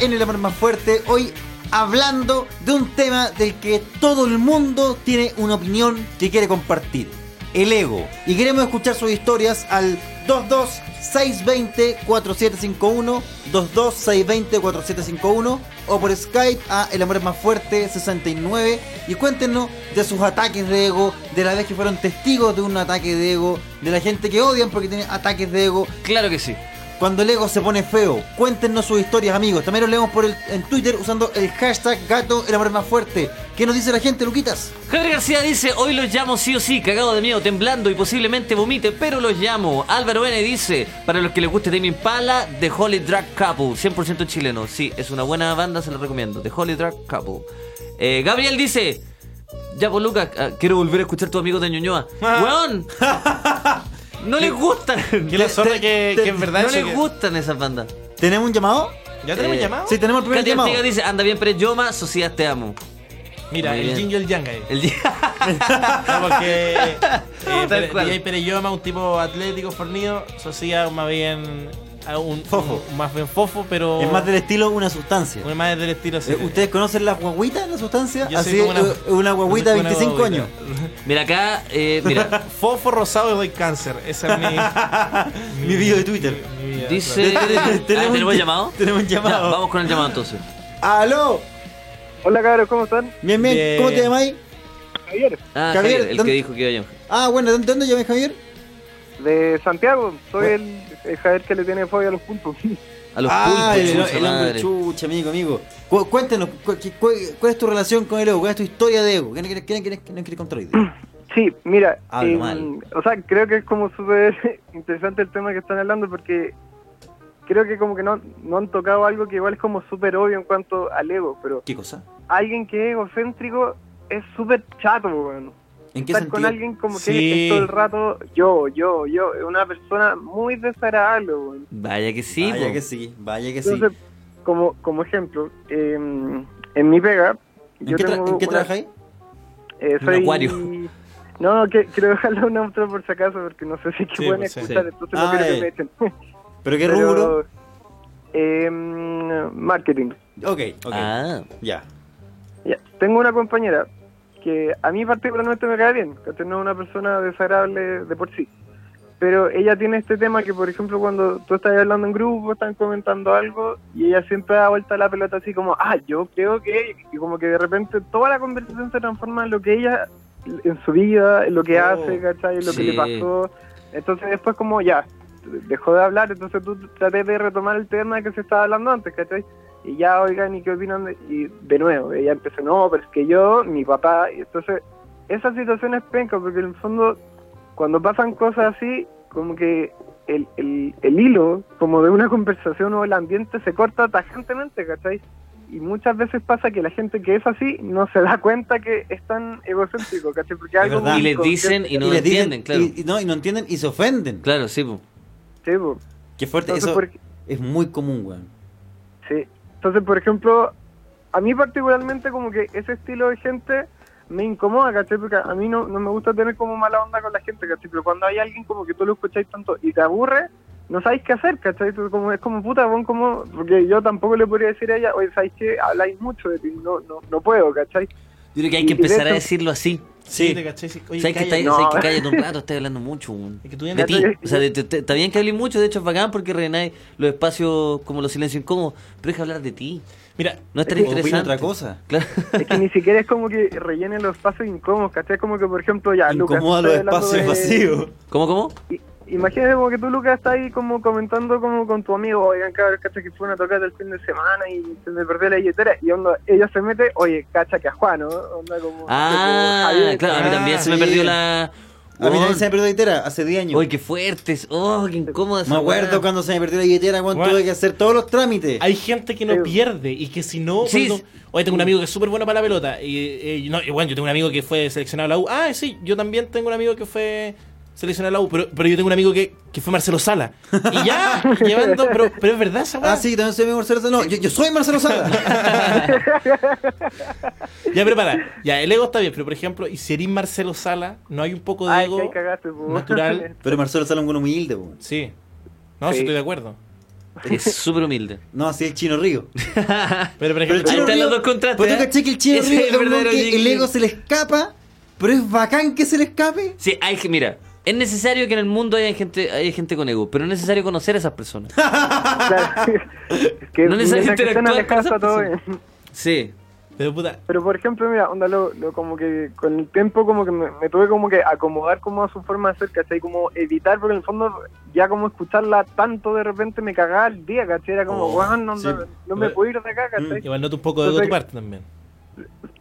Speaker 4: en El Amor Más Fuerte, hoy hablando de un tema del que todo el mundo tiene una opinión que quiere compartir, el ego. Y queremos escuchar sus historias al 22620-4751, 22620-4751 o por Skype a El Amor es Más Fuerte 69 y cuéntenos de sus ataques de ego, de la vez que fueron testigos de un ataque de ego, de la gente que odian porque tiene ataques de ego.
Speaker 5: Claro que sí.
Speaker 4: Cuando el ego se pone feo, cuéntenos sus historias, amigos. También los leemos por el, en Twitter usando el hashtag gato el amor es más fuerte. ¿Qué nos dice la gente, Luquitas?
Speaker 5: Javier García dice, hoy los llamo sí o sí, cagado de miedo, temblando y posiblemente vomite, pero los llamo. Álvaro N dice, para los que les guste Tame Impala, The Holy Drag Couple, 100% chileno. Sí, es una buena banda, se la recomiendo. The Holy Drag Couple. Eh, Gabriel dice, ya por Lucas, ah, quiero volver a escuchar a tu amigo de Ñuñoa. ¡Weón! No les gustan.
Speaker 6: qué la zorra que- que en verdad
Speaker 5: No
Speaker 6: eso
Speaker 5: les
Speaker 6: que-
Speaker 5: gustan esas bandas.
Speaker 4: ¿Tenemos un llamado?
Speaker 6: ¿Ya tenemos
Speaker 5: Eh,
Speaker 6: llamado?
Speaker 4: Sí, tenemos el primer
Speaker 5: Katy
Speaker 4: llamado.
Speaker 5: Ortega dice, anda bien, Preyoma, sociedad te amo.
Speaker 6: Mira,
Speaker 5: Muy
Speaker 6: el
Speaker 5: bien.
Speaker 6: yin y el yang ahí.
Speaker 5: El día...
Speaker 6: No, porque eh, Pere-
Speaker 5: cual.
Speaker 6: DJ Pereyoma, un tipo atlético, fornido, Socia más bien a un
Speaker 4: Fofo.
Speaker 6: un- más bien fofo, pero
Speaker 4: Es más del estilo una sustancia.
Speaker 6: un- más del estilo así.
Speaker 4: Eh, ¿Ustedes conocen las guaguitas, la sustancia?
Speaker 6: Yo soy
Speaker 4: Así,
Speaker 6: como
Speaker 4: una,
Speaker 6: una-
Speaker 4: una guaguita de
Speaker 6: Una
Speaker 4: 25
Speaker 6: guaguita.
Speaker 4: años.
Speaker 5: Mira acá, eh, mira,
Speaker 6: Fofo rosado y doy cáncer. Esa es mi,
Speaker 4: Mi video de Twitter.
Speaker 6: mi vida.
Speaker 5: dice...
Speaker 4: Te- te-
Speaker 5: Ah,
Speaker 4: tenemos-
Speaker 5: ¿Tenemos llamado?
Speaker 4: tenemos llamado.
Speaker 5: Ya, vamos con el llamado entonces.
Speaker 4: ¡Aló!
Speaker 12: Hola cabros, ¿cómo están?
Speaker 4: Bien, bien.
Speaker 6: Bien.
Speaker 4: ¿Cómo te llamáis?
Speaker 12: Javier,
Speaker 5: Ah,
Speaker 4: Javier,
Speaker 5: Javier, el
Speaker 4: ¿dónde-
Speaker 5: que dijo que iba a
Speaker 4: Ah, bueno, ¿de dónde llamáis, Javier?
Speaker 12: de Santiago. Soy el, el Javier que le tiene fobia a los puntos.
Speaker 5: A los
Speaker 4: ah,
Speaker 5: pulpos,
Speaker 4: el,
Speaker 5: chucha
Speaker 4: el hombre
Speaker 5: madre.
Speaker 4: chucha, amigo, amigo. Cu- cuéntanos, cu- cu- cu- ¿cuál es tu relación con el ego? ¿Cuál es tu historia de ego? ¿Qué no quieres qué no quieres- qué no quieres contar hoy día?
Speaker 12: Sí, mira,
Speaker 4: Hablo
Speaker 12: eh,
Speaker 4: mal.
Speaker 12: o sea, creo que es como súper interesante el tema que están hablando porque creo que como que no, no han tocado algo que igual es como súper obvio en cuanto al ego, pero
Speaker 4: ¿Qué cosa?
Speaker 12: alguien que es egocéntrico es súper chato, weón.
Speaker 4: ¿En qué
Speaker 12: Estar
Speaker 4: sentido?
Speaker 12: con alguien como que
Speaker 6: Sí.
Speaker 12: es todo el rato yo, yo, yo, es una persona muy desagradable, weón.
Speaker 5: Vaya que sí,
Speaker 4: vaya
Speaker 5: po.
Speaker 4: que sí, vaya que sí.
Speaker 12: Entonces, como, como ejemplo, eh, en mi pega,
Speaker 4: ¿En
Speaker 12: yo
Speaker 4: qué, tra-
Speaker 12: tengo
Speaker 4: en qué
Speaker 12: una-
Speaker 4: trabajáis?
Speaker 12: eh,
Speaker 5: Un
Speaker 12: soy-
Speaker 5: acuario.
Speaker 12: No, no, que, quiero dejarlo una otra por si acaso, porque no sé si que
Speaker 6: Sí,
Speaker 12: pueden
Speaker 6: pues, sí.
Speaker 12: escuchar, entonces
Speaker 4: Ah,
Speaker 12: no quiero
Speaker 4: eh.
Speaker 12: que me echen.
Speaker 4: ¿Pero qué
Speaker 12: Pero,
Speaker 4: rubro?
Speaker 12: eh, marketing.
Speaker 4: Ok, ok.
Speaker 5: Ah,
Speaker 4: Ya.
Speaker 12: Ya, Tengo una compañera que a mí particularmente me cae bien, que no es una persona desagradable de por sí. Pero ella tiene este tema que, por ejemplo, cuando tú estás hablando en grupo, están comentando algo y ella siempre da vuelta la pelota así como, ah, yo creo que... Y como que de repente toda la conversación se transforma en lo que ella, en su vida, en lo que
Speaker 4: Oh,
Speaker 12: hace, ¿cachai? En lo
Speaker 5: sí.
Speaker 12: que le pasó. Entonces después como ya, dejó de hablar, entonces tú traté de retomar el tema que se estaba hablando antes, ¿cachai? y ya oigan y qué opinan de, y de nuevo ella empezó no pero es que yo mi papá y entonces esas situaciones penca porque en el fondo cuando pasan cosas así como que el, el, el hilo como de una conversación o el ambiente se corta tajantemente ¿cachai? y muchas veces pasa que la gente que es así no se da cuenta que es tan egocéntrico ¿cachai? porque
Speaker 4: Es
Speaker 12: algo
Speaker 4: verdad.
Speaker 12: muy
Speaker 4: Y
Speaker 5: les
Speaker 12: inconsciente,
Speaker 5: dicen y no
Speaker 4: Y
Speaker 5: lo
Speaker 4: les dicen-
Speaker 5: entienden, claro.
Speaker 4: Y, y no, y no entienden y se ofenden.
Speaker 5: Claro, sí, po.
Speaker 12: sí, po.
Speaker 4: Qué fuerte,
Speaker 12: Entonces,
Speaker 4: eso
Speaker 12: por-
Speaker 4: es muy común, weón.
Speaker 12: Sí. Entonces, por ejemplo, a mí particularmente como que ese estilo de gente me incomoda, ¿cachai? Porque a mí no, no me gusta tener como mala onda con la gente, ¿cachai? Pero cuando hay alguien como que tú lo escucháis tanto y te aburre, no sabéis qué hacer, ¿cachai? Tú como, es como puta, pon como... Porque yo tampoco le podría decir a ella, oye, ¿sabéis que Habláis mucho de ti, no, no, no puedo, ¿cachai?
Speaker 5: Yo creo que hay que
Speaker 12: Y- y de
Speaker 5: empezar a
Speaker 12: hecho-
Speaker 5: decirlo así.
Speaker 6: Sí, te caché. Sí. Oye,
Speaker 5: ¿Sabes que,
Speaker 6: calla.
Speaker 5: estáis-
Speaker 12: No.
Speaker 5: sabes que cállate un rato? Estás hablando mucho, weón.
Speaker 6: Es que tú ya
Speaker 5: De
Speaker 6: no-
Speaker 5: ti. O sea, de- de- de- está bien que hables mucho, de hecho es bacán porque rellenáis los espacios como los silencios incómodos, pero deja hablar de ti.
Speaker 6: Mira,
Speaker 5: No es tan
Speaker 12: Es
Speaker 4: Opina
Speaker 5: interesante.
Speaker 4: otra cosa.
Speaker 5: Claro.
Speaker 12: Es que ni siquiera es como que rellenen los espacios incómodos, ¿cachai? Como que, por ejemplo, ya, Lucas...
Speaker 4: Incomoda los
Speaker 12: estás hablando
Speaker 4: espacios
Speaker 12: de-
Speaker 4: vacíos.
Speaker 5: ¿Cómo, cómo?
Speaker 12: I- Imagínate como que tú, Lucas, estás ahí como comentando como con tu amigo, oigan, cabrón, cacha que fue una tocada el fin de semana y se me perdió la billetera. Y onda, ella se mete, oye, cacha que a Juan, ¿no? Onda como...
Speaker 5: Ah,
Speaker 12: tipo, Javier,
Speaker 5: claro, a mí
Speaker 6: ah,
Speaker 5: también se me
Speaker 4: sí.
Speaker 5: perdió la.
Speaker 4: A mí también se
Speaker 5: Weón,
Speaker 4: me perdió la billetera hace 10 años.
Speaker 5: Oye, qué fuertes. Oh, qué incómoda esa
Speaker 4: me acuerdo
Speaker 5: weá.
Speaker 4: cuando se me perdió la billetera, cuando
Speaker 6: Weón.
Speaker 4: tuve que hacer todos los trámites.
Speaker 6: Hay gente que no
Speaker 12: Sí.
Speaker 6: pierde y que si no.
Speaker 5: Sí,
Speaker 6: cuando-
Speaker 5: sí. Mm.
Speaker 6: Oye, tengo un amigo que es súper bueno para la pelota. Y, eh, y no, y bueno, yo tengo un amigo que fue seleccionado a la U. Ah, sí, yo también tengo un amigo que fue seleccionado a la U. Pero, pero yo tengo un amigo que, que fue Marcelo Sala. Y ya, llevando. Pero, pero es verdad esa weá.
Speaker 4: Ah, sí, también soy Marcelo Sala. No, yo, yo soy Marcelo Sala.
Speaker 6: Ya, prepara. Ya, el ego está bien, pero por ejemplo, y si eres Marcelo Sala, no hay un poco de
Speaker 12: Ay,
Speaker 6: ego.
Speaker 12: que ahí cagaste, pues. po.
Speaker 6: natural.
Speaker 4: Pero Marcelo Sala es un bueno humilde, weón.
Speaker 6: Sí. No,
Speaker 12: Sí.
Speaker 6: sí, estoy de acuerdo.
Speaker 5: Es súper humilde.
Speaker 4: No, así el chino río.
Speaker 5: Pero, por
Speaker 4: el Chino Río- Pues
Speaker 5: ¿eh?
Speaker 4: tú caché que el chino río es un weón que el ego se le escapa, pero es bacán que se le escape.
Speaker 5: Sí, hay que, mira, es necesario que en el mundo haya gente, haya gente con ego, pero es necesario conocer a esas personas.
Speaker 12: Que
Speaker 5: no es necesario
Speaker 12: mientras que estén
Speaker 5: interactuar con
Speaker 12: alejados
Speaker 5: esas
Speaker 12: está todo
Speaker 5: personas.
Speaker 12: bien.
Speaker 5: Sí. Pero puta.
Speaker 12: Pero por ejemplo, mira, onda, lo, lo como que con el tiempo como que me, me tuve como que acomodar como a su forma de ser, ¿cachai? Como evitar, porque en el fondo ya como escucharla tanto de repente me cagaba el día, ¿cachai? Era como,
Speaker 6: Oh,
Speaker 12: weón, no,
Speaker 6: sí. eh, mm.
Speaker 12: no, no me puedo ir de acá, ¿cachai?
Speaker 6: Igual noto un poco de ego de tu parte también.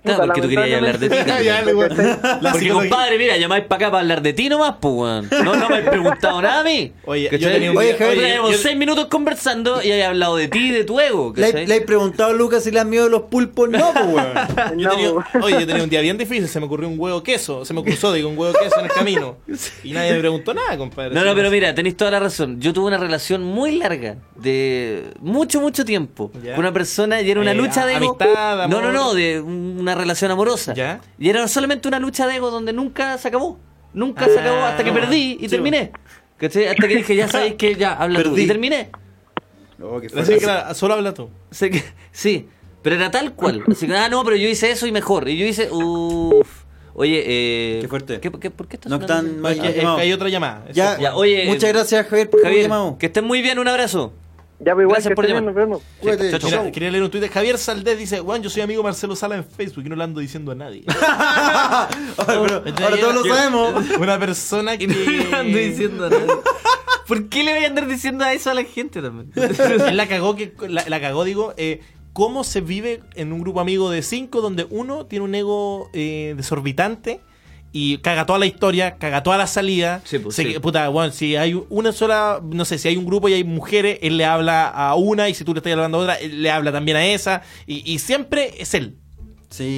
Speaker 5: Claro, porque tú querías hablar de ti.
Speaker 12: lamentablemente-
Speaker 5: también. porque compadre, mira, llamáis para acá para hablar de ti nomás, pues, weón. No, no me habéis preguntado nada a mí.
Speaker 6: Oye,
Speaker 5: ¿Cachai?
Speaker 4: yo tenía un-
Speaker 5: Oye,
Speaker 4: Javier,
Speaker 5: Javier,
Speaker 4: yo-
Speaker 5: llevamos
Speaker 4: yo-
Speaker 5: seis minutos conversando y hay hablado de ti y de tu ego.
Speaker 4: Le,
Speaker 5: ¿cachai?
Speaker 4: le he preguntado a Lucas si le han miedo los pulpos. No, pues, weón.
Speaker 6: Yo tenía- oye, yo tenía un día bien difícil, se me ocurrió un huevo queso, se me cruzó, digo, un huevo queso en el camino. Y nadie me preguntó nada, compadre.
Speaker 5: No,
Speaker 6: Sí,
Speaker 5: no, pero mira, tenéis toda la razón. Yo tuve una relación muy larga, de mucho, mucho tiempo,
Speaker 6: Ya.
Speaker 5: con una persona y era una
Speaker 6: Eh,
Speaker 5: lucha de ego.
Speaker 6: amistad, amor.
Speaker 5: No, no, no, de una relación amorosa. Y era solamente una lucha de ego donde nunca se acabó. Nunca se
Speaker 6: Ah,
Speaker 5: acabó hasta que
Speaker 6: no.
Speaker 5: perdí y
Speaker 6: Sí,
Speaker 5: terminé. ¿Cachai? Hasta que dije, ya sabéis que ya habla tú.
Speaker 6: Perdí.
Speaker 5: Y terminé.
Speaker 6: Así que claro, solo habla tú.
Speaker 5: Sé que- sí, pero era tal cual. Así que, ah, no, pero yo hice eso y mejor. Y yo hice, uff. Oye, eh. Qué fuerte. ¿Por qué estás
Speaker 4: No están mal
Speaker 6: Es que- es que hay otra llamada. Eso
Speaker 4: Ya,
Speaker 6: es-
Speaker 5: Ya, oye.
Speaker 4: Muchas gracias, Javier, por haber
Speaker 5: Javier,
Speaker 4: llamado.
Speaker 5: que estén muy bien, un abrazo.
Speaker 12: Ya, pues igual,
Speaker 5: Gracias
Speaker 12: que
Speaker 5: por
Speaker 12: estén bien,
Speaker 5: llamar.
Speaker 12: nos vemos.
Speaker 5: Cuídate,
Speaker 6: Chao,
Speaker 5: chao,
Speaker 6: chao.
Speaker 5: chao.
Speaker 6: Quería leer un tuit de Javier Saldés, dice, Juan, yo soy amigo de Marcelo Sala en Facebook y no le ando diciendo a nadie. Oh,
Speaker 4: ahora todos lo sabemos.
Speaker 6: Una persona que...
Speaker 5: No ando diciendo a nadie. ¿Por qué le voy a andar diciendo a eso a la gente también?
Speaker 6: Él la cagó, que, la, la cagó digo, eh, cómo se vive en un grupo amigo de cinco donde uno tiene un ego eh, desorbitante y caga toda la historia, caga toda la salida. Se-
Speaker 5: sí.
Speaker 6: puta, bueno, si hay una sola, no sé, si hay un grupo y hay mujeres, él le habla a una y si tú le estás hablando a otra, él le habla también a esa y, y siempre es él.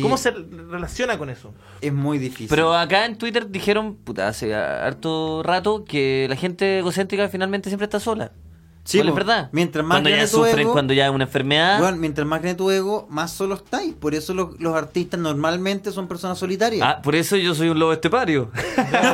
Speaker 6: ¿Cómo se relaciona con eso?
Speaker 4: Es muy difícil.
Speaker 5: Pero acá en Twitter dijeron, puta, hace harto rato que la gente egocéntrica finalmente siempre está sola.
Speaker 4: Sí,
Speaker 5: ¿Cuál es
Speaker 4: pues,
Speaker 5: verdad?
Speaker 4: mientras más
Speaker 5: cuando ya
Speaker 4: grande tu
Speaker 5: sufren,
Speaker 4: ego-
Speaker 5: cuando ya es una enfermedad.
Speaker 4: Weón, mientras más grande tu ego, más solo estáis. Por eso los, los artistas normalmente son personas solitarias.
Speaker 5: Ah, por eso yo soy un lobo estepario.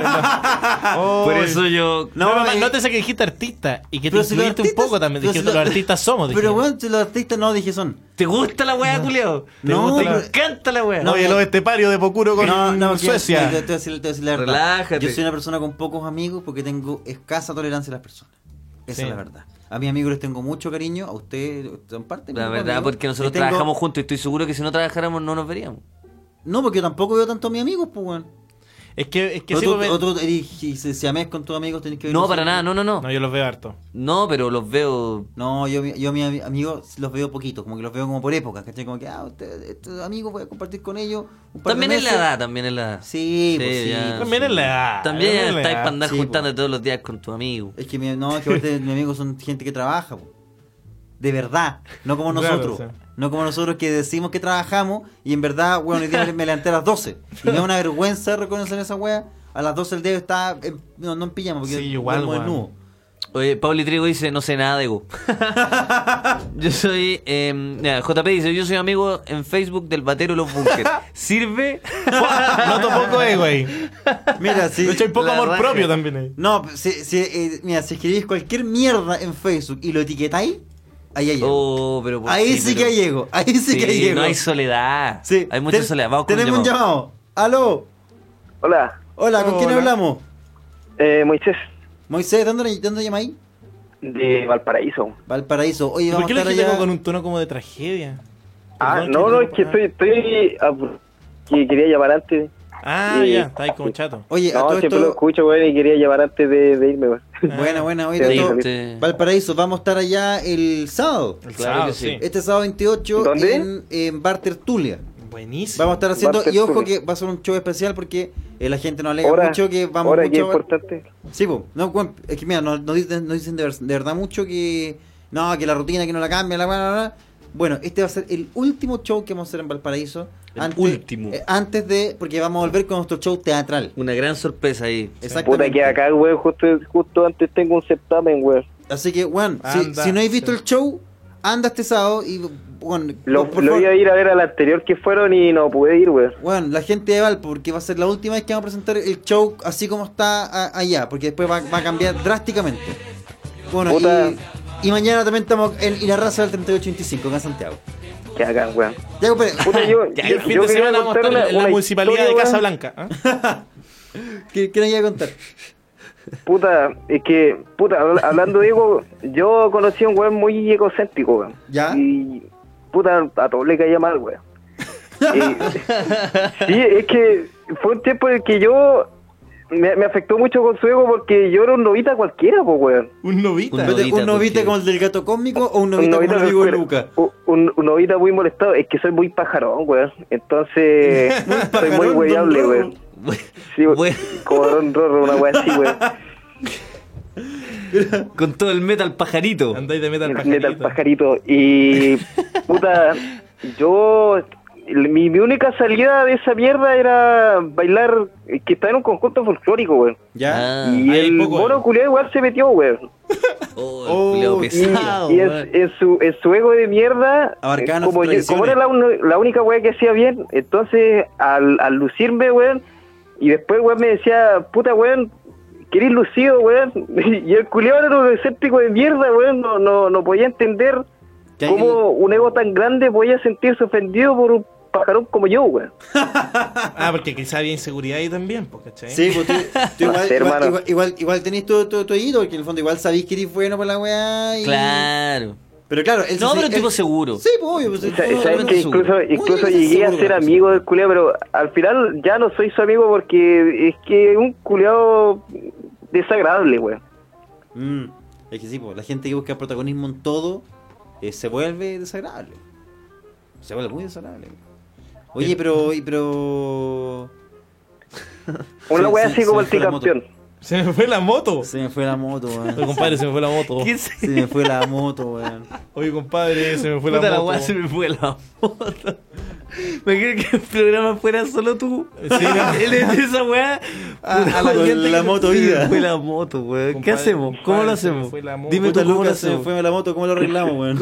Speaker 4: Ah,
Speaker 5: por eso yo.
Speaker 6: Ah, oh. No,
Speaker 5: No,
Speaker 6: mamá,
Speaker 5: eh,
Speaker 6: nótese que dijiste artista y que te
Speaker 4: Pero si los
Speaker 6: incluiste un poco también.
Speaker 4: pero
Speaker 6: Dijiste
Speaker 4: si lo-
Speaker 6: los artistas somos.
Speaker 4: Pero
Speaker 6: dijiste.
Speaker 4: bueno, si los artistas no dije son.
Speaker 5: ¿Te gusta la weá, culiao?
Speaker 4: No,
Speaker 5: ¿Te
Speaker 4: pero-
Speaker 5: encanta la weá?
Speaker 4: No,
Speaker 6: Oye, lo de Estepario de Pocuro con
Speaker 4: No, no, porque
Speaker 6: Suecia.
Speaker 4: yo- yo- yo te voy a decir- te voy a decir la verdad.
Speaker 5: Relájate.
Speaker 4: Yo soy una persona con pocos amigos porque tengo escasa tolerancia a las personas. Esa
Speaker 5: Sí.
Speaker 4: es la verdad. A mis amigos les tengo mucho cariño, a ustedes son parte de mis
Speaker 5: La verdad,
Speaker 4: amigos.
Speaker 5: porque nosotros
Speaker 4: Les tengo-
Speaker 5: trabajamos juntos y estoy seguro que si no trabajáramos no nos veríamos.
Speaker 4: No, porque yo tampoco veo tanto a mis amigos, pues, weón.
Speaker 6: Es que, es
Speaker 5: que sí,
Speaker 4: otro,
Speaker 5: pues,
Speaker 4: otro, eres- y se, se ames con tus amigos, tenés que
Speaker 5: No, para nada, no, no, no.
Speaker 6: No, yo los veo harto.
Speaker 5: No, pero los veo.
Speaker 4: No, yo, mi- yo a mis ami- amigos los veo poquito, como que los veo como por épocas, ¿cachai? Como que, ah, usted, estos amigos voy a compartir con ellos. un par de
Speaker 5: También es la
Speaker 4: meses.
Speaker 5: edad, también es la edad.
Speaker 4: Sí, pues, sí, pues,
Speaker 6: También es la edad,
Speaker 5: También
Speaker 6: también es la
Speaker 5: estáis
Speaker 6: edad.
Speaker 5: para andar
Speaker 6: Sí,
Speaker 5: juntando todos los días con tu amigo.
Speaker 4: Es que mi- no, es que aparte mis amigos son gente que trabaja, po. de verdad, no como
Speaker 5: Claro,
Speaker 4: nosotros.
Speaker 5: sí.
Speaker 4: No como nosotros que decimos que trabajamos y en verdad, bueno, hoy día me levanté a las 12. Y me da una vergüenza reconocer esa wea. A las 12 el día está, en- no, no en pijama, porque
Speaker 5: Sí, igual,
Speaker 4: duermo
Speaker 5: weón.
Speaker 4: desnudo.
Speaker 5: Oye, Pauli Trigo dice, no sé nada de Ego. yo soy... eh, mira, JP dice, yo soy amigo en Facebook del batero de los bunkers. ¿Sirve?
Speaker 6: Noto poco eh, ego ahí.
Speaker 4: Mira, sí.
Speaker 6: De hecho, hay poco
Speaker 4: La
Speaker 6: amor
Speaker 4: raja.
Speaker 6: propio también ahí.
Speaker 4: No, si, si, eh, mira, si escribís cualquier mierda en Facebook y lo etiquetáis, ahí hay
Speaker 5: Oh, pero ¿por
Speaker 4: Ahí
Speaker 5: qué?
Speaker 4: sí
Speaker 5: Pero-
Speaker 4: que llego, ahí sí que llego.
Speaker 5: No hay soledad. Sí. Hay mucha
Speaker 4: Ten-
Speaker 5: soledad. Vamos con
Speaker 4: Tenemos un llamado. Aló.
Speaker 12: Hola.
Speaker 4: Hola, ¿con quién
Speaker 12: Hola.
Speaker 4: hablamos?
Speaker 12: Eh, Moisés.
Speaker 4: Moisés, ¿dónde, dónde llamáis?
Speaker 12: De Valparaíso.
Speaker 4: Valparaíso. Oye,
Speaker 6: ¿Y
Speaker 4: vamos
Speaker 6: ¿Por qué
Speaker 4: a
Speaker 6: la
Speaker 4: estar
Speaker 6: gente
Speaker 4: allá.
Speaker 6: con un tono como de tragedia?
Speaker 12: Ah,
Speaker 6: Perdón,
Speaker 12: no,
Speaker 6: que
Speaker 12: no,
Speaker 6: no-
Speaker 12: es que estoy, estoy apur- que quería llamar antes.
Speaker 6: Ah,
Speaker 12: Y-
Speaker 6: ya, está ahí como chato.
Speaker 4: Oye, a
Speaker 12: no,
Speaker 4: todo
Speaker 12: siempre
Speaker 4: esto-
Speaker 12: lo escucho, weón, y quería llamar antes de, de irme, weón.
Speaker 6: Ah.
Speaker 4: Buena, buena, oye,
Speaker 12: Sí,
Speaker 4: a todo-
Speaker 12: sí.
Speaker 4: Valparaíso, vamos a estar allá el sábado.
Speaker 12: El Claro sábado, que sí. sí.
Speaker 4: Este sábado 28
Speaker 12: ¿Dónde?
Speaker 4: en, en Bar Tertulia.
Speaker 6: Buenísimo.
Speaker 4: Vamos a estar haciendo,
Speaker 12: Bar
Speaker 4: y ojo
Speaker 12: Tertulia.
Speaker 4: que va a ser un show especial porque eh, la gente nos alega
Speaker 12: Hora-
Speaker 4: mucho que vamos
Speaker 12: hora que
Speaker 4: mucho
Speaker 12: es importante.
Speaker 4: Sí, po. No, weón, es que mira, nos, nos dicen, nos dicen de, ver- de verdad mucho que no, que la rutina que no la cambia, la weá, la weá. Bueno, este va a ser el último show que vamos a hacer en Valparaíso.
Speaker 5: El último.
Speaker 4: eh, antes de, porque vamos a volver con nuestro show teatral.
Speaker 5: Una gran sorpresa ahí.
Speaker 12: Puta que acá, weón, justo, justo antes tengo un certamen, weón.
Speaker 4: Así que, weón, si,
Speaker 12: Anda.
Speaker 4: si no habéis visto el show, anda este sábado y, weón,
Speaker 12: Lo,
Speaker 4: por- por
Speaker 12: lo
Speaker 4: favor.
Speaker 12: iba a ir a ver al anterior que fueron y no pude ir, weón.
Speaker 4: Weón, la gente de Valpo, porque va a ser la última vez que vamos a presentar el show así como está a- allá, porque después va, va a cambiar drásticamente. Bueno,
Speaker 12: Puta.
Speaker 4: y, Y mañana también estamos en Y la raza del 3825, acá en Santiago.
Speaker 13: Que hagan, weón.
Speaker 4: Ya, compadre.
Speaker 13: yo-
Speaker 6: Ya, el fin de semana vamos a estar en la- en la municipalidad de Casablanca. ¿ah?
Speaker 4: ¿Qué, qué nos iba a contar?
Speaker 13: Puta, es que, puta, habla- hablando de ego, yo conocí a un weón muy egocéntrico, weón.
Speaker 4: ¿Ya?
Speaker 13: Y, puta, a todo le caía mal, weón. Y- sí, es que fue un tiempo en el que yo me, me afectó mucho con su ego porque yo era un novita cualquiera, pues, weón.
Speaker 6: ¿Un novita?
Speaker 4: ¿Un novita, como el del gato cósmico o un novita
Speaker 13: Un
Speaker 4: como
Speaker 13: novita
Speaker 4: el amigo de
Speaker 13: cualquiera.
Speaker 4: Luca?
Speaker 13: Un, un- un novita muy molestado, es que soy muy pajarón, weón. Entonces, soy muy
Speaker 4: pajarón,
Speaker 13: hueviable,
Speaker 4: don
Speaker 13: weón. Sí, weón. Como Don Rorro, una weón así, weón.
Speaker 5: Con todo el metal pajarito.
Speaker 6: Andáis de metal
Speaker 13: Metal pajarito. Y puta, yo el- mi, mi única salida de esa mierda era bailar, eh, que estaba en un conjunto folclórico, weón.
Speaker 4: Ya.
Speaker 13: Y el
Speaker 6: eh.
Speaker 13: mono culiado igual se metió, weón.
Speaker 4: Oh,
Speaker 5: culiao
Speaker 13: y-
Speaker 5: pesado,
Speaker 13: Oh, y, es,
Speaker 5: weón.
Speaker 13: es su, es su ego de mierda,
Speaker 4: Abarcaba nuestras
Speaker 13: eh, como, yo-
Speaker 4: tradiciones.
Speaker 13: como era la, un- la única weá que hacía bien, entonces al, al lucirme, weón, y después, weón, me decía, puta, weón, querés lucido, weón, y el culiado era un escéptico de mierda, weón, no, no, no podía entender
Speaker 4: Que
Speaker 13: cómo un ego tan grande podía sentirse ofendido por un pajarón como yo, weón.
Speaker 6: Ah, porque quizá había inseguridad ahí también, pues, ¿cachai?
Speaker 4: Sí, pues tú, tú
Speaker 13: No
Speaker 4: igual,
Speaker 13: sé,
Speaker 4: igual,
Speaker 13: hermano.
Speaker 4: igual, igual- igual tenés tu, tu, tu hito, porque en el fondo igual sabís que eres bueno para la weá. Y...
Speaker 5: Claro.
Speaker 4: Pero claro, él
Speaker 5: No,
Speaker 4: se-
Speaker 5: pero
Speaker 4: él-
Speaker 5: tipo seguro.
Speaker 4: Sí, pues obvio. Pues,
Speaker 13: Sa-
Speaker 4: todo-
Speaker 13: ¿Sabes
Speaker 4: todo
Speaker 13: que
Speaker 4: seguro.
Speaker 13: incluso,
Speaker 4: Muy
Speaker 13: incluso
Speaker 4: bien,
Speaker 13: llegué a
Speaker 4: seguro, pues.
Speaker 13: ser
Speaker 4: Marcos.
Speaker 13: amigo del culiao, pero al final ya no soy su amigo porque es que es un culiao desagradable, weón.
Speaker 4: Mm, es que sí, pues la gente que busca protagonismo en todo eh, se vuelve desagradable. Se vuelve muy desagradable. Oye, pero. Y, pero...
Speaker 13: Una
Speaker 4: Sí,
Speaker 13: weá
Speaker 4: sí,
Speaker 13: así
Speaker 4: se
Speaker 13: como
Speaker 4: me
Speaker 13: el
Speaker 4: fue la moto.
Speaker 13: ticampeón.
Speaker 6: Se me fue la moto.
Speaker 4: Se me fue la moto, weón.
Speaker 6: Oye, compadre, se me fue la moto.
Speaker 5: ¿Qué se-
Speaker 4: Se me fue la moto, weón.
Speaker 6: Oye, compadre, se me fue
Speaker 5: Puta,
Speaker 6: la
Speaker 5: la
Speaker 6: moto.
Speaker 5: weá se me fue la moto. Me creo que el programa fuera solo tú.
Speaker 6: Sí, no.
Speaker 5: Él es de esa weá.
Speaker 4: Ah,
Speaker 6: A- a la
Speaker 5: Puta,
Speaker 6: gente
Speaker 5: con
Speaker 6: que-
Speaker 5: se me
Speaker 4: vida.
Speaker 5: Fue la moto, weón. ¿Qué
Speaker 6: Compadre,
Speaker 5: hacemos? ¿Cómo
Speaker 6: compadre,
Speaker 5: lo
Speaker 6: se me
Speaker 5: hacemos?
Speaker 6: fue la moto.
Speaker 5: Dime tú
Speaker 4: Puta
Speaker 5: cómo lo
Speaker 4: Lucas, se me
Speaker 5: hacemos.
Speaker 4: fue la moto, ¿cómo lo arreglamos, weón?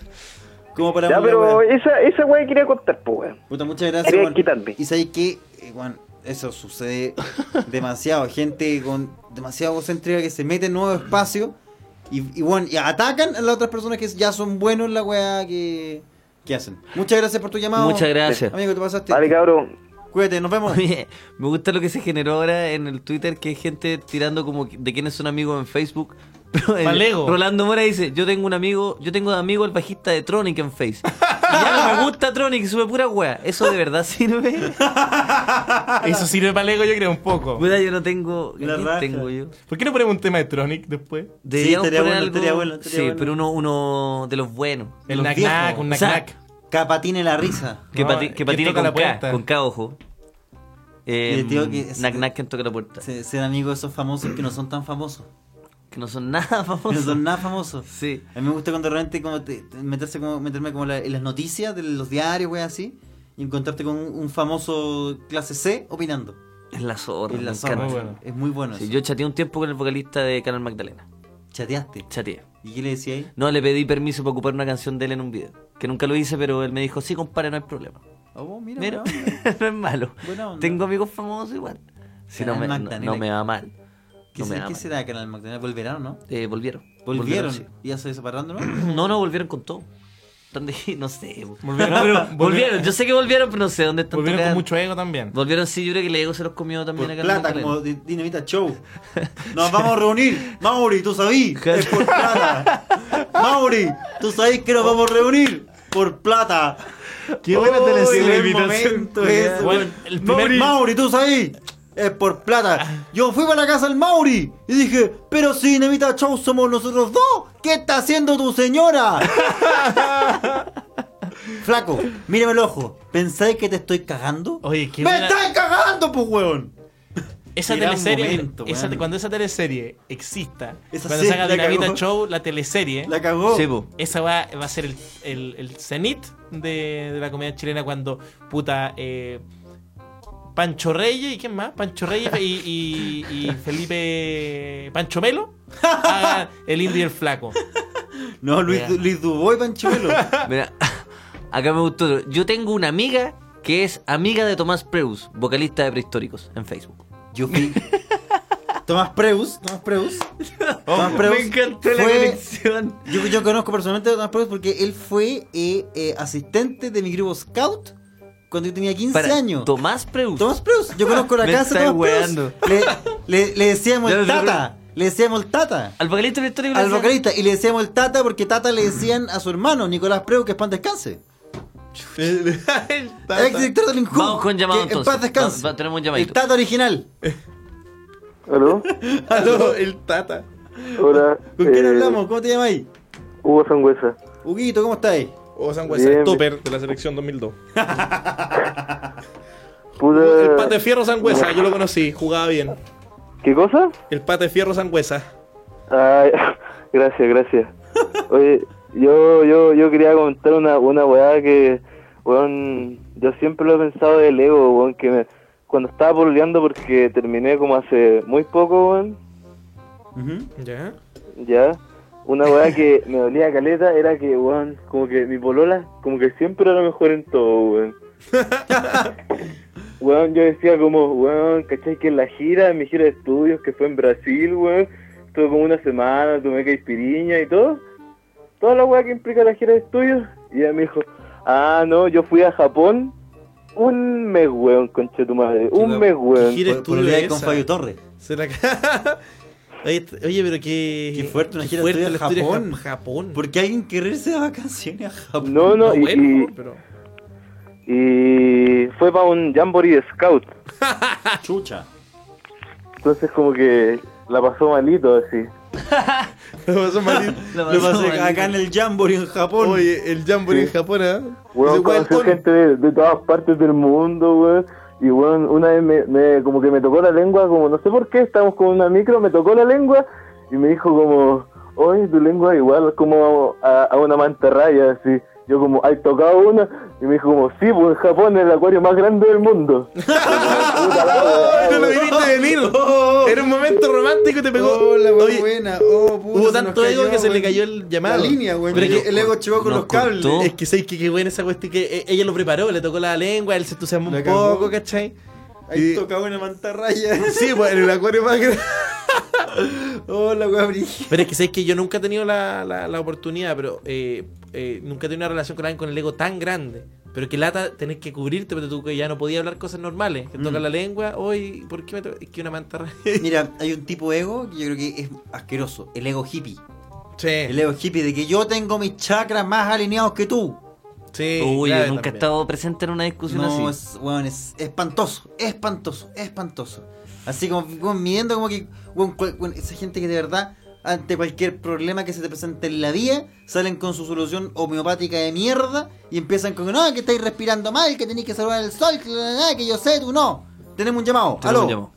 Speaker 4: ¿Cómo para
Speaker 13: Ya, pero esa, esa weá quería contar, pues, weón.
Speaker 4: Puta, muchas gracias.
Speaker 13: Quería
Speaker 4: Juan.
Speaker 13: quitarme.
Speaker 4: Y sabéis que, eh, Juan, eso sucede demasiado. Gente con demasiado egocéntrica que se mete en nuevos espacios y, y, bueno, y atacan a las otras personas que ya son buenos en la weá que, que hacen. Muchas gracias por tu llamado.
Speaker 5: Muchas gracias.
Speaker 4: Amigo, te pasaste.
Speaker 13: Vale, cabrón.
Speaker 4: Cuídate, nos vemos.
Speaker 5: Oye, me gusta lo que se generó ahora en el Twitter, que hay gente tirando como de quién es un amigo en Facebook. Pero el-
Speaker 6: Valego.
Speaker 5: Rolando Mora dice, yo tengo un amigo, yo tengo de amigo el bajista de Tronic en Face. ya no me gusta Tronic, sube pura weá. ¿Eso de verdad sirve?
Speaker 6: Eso sirve para el ego, Ah. yo creo, un poco.
Speaker 5: Puta, yo no tengo...
Speaker 4: La
Speaker 5: ¿qué
Speaker 4: raja.
Speaker 5: tengo yo?
Speaker 6: ¿Por qué no ponemos un tema de Tronic después?
Speaker 5: Deberíamos
Speaker 4: estaría
Speaker 5: poner
Speaker 4: bueno,
Speaker 5: algo...
Speaker 4: estaría bueno, estaría
Speaker 5: sí,
Speaker 4: bueno.
Speaker 5: pero uno, uno de los buenos.
Speaker 6: El
Speaker 4: Los
Speaker 6: knack
Speaker 4: viejos.
Speaker 6: knack, un
Speaker 5: O
Speaker 6: knack
Speaker 5: sea,
Speaker 6: knack.
Speaker 4: Que patine la risa.
Speaker 5: Que,
Speaker 6: No,
Speaker 5: pati- que
Speaker 6: ¿quién
Speaker 5: patine
Speaker 6: toca
Speaker 5: con
Speaker 6: la
Speaker 5: K,
Speaker 6: puerta?
Speaker 5: con K, ojo. Eh,
Speaker 4: Y el tío que-
Speaker 5: knack knack que toca la puerta.
Speaker 4: Se- Ser amigo de esos famosos que no son tan famosos.
Speaker 5: Que no son nada
Speaker 4: Que no
Speaker 5: famosos.
Speaker 4: son nada famosos.
Speaker 5: Sí.
Speaker 4: A mí me gusta cuando realmente como te- te- meterse como, meterme como la- en las noticias de los diarios, wey, así, y encontrarte con un, un famoso clase C opinando.
Speaker 5: Es la zorra,
Speaker 4: En la
Speaker 5: me
Speaker 4: zona.
Speaker 5: encanta.
Speaker 6: Muy bueno.
Speaker 4: Es muy bueno.
Speaker 5: Sí,
Speaker 4: eso.
Speaker 5: yo chateé un tiempo con el vocalista de Canal Magdalena.
Speaker 4: Chateaste.
Speaker 5: Chateé.
Speaker 4: ¿Y qué le decía ahí?
Speaker 5: No, le pedí permiso para ocupar una canción de él en un video. Que nunca lo hice, pero él me dijo, sí, compadre, no hay problema.
Speaker 4: Oh, mira,
Speaker 5: Mira,
Speaker 4: buena onda.
Speaker 5: no es malo.
Speaker 4: Buena onda.
Speaker 5: Tengo amigos famosos igual. Si no
Speaker 4: Canal
Speaker 5: me, no-
Speaker 4: Magdalena.
Speaker 5: no me va mal.
Speaker 4: ¿Qué,
Speaker 5: no me
Speaker 4: será-
Speaker 5: va
Speaker 4: qué
Speaker 5: mal.
Speaker 4: será Canal Magdalena? ¿Volverán o no?
Speaker 5: Eh, volvieron.
Speaker 4: Volvieron.
Speaker 5: sí.
Speaker 4: ¿Y ya se separando, no?
Speaker 5: No, no, volvieron con todo. Están de gi- No sé. po.
Speaker 6: Volvieron-
Speaker 5: No, pero
Speaker 6: volvieron-
Speaker 5: volvieron. Yo sé que volvieron, pero no sé dónde están
Speaker 6: Volvieron con
Speaker 5: tocando.
Speaker 6: mucho ego también.
Speaker 5: Volvieron, sí, yo creo que el ego se los comió también
Speaker 4: Por
Speaker 5: acá. en
Speaker 4: plata,
Speaker 5: Magdalena.
Speaker 4: como di- Dinamita Show. Nos vamos a reunir. Mauri, tú sabí. Es por plata. Mauri, tú sabís que nos vamos a reunir. Por plata.
Speaker 6: Qué
Speaker 4: Oh,
Speaker 6: teleserie,
Speaker 4: buen momento eso,
Speaker 6: Bueno,
Speaker 4: buen-
Speaker 6: el
Speaker 4: Mauri,
Speaker 6: primer
Speaker 4: Mauri, tú sabes. Es por plata. Yo fui para la casa del Mauri y dije, pero si Nevita Chow somos nosotros dos, ¿qué está haciendo tu señora? Flaco, mírame el ojo. ¿Pensáis que te estoy cagando?
Speaker 6: Oye, qué
Speaker 4: ¡Me
Speaker 6: buena-
Speaker 4: estáis cagando, pues, weón!
Speaker 6: Esa
Speaker 4: Gran
Speaker 6: teleserie,
Speaker 4: momento,
Speaker 6: esa-
Speaker 4: weón.
Speaker 6: cuando esa teleserie exista,
Speaker 4: Esa
Speaker 6: cuando
Speaker 4: sí,
Speaker 6: se haga
Speaker 4: la
Speaker 6: Dinamita
Speaker 4: cagó.
Speaker 6: Show, la teleserie,
Speaker 4: La cagó.
Speaker 5: Sí, po.
Speaker 6: esa va, va a ser el, el, el cenit de, de la comedia chilena cuando puta eh, Pancho Reyes y quién más, Pancho Reyes y, y- y Felipe Pancho Melo hagan el indio y el flaco.
Speaker 4: No, Luis,
Speaker 5: Mira.
Speaker 4: Luis Dubois, Panchuelo.
Speaker 5: Mira, acá me gustó. otro. Yo tengo una amiga que es amiga de Tomás Preus, vocalista de Prehistóricos, en Facebook.
Speaker 4: Yo fui. Tomás Preus. Tomás Preus. Tomás
Speaker 5: Oh, me
Speaker 4: Preus
Speaker 5: encantó la conexión.
Speaker 4: Yo, yo conozco personalmente a Tomás Preus porque él fue eh, eh, asistente de mi grupo Scout cuando yo tenía 15
Speaker 5: Para,
Speaker 4: años.
Speaker 5: Tomás Preus.
Speaker 4: Tomás Preus. Yo conozco la
Speaker 5: Me
Speaker 4: casa de
Speaker 5: estáis
Speaker 4: Tomás Preus.
Speaker 5: weando.
Speaker 4: Le, le- le decíamos el
Speaker 5: Ya, pero-
Speaker 4: Tata. Le decíamos el Tata.
Speaker 5: Al vocalista de la historia.
Speaker 4: Al vocalista. Y le decíamos el Tata porque Tata le decían a su hermano, Nicolás Preus, que es pan descanse. Ex director del Inju.
Speaker 5: Vamos con llamado
Speaker 4: que en
Speaker 5: entonces.
Speaker 4: paz descanse.
Speaker 5: Va- va- tenemos un
Speaker 4: el
Speaker 5: llamadito.
Speaker 4: Tata original.
Speaker 14: ¿Aló?
Speaker 4: Aló, el Tata.
Speaker 14: Hola.
Speaker 4: ¿Con quién
Speaker 14: eh,
Speaker 4: hablamos? ¿Cómo te llamáis?
Speaker 14: Hugo Sangüesa.
Speaker 4: Huguito, ¿cómo estáis?
Speaker 6: O Sangüesa,
Speaker 14: Bien,
Speaker 6: el topper de la selección 2002.
Speaker 14: Puta-
Speaker 6: El pate fierro Sangüesa, yo lo conocí, jugaba bien.
Speaker 14: ¿Qué cosa?
Speaker 6: El pate fierro Sangüesa.
Speaker 14: Ay, gracias, gracias. Oye, yo, yo, yo quería comentar una, una weá que, weón, yo siempre lo he pensado del ego, weón, que me- cuando estaba pololeando porque terminé como hace muy poco, weón,
Speaker 6: ¿Ya?
Speaker 14: ya, una weá que me dolía caleta era que, weón, como que mi polola, como que siempre era mejor en todo, weón. Weón, yo decía como, weón, ¿cachai? Que en la gira, en mi gira de estudios, que fue en Brasil, weón, estuve como una semana, tomé caipiriña y todo. Toda la weá que implica la gira de estudios. Y ella me dijo, ah, no, yo fui a Japón un mes, weón, conche tu madre. Un mes, weón.
Speaker 6: Gira
Speaker 4: Por- por
Speaker 6: estudio
Speaker 4: olvidar con
Speaker 6: esa.
Speaker 4: Fabio Torres.
Speaker 6: Se la ca- Oye, t- oye, pero qué.
Speaker 4: Qué fuerte una
Speaker 6: qué
Speaker 4: gira
Speaker 6: fuerte
Speaker 4: estudio
Speaker 6: la
Speaker 4: a
Speaker 6: historia
Speaker 4: Japón.
Speaker 6: de Jap- Japón.
Speaker 4: Porque alguien querer irse de vacaciones a Japón.
Speaker 14: No, no, y,
Speaker 6: bueno,
Speaker 14: y-
Speaker 6: pero.
Speaker 14: y fue para un jamboree de scout.
Speaker 4: Chucha.
Speaker 14: Entonces como que la pasó malito así.
Speaker 6: Lo pasó malito.
Speaker 4: La
Speaker 6: Lo
Speaker 4: pasó
Speaker 6: pasé
Speaker 4: malito.
Speaker 6: acá en
Speaker 4: el Jamboree en Japón.
Speaker 6: Oye, el Jamboree en Japón, ¿eh?
Speaker 14: Weón, conocí gente de, de todas partes del mundo, weón. Y weón, una vez me, me- como que me tocó la lengua, como no sé por qué, estábamos con una micro, me tocó la lengua y me dijo como, oye, tu lengua igual como a, a una mantarraya, así. Yo como, ¿hay tocado una? Y me dijo como, sí, pues en Japón es el acuario más grande del mundo.
Speaker 6: no lo viniste venir. Era un momento romántico y te pegó.
Speaker 4: Hola,
Speaker 6: Oye,
Speaker 4: buena. Oh, puta,
Speaker 6: Hubo
Speaker 4: se
Speaker 6: tanto
Speaker 4: nos
Speaker 6: ego
Speaker 4: cayó,
Speaker 6: que se le
Speaker 4: weón.
Speaker 6: cayó el llamado.
Speaker 4: La línea, güey. Pero es que el ego chivó con los cables.
Speaker 6: Es que sabéis que qué buena esa cuestión. Que eh, ella lo preparó, le tocó la lengua, él se entusiasmó un
Speaker 4: cagó.
Speaker 6: poco, ¿cachai?
Speaker 4: Ahí
Speaker 6: Y-
Speaker 4: toca una mantarraya.
Speaker 6: Sí, pues en el acuario más grande.
Speaker 4: Hola, güey.
Speaker 6: Pero es que sabéis que yo nunca he tenido la, la- la oportunidad, pero eh, eh, nunca he tenido una relación con alguien con el ego tan grande. Pero que lata tenés que cubrirte, pero tú que ya no podías hablar cosas normales. Que toca la lengua, hoy, ¿por qué me to- Es que una mantarraya.
Speaker 4: Mira, hay un tipo de ego que yo creo que es asqueroso. El ego hippie.
Speaker 6: Sí.
Speaker 4: El ego hippie de que yo tengo mis chakras más alineados que tú.
Speaker 6: Sí.
Speaker 5: Uy,
Speaker 6: grave
Speaker 5: yo nunca he
Speaker 6: también.
Speaker 5: estado presente en una discusión
Speaker 4: No,
Speaker 5: así.
Speaker 4: es, weón, es espantoso, espantoso, espantoso. Así como weón, midiendo como que weón, cual- weón, esa gente que de verdad ante cualquier problema que se te presente en la vida, salen con su solución homeopática de mierda y empiezan con no, que estáis respirando mal, que tenéis que salvar el sol, que, la- la- que yo sé, tú no. Tenemos un llamado.
Speaker 5: Tenemos un
Speaker 4: Aló.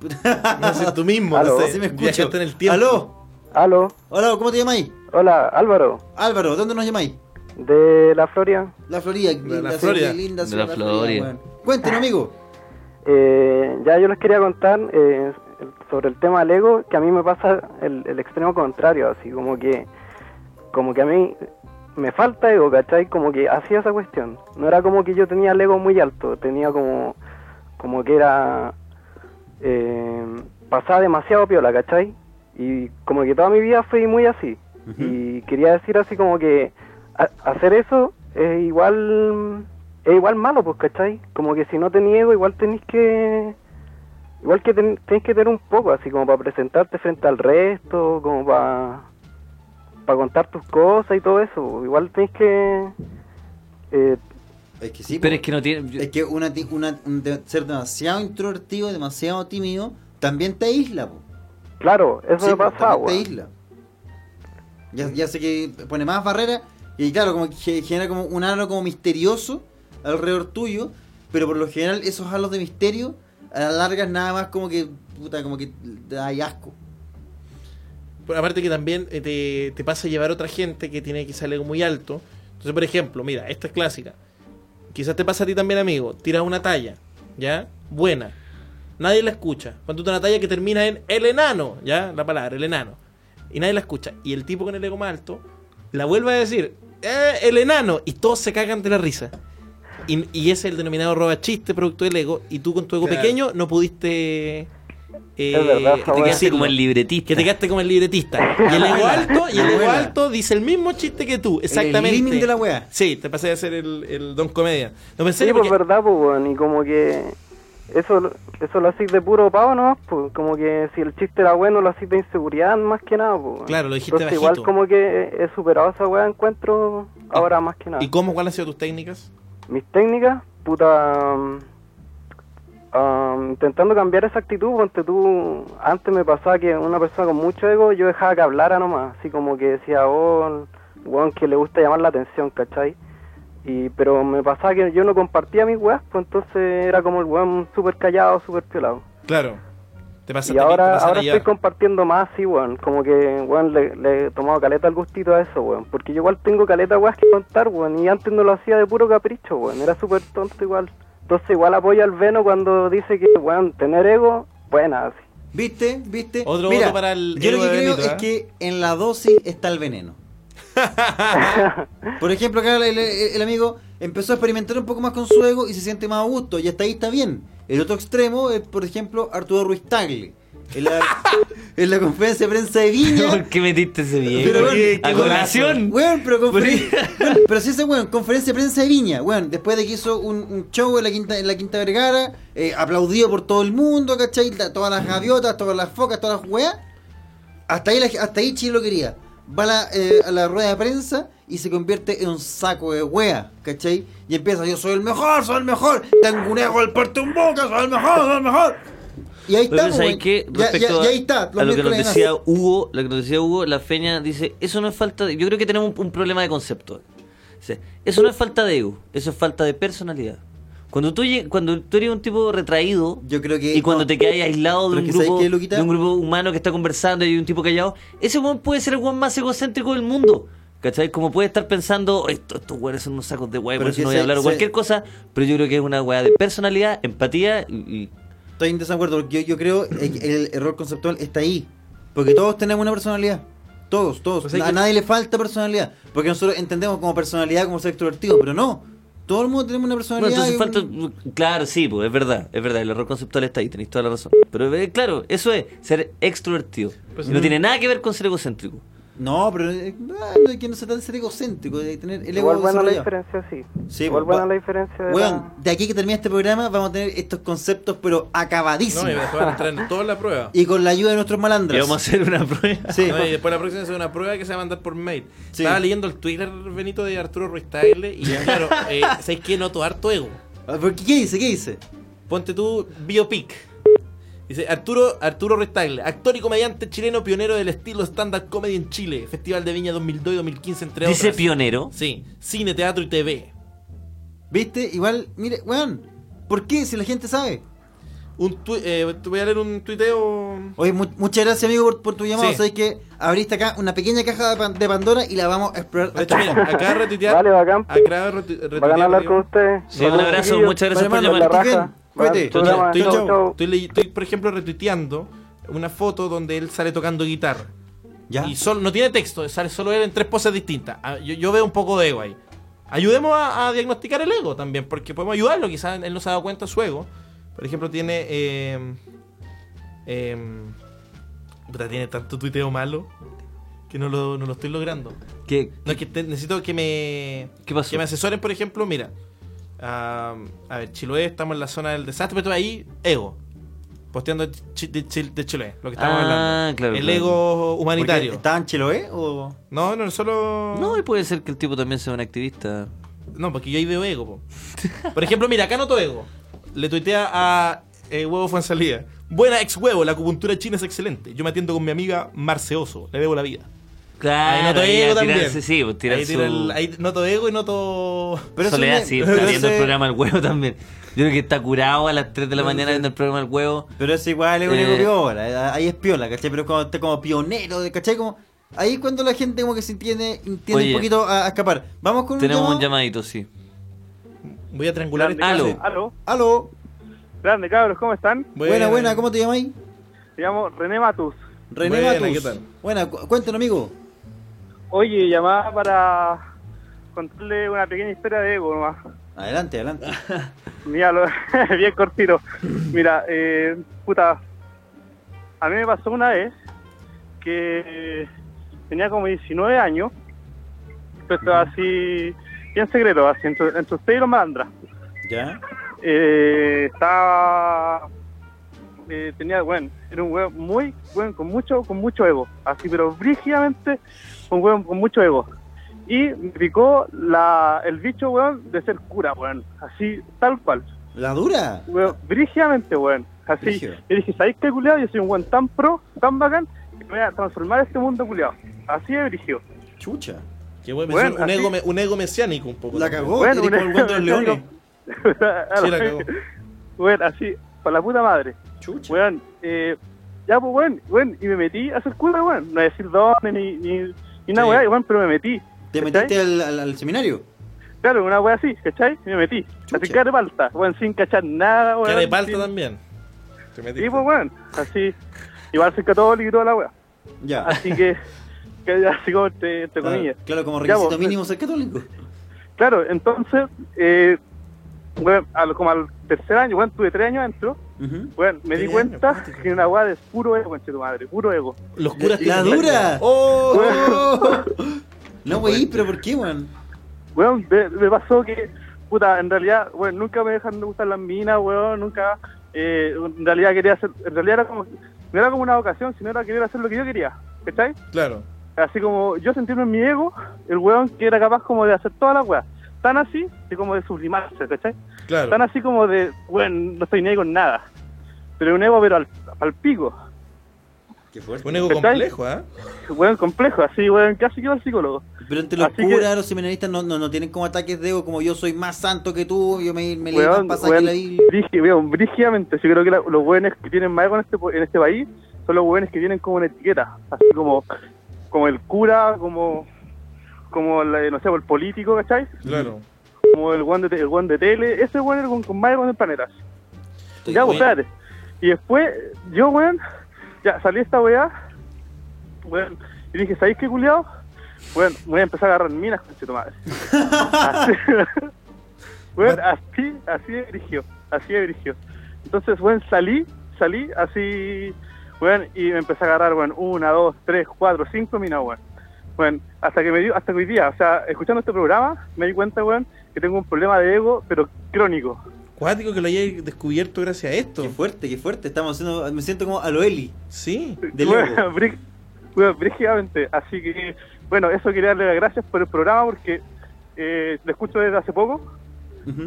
Speaker 5: llamado.
Speaker 6: No sé, tú mismo,
Speaker 14: Aló.
Speaker 6: no sé.
Speaker 4: Sí me escucho.
Speaker 6: Viajaste en el tiempo.
Speaker 4: Aló.
Speaker 14: Aló,
Speaker 4: Hola, ¿cómo te llamáis?
Speaker 14: hola, Álvaro,
Speaker 4: Álvaro, ¿dónde nos llamáis?
Speaker 14: de La Florida.
Speaker 4: La Florida,
Speaker 6: la
Speaker 4: linda,
Speaker 6: Florida.
Speaker 4: sí, linda
Speaker 5: De
Speaker 4: ciudad,
Speaker 5: la Florida.
Speaker 4: weón. Cuéntenos, amigo.
Speaker 14: Ah. Eh, ya yo les quería contar eh, sobre el tema del ego, que a mí me pasa el, el extremo contrario, así como que, como que a mí me falta ego, ¿cachai? Como que hacía esa cuestión. No era como que yo tenía el ego muy alto, tenía como, como que era, eh, pasaba demasiado piola, ¿cachai? Y como que toda mi vida fui muy así.
Speaker 6: ¿Mm?
Speaker 14: Y quería decir así como que a- hacer eso es igual es igual malo, pues, ¿cachai? Como que si no te niego, igual tenés que... Igual que ten- tenés que tener un poco, así como para presentarte frente al resto, como para... Para contar tus cosas y todo eso. pues. Igual tenés que... eh,
Speaker 4: Es que sí,
Speaker 5: Pero es que no tiene. yo-
Speaker 4: Es que una, ti- una- un de- ser demasiado introvertido, demasiado tímido, también te aísla. po.
Speaker 14: claro, eso
Speaker 4: Sí,
Speaker 14: me
Speaker 4: po,
Speaker 14: pasa,
Speaker 4: también
Speaker 14: weón.
Speaker 4: te aísla. Ya, ya sé que pone más barreras y claro, como que ge- genera como un halo como misterioso alrededor tuyo, pero por lo general esos halos de misterio a la larga es nada más como que, puta, como que te da asco.
Speaker 6: Pero aparte que también eh, te, te pasa a llevar otra gente que tiene quizá el ego muy alto. Entonces, por ejemplo, mira, esta es clásica. Quizás te pasa a ti también, amigo. Tiras una talla, ¿ya? Buena. Nadie la escucha. Cuando tú tiras una talla que termina en el enano, ¿ya? La palabra, el enano. Y nadie la escucha. Y el tipo con el ego más alto la vuelve a decir, "Eh, el enano. Y todos se cagan de la risa. Y, y ese es el denominado roba chiste, producto del ego. Y tú con tu ego
Speaker 15: Claro.
Speaker 6: pequeño no pudiste eh,
Speaker 5: Es verdad, esa
Speaker 6: que te
Speaker 5: weá.
Speaker 6: quedaste
Speaker 5: como el libretista.
Speaker 6: Que te quedaste como el libretista. Y el ego alto, y el ego
Speaker 5: Buena.
Speaker 6: alto dice el mismo chiste que tú. Exactamente.
Speaker 16: living de la
Speaker 4: wea.
Speaker 6: Sí, te pasé a hacer el, el don comedia. No pensé
Speaker 16: Sí,
Speaker 6: porque-
Speaker 16: pues verdad, pues, weón, y como que eso, lo- eso lo hacís de puro pavo, ¿no? Pues como que si el chiste era bueno, lo hacís de inseguridad, más que nada, pues. weón.
Speaker 6: Claro, lo dijiste
Speaker 16: Entonces,
Speaker 6: bajito.
Speaker 16: igual como que he superado esa weá, encuentro ahora más que nada.
Speaker 6: ¿Y cómo? ¿Cuáles han sido tus técnicas?
Speaker 16: Mis técnicas, puta... um, um, intentando cambiar esa actitud, ponte tú... Antes me pasaba que una persona con mucho ego, yo dejaba que hablara nomás. Así como que decía, oh, weón, que le gusta llamar la atención, ¿cachai? Y, pero me pasaba que yo no compartía mis weas, pues entonces era como el weón súper callado, súper piolado.
Speaker 6: Claro. Te pasa
Speaker 16: Y
Speaker 6: a ti, te
Speaker 16: ahora,
Speaker 6: pasa a
Speaker 16: ahora
Speaker 6: ella.
Speaker 16: estoy compartiendo más, sí, weón. Como que, weón, le, le he tomado caleta al gustito a eso, weón. Porque yo igual tengo caleta, weón, que contar, weón. Y antes no lo hacía de puro capricho, weón. Era súper tonto igual. Entonces igual apoyo al Veno cuando dice que, weón, tener ego, buena, así.
Speaker 4: ¿Viste? ¿Viste?
Speaker 16: Otro
Speaker 4: Mira,
Speaker 16: voto para el
Speaker 4: Yo lo
Speaker 16: ego
Speaker 4: que
Speaker 16: de
Speaker 4: creo
Speaker 16: Benito, ¿eh?
Speaker 4: es que en la dosis está el veneno. Por ejemplo, acá el, el- el amigo empezó a experimentar un poco más con su ego y se siente más a gusto. Y hasta ahí está bien. El otro extremo es, por ejemplo, Arturo Ruiz Tagle. En la, en la conferencia de prensa de Viña.
Speaker 5: ¿Por qué metiste ese video?
Speaker 4: Pero,
Speaker 5: Oye,
Speaker 4: weón,
Speaker 5: a colación.
Speaker 4: Weón, pero, conferen- weón, pero si ese weón, conferencia de prensa de Viña, weón, después de que hizo un, un show en la Quinta, en la quinta Vergara, eh, aplaudido por todo el mundo, ¿cachai? Ta- Todas las gaviotas, todas las focas, todas las weas. Hasta ahí, la- hasta ahí Chile lo quería. Va a la, eh, a la rueda de prensa y se convierte en un saco de wea, ¿cachai? Y empieza, yo soy el mejor, soy el mejor, tengo un ego al parte un boca, soy el mejor, soy el mejor. Y ahí está,
Speaker 5: Entonces, ¿sabes
Speaker 4: weón.
Speaker 5: qué?
Speaker 4: Ya- ya-
Speaker 5: Respecto
Speaker 4: ya
Speaker 5: a-
Speaker 4: ahí está, los
Speaker 5: a lo que nos
Speaker 4: miércoles en
Speaker 5: decía
Speaker 4: Asia.
Speaker 5: Hugo, lo que nos decía Hugo, la feña dice, eso no es falta de... Yo creo que tenemos un, un problema de concepto. Dice, eso no es falta de ego, eso es falta de personalidad. Cuando tú, lleg- cuando tú eres un tipo retraído
Speaker 4: yo creo que,
Speaker 5: y cuando te quedas aislado de
Speaker 4: Pero es
Speaker 5: un,
Speaker 4: que ¿sabes
Speaker 5: grupo,
Speaker 4: qué, Luquita?
Speaker 5: de un grupo humano que está conversando y hay un tipo callado, ese weón puede ser el weón más egocéntrico del mundo. ¿Cachai? Como puede estar pensando, "Esto- estos weones son unos sacos de weón,
Speaker 4: Pero
Speaker 5: por eso
Speaker 4: que
Speaker 5: no voy a
Speaker 4: se-
Speaker 5: hablar o
Speaker 4: se-
Speaker 5: cualquier cosa, pero yo creo que es una weá de personalidad, empatía y- y
Speaker 4: Estoy en desacuerdo, porque yo, yo creo que el error conceptual está ahí. Porque todos tenemos una personalidad. Todos, todos.
Speaker 5: sea
Speaker 4: a
Speaker 5: que-
Speaker 4: nadie le falta personalidad. Porque nosotros entendemos como personalidad como ser extrovertido, pero no. Todo el mundo tenemos una
Speaker 5: Bueno,
Speaker 4: personalidad.
Speaker 5: entonces
Speaker 4: y un-
Speaker 5: falta. Claro, sí, pues es verdad, es verdad, el error conceptual está ahí, tenéis toda la razón. Pero eh, claro, eso es ser extrovertido.
Speaker 4: Pues,
Speaker 5: no
Speaker 4: mm.
Speaker 5: tiene nada que ver con ser egocéntrico.
Speaker 4: No, pero eh, ah, no, que no se trata de ser egocéntrico, de tener el ego
Speaker 16: igual buena la
Speaker 4: desarrollado.
Speaker 16: diferencia, sí.
Speaker 4: Sí,
Speaker 16: igual
Speaker 4: pues,
Speaker 16: buena
Speaker 4: va-
Speaker 16: la diferencia de
Speaker 4: Weón,
Speaker 16: la-
Speaker 4: de aquí que termine este programa vamos a tener estos conceptos pero acabadísimos.
Speaker 6: No, y después van a entrar en toda la prueba.
Speaker 4: Y con la ayuda de nuestros malandros.
Speaker 5: Y vamos a hacer una prueba.
Speaker 4: Sí.
Speaker 6: No, y después la próxima es una prueba que se va a mandar por mail. Estaba leyendo el Twitter, Benito, de Arturo Ruiz Tagle y claro, eh, ¿sabes qué? Noto harto ego.
Speaker 4: Ah, ¿Por qué, ¿Qué dice? ¿Qué dice?
Speaker 6: Ponte tú biopic. Dice Arturo, Arturo Ruiz Tagle, actor y comediante chileno pionero del estilo stand-up comedy en Chile, Festival de Viña 2002 y 2015, entre otros.
Speaker 5: Dice pionero.
Speaker 6: Sí, cine, teatro y TV.
Speaker 4: ¿Viste? Igual, mire, weón, ¿por qué si la gente sabe?
Speaker 6: Un tu- eh, te voy a leer un tuiteo.
Speaker 4: Oye, mu- muchas gracias amigo por, por tu llamado.
Speaker 6: Sí.
Speaker 4: Sabes que abriste acá una pequeña caja de, Pan- de Pandora y la vamos a explorar.
Speaker 6: De hecho, mira, acá retuitear.
Speaker 4: Vale,
Speaker 16: bacán.
Speaker 6: Acá retu- retuitear.
Speaker 16: Bacán hablar
Speaker 6: digo.
Speaker 16: con ustedes.
Speaker 6: Sí, un abrazo,
Speaker 16: Chiquillos,
Speaker 6: muchas gracias
Speaker 16: vale,
Speaker 6: por
Speaker 16: mano,
Speaker 6: llamar.
Speaker 16: la raja.
Speaker 6: Cuídate.
Speaker 16: Bacán programa,
Speaker 6: Estoy,
Speaker 16: chau,
Speaker 6: estoy-
Speaker 16: chau.
Speaker 6: estoy le- estoy, por ejemplo, retuiteando una foto donde él sale tocando guitarra. Y solo, no tiene texto, sale solo él en tres poses distintas. Ah, Yo, yo veo un poco de ego ahí. Ayudemos a, a diagnosticar el ego también, porque podemos ayudarlo. Quizás él no se ha dado cuenta de su ego. Por ejemplo, tiene. eh, eh, puta, tiene tanto tuiteo malo que no lo, no lo estoy logrando.
Speaker 5: ¿Qué?
Speaker 6: No, es que te- necesito que me.
Speaker 5: ¿Qué pasó?
Speaker 6: Que me asesoren, por ejemplo, mira. ah, a ver, Chiloé, estamos en la zona del desastre, pero ahí, ego. Posteando chi- de, Chil- de Chiloé, lo que estamos
Speaker 5: Ah,
Speaker 6: hablando.
Speaker 5: claro,
Speaker 6: El
Speaker 5: claro.
Speaker 6: ego humanitario.
Speaker 5: Porque
Speaker 4: ¿Estaba en Chiloé eh? o.?
Speaker 6: No, no, solo.
Speaker 5: No, y puede ser que el tipo también sea un activista.
Speaker 6: No, porque yo ahí veo ego. po. Por ejemplo, mira, acá noto ego. Le tuitea a eh, Huevo Fuensalida. Buena ex huevo, la acupuntura china es excelente. Yo me atiendo con mi amiga Marceoso, le debo la vida.
Speaker 5: Claro,
Speaker 6: ahí noto
Speaker 5: ahí
Speaker 6: ego
Speaker 5: a
Speaker 6: también.
Speaker 5: tirarse, sí, pues, tirar
Speaker 6: ahí, tira
Speaker 5: su-
Speaker 6: el- ahí noto ego y noto.
Speaker 5: Soledad, sí, está
Speaker 6: pero
Speaker 5: viendo el
Speaker 6: ese-
Speaker 5: programa El Huevo también. Yo creo que está curado a las 3 de la mañana viendo el programa El Huevo.
Speaker 4: Pero es igual, es un
Speaker 5: Eh,
Speaker 4: ego piola, eh, ahí es piola, ¿cachai? Pero cuando está como pionero, de- ¿cachai? Como, ahí es cuando la gente como que se entiende, entiende
Speaker 5: Oye.
Speaker 4: un poquito a, a escapar. Vamos con
Speaker 5: Tenemos
Speaker 4: un
Speaker 5: un llamadito, sí.
Speaker 6: Voy a triangular
Speaker 5: este Aló.
Speaker 17: Aló.
Speaker 4: Aló.
Speaker 17: Grande, cabros, ¿cómo están?
Speaker 4: Buena, buena, ¿cómo te llamáis?
Speaker 17: Me llamo René Matus.
Speaker 4: René
Speaker 17: Buena,
Speaker 4: Matus.
Speaker 17: ¿qué tal?
Speaker 4: Buena, cu- cuéntanos, amigo.
Speaker 17: Oye, llamaba para contarle una pequeña historia de Evo nomás.
Speaker 4: Adelante, adelante.
Speaker 17: Mira, lo- bien cortito. Mira, eh, puta, a mí me pasó una vez que tenía como 19 años, pero estaba así, bien secreto, así, entre, entre usted y los malandras.
Speaker 4: ¿Ya?
Speaker 17: Eh, estaba eh, tenía bueno era un weón muy weón con mucho con mucho ego así pero brígidamente un weón con mucho ego y me picó la el bicho weón de ser cura weón así tal cual
Speaker 4: ¿La dura?
Speaker 17: weón, brígidamente weón así
Speaker 4: Brígido.
Speaker 17: yo dije ¿sabéis qué culiado? yo soy un weón tan pro tan bacán que me voy a transformar este mundo culiado así de brígido
Speaker 4: chucha
Speaker 6: Qué bueno,
Speaker 17: Bueno,
Speaker 6: un,
Speaker 17: así-
Speaker 6: ego, me- un ego mesiánico un poco.
Speaker 17: La
Speaker 6: también.
Speaker 17: cagó, Bueno,
Speaker 6: Eres
Speaker 17: un
Speaker 6: como el
Speaker 17: ego
Speaker 6: buen de los leones. Sí, la cagó.
Speaker 17: Weón, así, para la puta madre. Weón, eh, ya, pues, weón, weón, y me metí a hacer cura, weón. No voy a decir dónde ni, ni, ni una
Speaker 4: Sí.
Speaker 17: weá, weón, pero me metí.
Speaker 4: ¿Te
Speaker 17: ¿cachai?
Speaker 4: metiste al, al- al seminario?
Speaker 17: Claro, una weá así, ¿cachai? Y me metí. Así, cara de palta, weón, sin cachar nada, weón.
Speaker 6: Cara de palta
Speaker 17: sin-
Speaker 6: también. Te metiste.
Speaker 17: Sí, pues, weón, así. Igual soy católico y toda la weá.
Speaker 4: Ya.
Speaker 17: Así que, que así como te, te
Speaker 4: Claro,
Speaker 17: comillas.
Speaker 4: claro, como
Speaker 17: Ya,
Speaker 4: requisito
Speaker 17: pues,
Speaker 4: mínimo ser católico.
Speaker 17: Claro, entonces, eh, bueno, al- como al tercer año, bueno, tuve tres años adentro, bueno, me di
Speaker 6: Tres
Speaker 17: cuenta que era una weá de puro ego, conche tu madre, puro ego.
Speaker 6: Los curas
Speaker 17: ¡La
Speaker 6: tienen-
Speaker 17: dura!
Speaker 6: ¡Oh!
Speaker 4: No, wey, pero ¿por qué, weón?
Speaker 17: Weón, me, me pasó que, puta, en realidad, weón, nunca me dejan de gustar las minas, weón, nunca, eh, en realidad quería hacer, en realidad era como, no era como una vocación, sino era querer hacer lo que yo quería, ¿cachai?
Speaker 6: Claro.
Speaker 17: Así como yo sentirme en mi ego, el weón que era capaz como de hacer todas las weas. Tan así, que como de sublimarse, ¿cachai?
Speaker 6: Claro.
Speaker 17: Tan así como de, weón, no estoy ni ahí con nada. Pero un ego, pero al, al pico.
Speaker 4: Qué fuerte.
Speaker 6: Un ego
Speaker 17: ¿Cachai?
Speaker 6: complejo, ¿ah?
Speaker 17: Weón, complejo, así, weón, casi que al psicólogo.
Speaker 4: Pero entre los
Speaker 17: Así que-
Speaker 4: curas, los seminaristas no, no, no tienen como ataques de ego, como yo soy más santo que tú, yo me, me leí más
Speaker 17: Weón,
Speaker 4: pasaje
Speaker 17: weón,
Speaker 4: la Biblia.
Speaker 17: brigi- weón, brígidamente. Yo creo que la- los weones que tienen más ego en este, po- en este país son los weones que tienen como una etiqueta. Así como, como el cura, como, como la- no sé, el político, ¿cachai?
Speaker 6: Claro.
Speaker 17: como el guan de, el weón de tele, ese weón era con, con más weón del planeta. ya, pues,
Speaker 6: bueno.
Speaker 17: espérate. Y después, yo, weón, ya salí de esta weá, weón, y dije, ¿sabéis qué, culiao? Weón, voy a empezar a agarrar minas, conche tu madre. así, weón, así, así de dirigió, así de dirigió. Entonces, weón, salí, salí, así, weón, y me empecé a agarrar, weón, una, dos, tres, cuatro, cinco minas, weón. Bueno, hasta que me dio, hasta que hoy día, o sea, escuchando este programa, me di cuenta, weón, que tengo un problema de ego, pero crónico.
Speaker 6: Cuático que lo hayáis descubierto gracias a esto. Qué
Speaker 4: fuerte, qué fuerte. Estamos haciendo, me siento como a lo Eli.
Speaker 6: Sí.
Speaker 4: Del
Speaker 17: Bueno,
Speaker 4: ego.
Speaker 17: brí- bueno, brígidamente. Así que, bueno, eso quería darle las gracias por el programa porque eh, lo escucho desde hace poco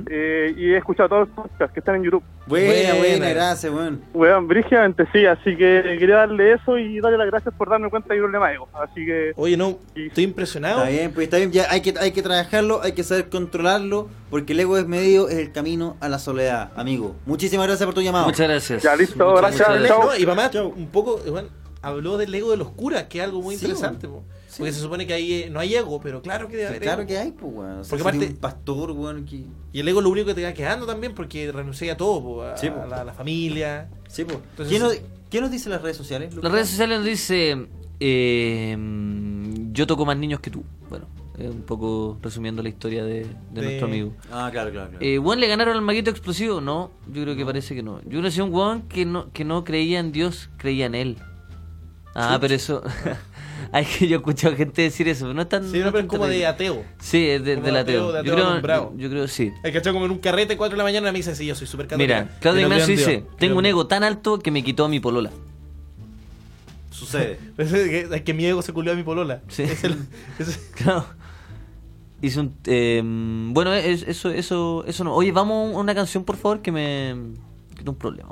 Speaker 17: eh, y he escuchado todos los podcasts que están en YouTube.
Speaker 4: Buena, buena, gracias, weón.
Speaker 17: Weón, brígidamente, sí, así que quería darle eso y darle las gracias por darme cuenta de mi problema de ego. Así que,
Speaker 6: Oye, no, estoy impresionado.
Speaker 4: Está bien, pues está bien. Ya hay que, hay que trabajarlo, hay que saber controlarlo, porque el ego desmedido es el camino a la soledad, amigo. Muchísimas gracias por tu llamado.
Speaker 5: Muchas gracias.
Speaker 17: Ya, listo, gracias,
Speaker 6: No, y mamá, un poco, bueno, habló del ego de los curas, que es algo muy interesante. po. Porque se supone que ahí eh, no hay ego, pero claro que debe haber
Speaker 4: Claro
Speaker 6: ego.
Speaker 4: que hay, pues, weón. O sea,
Speaker 6: Porque
Speaker 4: sería
Speaker 6: aparte-
Speaker 4: un pastor, weón, que...
Speaker 6: Y el ego es lo único que te va quedando también, porque renuncié a todo, po, a,
Speaker 4: Sí, po.
Speaker 6: a la, a la familia.
Speaker 4: Sí, pues.
Speaker 6: Entonces-
Speaker 4: ¿Qué, nos, qué nos dicen las redes sociales? Lucas?
Speaker 5: Las redes sociales nos dice eh, mm, yo toco más niños que tú. Bueno, eh, un poco resumiendo la historia de, de
Speaker 4: De-
Speaker 5: nuestro amigo.
Speaker 4: Ah, claro, claro, claro.
Speaker 5: Eh, weón, le ganaron al maguito explosivo, no, yo creo que parece que no. Yo conocí a un weón que no, que no creía en Dios, creía en él. Ah,
Speaker 6: Chucha.
Speaker 5: pero eso. Hay que yo he escuchado gente decir eso, pero no es tan.
Speaker 6: Sí,
Speaker 5: no
Speaker 6: no, pero
Speaker 5: es tan
Speaker 6: es como de
Speaker 5: terrible.
Speaker 6: ateo.
Speaker 5: Sí, es de-
Speaker 6: Como
Speaker 5: del
Speaker 6: de
Speaker 5: ateo.
Speaker 6: ateo, de
Speaker 5: yo,
Speaker 6: ateo
Speaker 5: creo,
Speaker 6: alumbrado.
Speaker 5: yo creo sí.
Speaker 6: Hay que como en un carrete 4 de la mañana me dicen, sí, yo soy súper católico.
Speaker 5: Mira, Claudio Ignacio dice: Tengo un ego tan alto que me quitó a mi polola.
Speaker 4: Sucede.
Speaker 6: Es que, es que mi ego se culió a mi polola.
Speaker 5: Sí.
Speaker 6: Es el- es-
Speaker 5: Claro. Hice un. eh, bueno, es- eso, eso, eso no. Oye, vamos a una canción, por favor, que me. Que tengo un problema.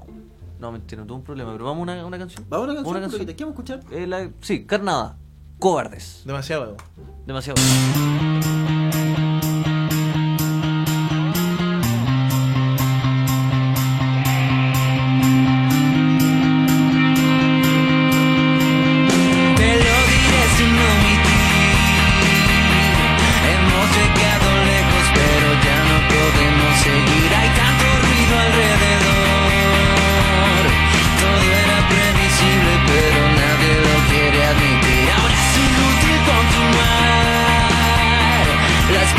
Speaker 5: No, mentira, no tengo un problema, pero vamos a una, una canción.
Speaker 4: Vamos a una canción, porque te queremos escuchar.
Speaker 5: Eh, la- sí, Carnada. Cobardes.
Speaker 6: Demasiado ego.
Speaker 5: Demasiado.
Speaker 18: Te lo diré sin omitir. Hemos llegado lejos, pero ya no podemos seguir. Hay tanto ruido alrededor. Todo era previsible, pero nadie lo quiere admitir. Ahora es inútil continuar. Las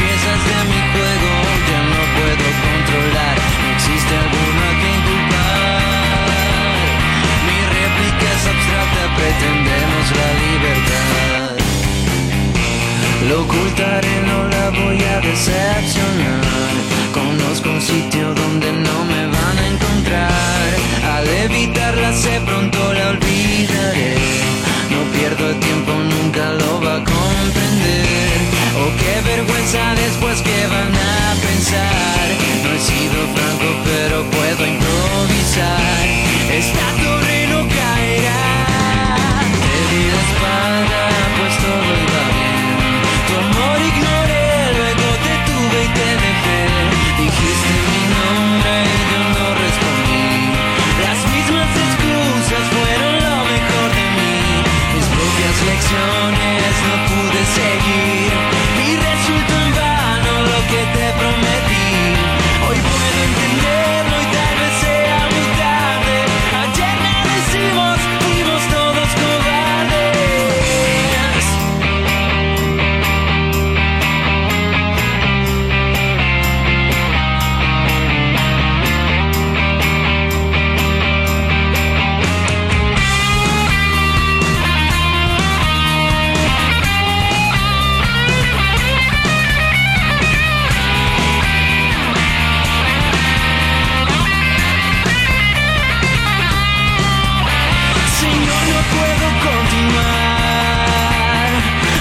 Speaker 18: Oh, vergüenza después que van a pensar. No he sido franco, pero puedo improvisar. Esta torre no caerá. Te di la espalda, pues todo iba bien. Tu amor ignoré, luego te tuve y te dejé. Dijiste mi nombre y yo no respondí. Las mismas excusas fueron lo mejor de mí. Mis propias lecciones no pude seguir. Y resultó en vano lo que te prometí. Hoy puedo entenderlo y tal vez sea muy tarde. Ayer nada hicimos, fuimos todos cobardes. Señor, no puedo continuar.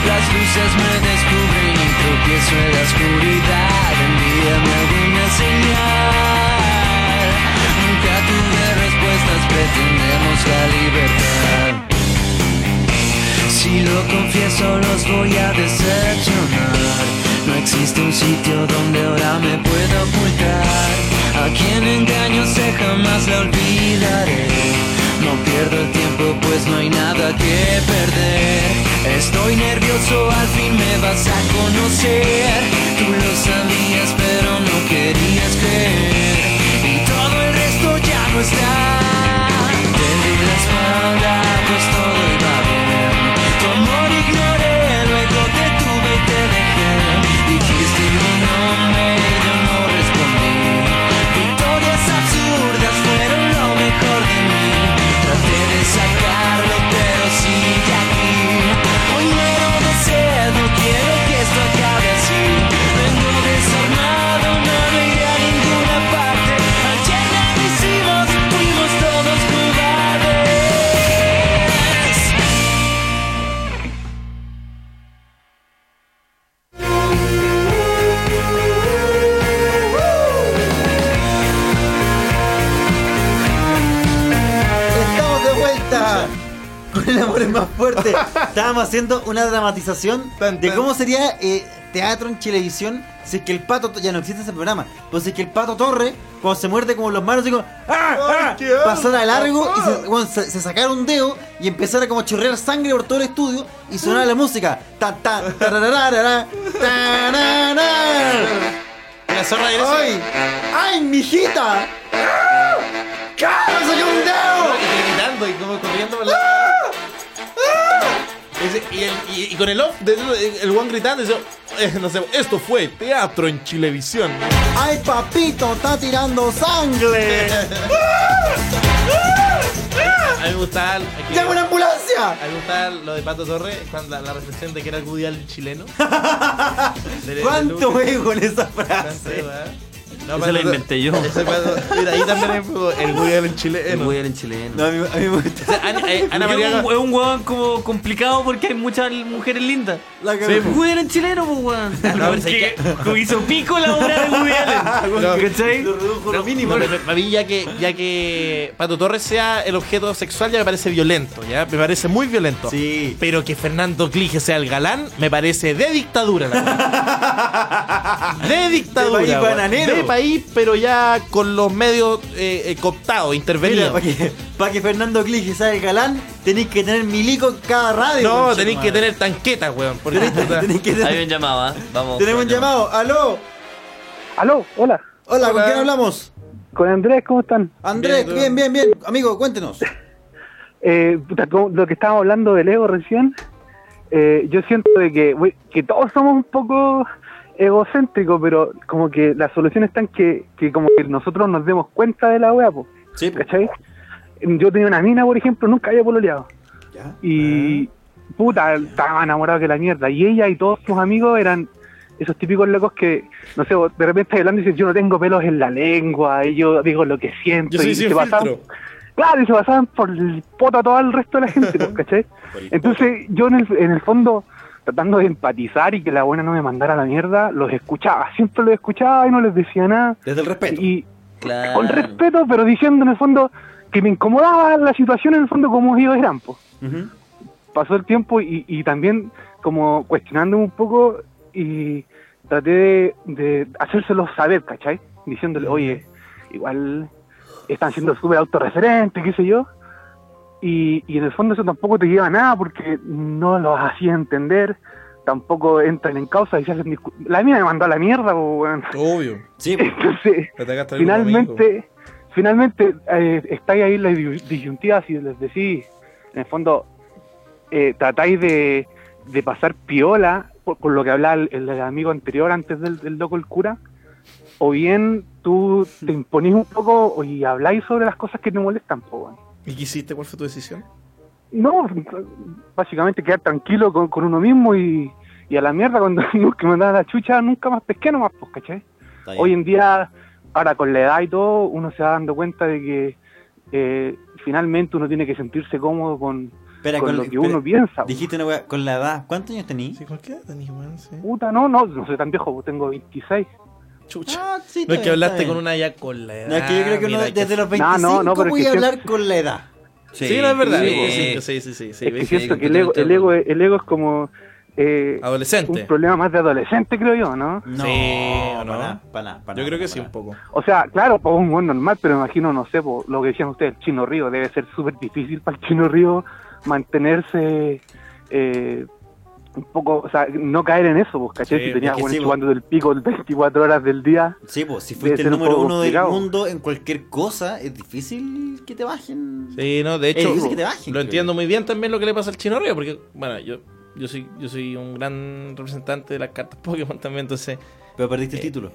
Speaker 18: Las luces me descubren y tropiezo en la oscuridad. Envíame alguna señal. Nunca tuve respuestas, pretendemos la libertad. Si lo confieso, los voy a decepcionar. No existe un sitio donde ahora me pueda ocultar. A quien engaño sé jamás la olvidaré. No pierdo el tiempo, pues no hay nada que perder. Estoy nervioso, al fin me vas a conocer. Tú lo sabías, pero no querías creer. Y todo el resto ya no está. Te di la espalda, pues todo iba bien. Tu amor ignoré, luego te tuve y te dejé. Dijiste mi nombre, y yo no respondí. Victorias absurdas fueron lo mejor de mí. Traté de sacarlo, pero sigue aquí. Hoy muero de sed, no quiero que esto acabe así. Vengo desarmado, no me iré a ninguna parte. Ayer nada hicimos, fuimos todos cobardes.
Speaker 4: ¡Estamos de vuelta! Con el amor es más fuerte. Estábamos haciendo una dramatización de cómo sería eh, teatro en televisión si es que el pato. Ya no existe ese programa. Pues si es que el pato Torre, cuando se muerde como los manos, digo, ¡ah! ah", pasara de largo y se, bueno, se- se sacara un dedo y empezara como a chorrear sangre por todo el estudio y sonara la música. Ta, ta, tarararara, tararara.
Speaker 6: La zorra de
Speaker 4: ¡Ay! ¡Ay, mijita! ¡Me salió un dedo!
Speaker 6: Y gritando y como corriendo por la-
Speaker 4: ¡Ah!
Speaker 6: Ese- Y, el- y- y con el off, de- el one gritando, y yo, eh, no sé, esto fue teatro en Chilevisión.
Speaker 4: ¡Ay, papito! ¡Está tirando sangre! ¡Ah!
Speaker 6: A mí me gustaba.
Speaker 4: ¡Llama una ambulancia!
Speaker 6: A mí me gustaba lo de Pato Torre, cuando la, la reflexión de que era el Woody Allen chileno.
Speaker 4: ¿Cuánto
Speaker 6: ego
Speaker 4: ego en esa frase?
Speaker 6: No,
Speaker 5: Esa la inventé yo.
Speaker 6: este Ese Pato- mira, ahí también hay como el Woody Allen chileno.
Speaker 5: El Woody Allen chileno.
Speaker 4: No, a mí, a mí me gusta.
Speaker 5: O sea, Ana, eh, Ana
Speaker 6: Y
Speaker 5: María
Speaker 6: un-
Speaker 5: es un, huevón como complicado porque hay muchas mujeres lindas.
Speaker 4: La
Speaker 5: Sí,
Speaker 6: cagó.
Speaker 5: Woody Allen chileno, pues, weón.
Speaker 6: No, pero sé
Speaker 5: que,
Speaker 6: que-
Speaker 5: como hizo pico la obra de Woody Allen.
Speaker 6: No,
Speaker 5: ¿Cachai?
Speaker 6: No, no, pero a mí ya que, ya que Pato Torres sea el objeto sexual ya me parece violento, ya me parece muy violento.
Speaker 4: Sí.
Speaker 6: Pero que Fernando Clige sea el galán me parece de dictadura. la weá. de dictadura.
Speaker 4: De país
Speaker 6: weá.
Speaker 4: bananero.
Speaker 6: De Este país, pero ya con los medios eh, eh, cooptados, intervenidos.
Speaker 4: Mira, para que, pa' que Fernando Clige sea el galán, tenéis que tener milico en cada radio.
Speaker 6: no,
Speaker 4: conchetumare.
Speaker 6: tenéis que tener tanquetas, weón. porque puta.
Speaker 5: Hay un llamado, ¿ah? Vamos.
Speaker 4: Tenemos un llamado. ¡Aló!
Speaker 12: Aló, hola.
Speaker 4: Hola, ¿con quién hablamos?
Speaker 12: Con Andrés, ¿cómo están?
Speaker 4: Andrés, bien,
Speaker 12: Bien,
Speaker 4: bien, bien. Amigo, cuéntenos.
Speaker 12: Eh, puta, como lo que estábamos hablando del ego recién, eh, yo siento de que, güey, que todos somos un poco egocéntricos, pero como que la solución está en que, que como que nosotros nos demos cuenta de la wea, po, ¿cachai? Yo tenía una mina, por ejemplo, nunca había pololeado. Y puta, estaba más enamorado que la mierda. Y ella y todos sus amigos eran esos típicos locos que, no sé, vos de repente estás hablando y dices, yo no tengo pelos en la lengua, y yo digo lo que siento.
Speaker 6: Yo soy
Speaker 12: y
Speaker 6: sin
Speaker 12: se pasaban-
Speaker 6: filtro.
Speaker 12: Claro, y se pasaban por el poto a todo el resto de la gente, pues, ¿cachai? Entonces, yo en el, en el fondo
Speaker 19: tratando de empatizar y que la buena no me mandara a la mierda, los escuchaba, siempre los escuchaba y no les decía nada.
Speaker 5: Desde el respeto.
Speaker 19: Y con respeto, pero diciendo en el fondo que me incomodaba la situación en el fondo como ellos eran. po. Pasó el tiempo y, y también como cuestionándome un poco y traté de, de hacérselo saber, ¿cachai? Diciéndole, oye, igual están siendo súper autorreferentes, qué sé yo. Y, y en el fondo eso tampoco te lleva a nada porque no los hacía entender, tampoco entran en causa y se hacen discu- La mía me mandó a la mierda, po, weón.
Speaker 20: Obvio. Sí,
Speaker 19: Entonces,
Speaker 20: Atacaste a algún
Speaker 19: finalmente, finalmente eh, estáis ahí en la disyun- disyuntiva si les decís, en el fondo, eh, tratáis de, de pasar piola por, por lo que hablaba el, el amigo anterior antes del, del loco el cura, o bien tú te
Speaker 6: Hmm.
Speaker 19: imponís un poco y habláis sobre las cosas que te molestan, po, weón.
Speaker 6: ¿Y qué hiciste? ¿Cuál fue tu decisión?
Speaker 19: No, básicamente quedar tranquilo con, con uno mismo y, y a la mierda cuando nunca me daba la chucha, nunca más pesqué nomás, pues, ¿cachai?
Speaker 17: Está bien.
Speaker 19: Hoy en día, ahora con la edad y todo, uno se va dando cuenta de que eh, finalmente uno tiene que sentirse cómodo con,
Speaker 4: Espera,
Speaker 19: con
Speaker 4: con-
Speaker 19: lo que
Speaker 4: espera.
Speaker 19: uno piensa.
Speaker 4: Dijiste una weá, con la edad, ¿cuántos años tenías?
Speaker 6: Sí, ¿con qué edad tenías, weón? Sí.
Speaker 19: Puta, no, no, no soy tan viejo, pues, tengo 26.
Speaker 6: Chucha.
Speaker 4: Ah, sí,
Speaker 6: no es
Speaker 4: está
Speaker 6: que
Speaker 4: bien,
Speaker 6: hablaste
Speaker 4: está
Speaker 6: con
Speaker 4: bien.
Speaker 6: una ya con la edad.
Speaker 4: No, es que yo creo que uno
Speaker 6: mira,
Speaker 4: desde los
Speaker 19: No,
Speaker 4: 25
Speaker 19: no, no, pero es
Speaker 4: voy
Speaker 19: que
Speaker 4: a
Speaker 19: siempre-
Speaker 4: hablar con la edad.
Speaker 6: Sí, no es verdad.
Speaker 19: sí,
Speaker 6: Sí, sí,
Speaker 19: sí.
Speaker 6: sí, sí, sí, sí,
Speaker 19: es que
Speaker 6: ves,
Speaker 19: siento
Speaker 6: sí,
Speaker 19: que el ego, el, ego, el ego es como... eh,
Speaker 6: Adolescente.
Speaker 19: Un problema más de adolescente, creo yo, ¿no?
Speaker 4: No,
Speaker 6: Sí,
Speaker 4: para nada,
Speaker 6: ¿no?
Speaker 4: para nada, para
Speaker 6: Yo
Speaker 4: nada,
Speaker 6: creo que
Speaker 4: para
Speaker 6: sí, un poco.
Speaker 19: O sea, claro, para un buen normal, pero imagino, no sé, po, lo que decían ustedes, el Chino Río, debe ser súper difícil para el Chino Río mantenerse eh, un poco, o sea, no caer en eso, pues, ¿cachai?
Speaker 4: Sí,
Speaker 19: si tenías
Speaker 4: es que
Speaker 19: bueno,
Speaker 4: sí, po.
Speaker 19: jugando del pico 24 horas del día.
Speaker 4: Sí, pues, si
Speaker 19: debe
Speaker 4: fuiste el
Speaker 19: ser un
Speaker 4: número
Speaker 19: poco
Speaker 4: uno del
Speaker 19: complicado.
Speaker 4: mundo en cualquier cosa, es difícil que te bajen.
Speaker 6: Sí, no, de
Speaker 4: Es
Speaker 5: Eh,
Speaker 6: hecho,
Speaker 4: difícil que te bajen,
Speaker 6: lo
Speaker 4: creo.
Speaker 6: entiendo muy bien también lo que le pasa al Chino Río, porque, bueno, yo, yo, soy, yo soy un gran representante de las cartas Pokémon también, entonces... eh,
Speaker 4: Pero perdiste el título.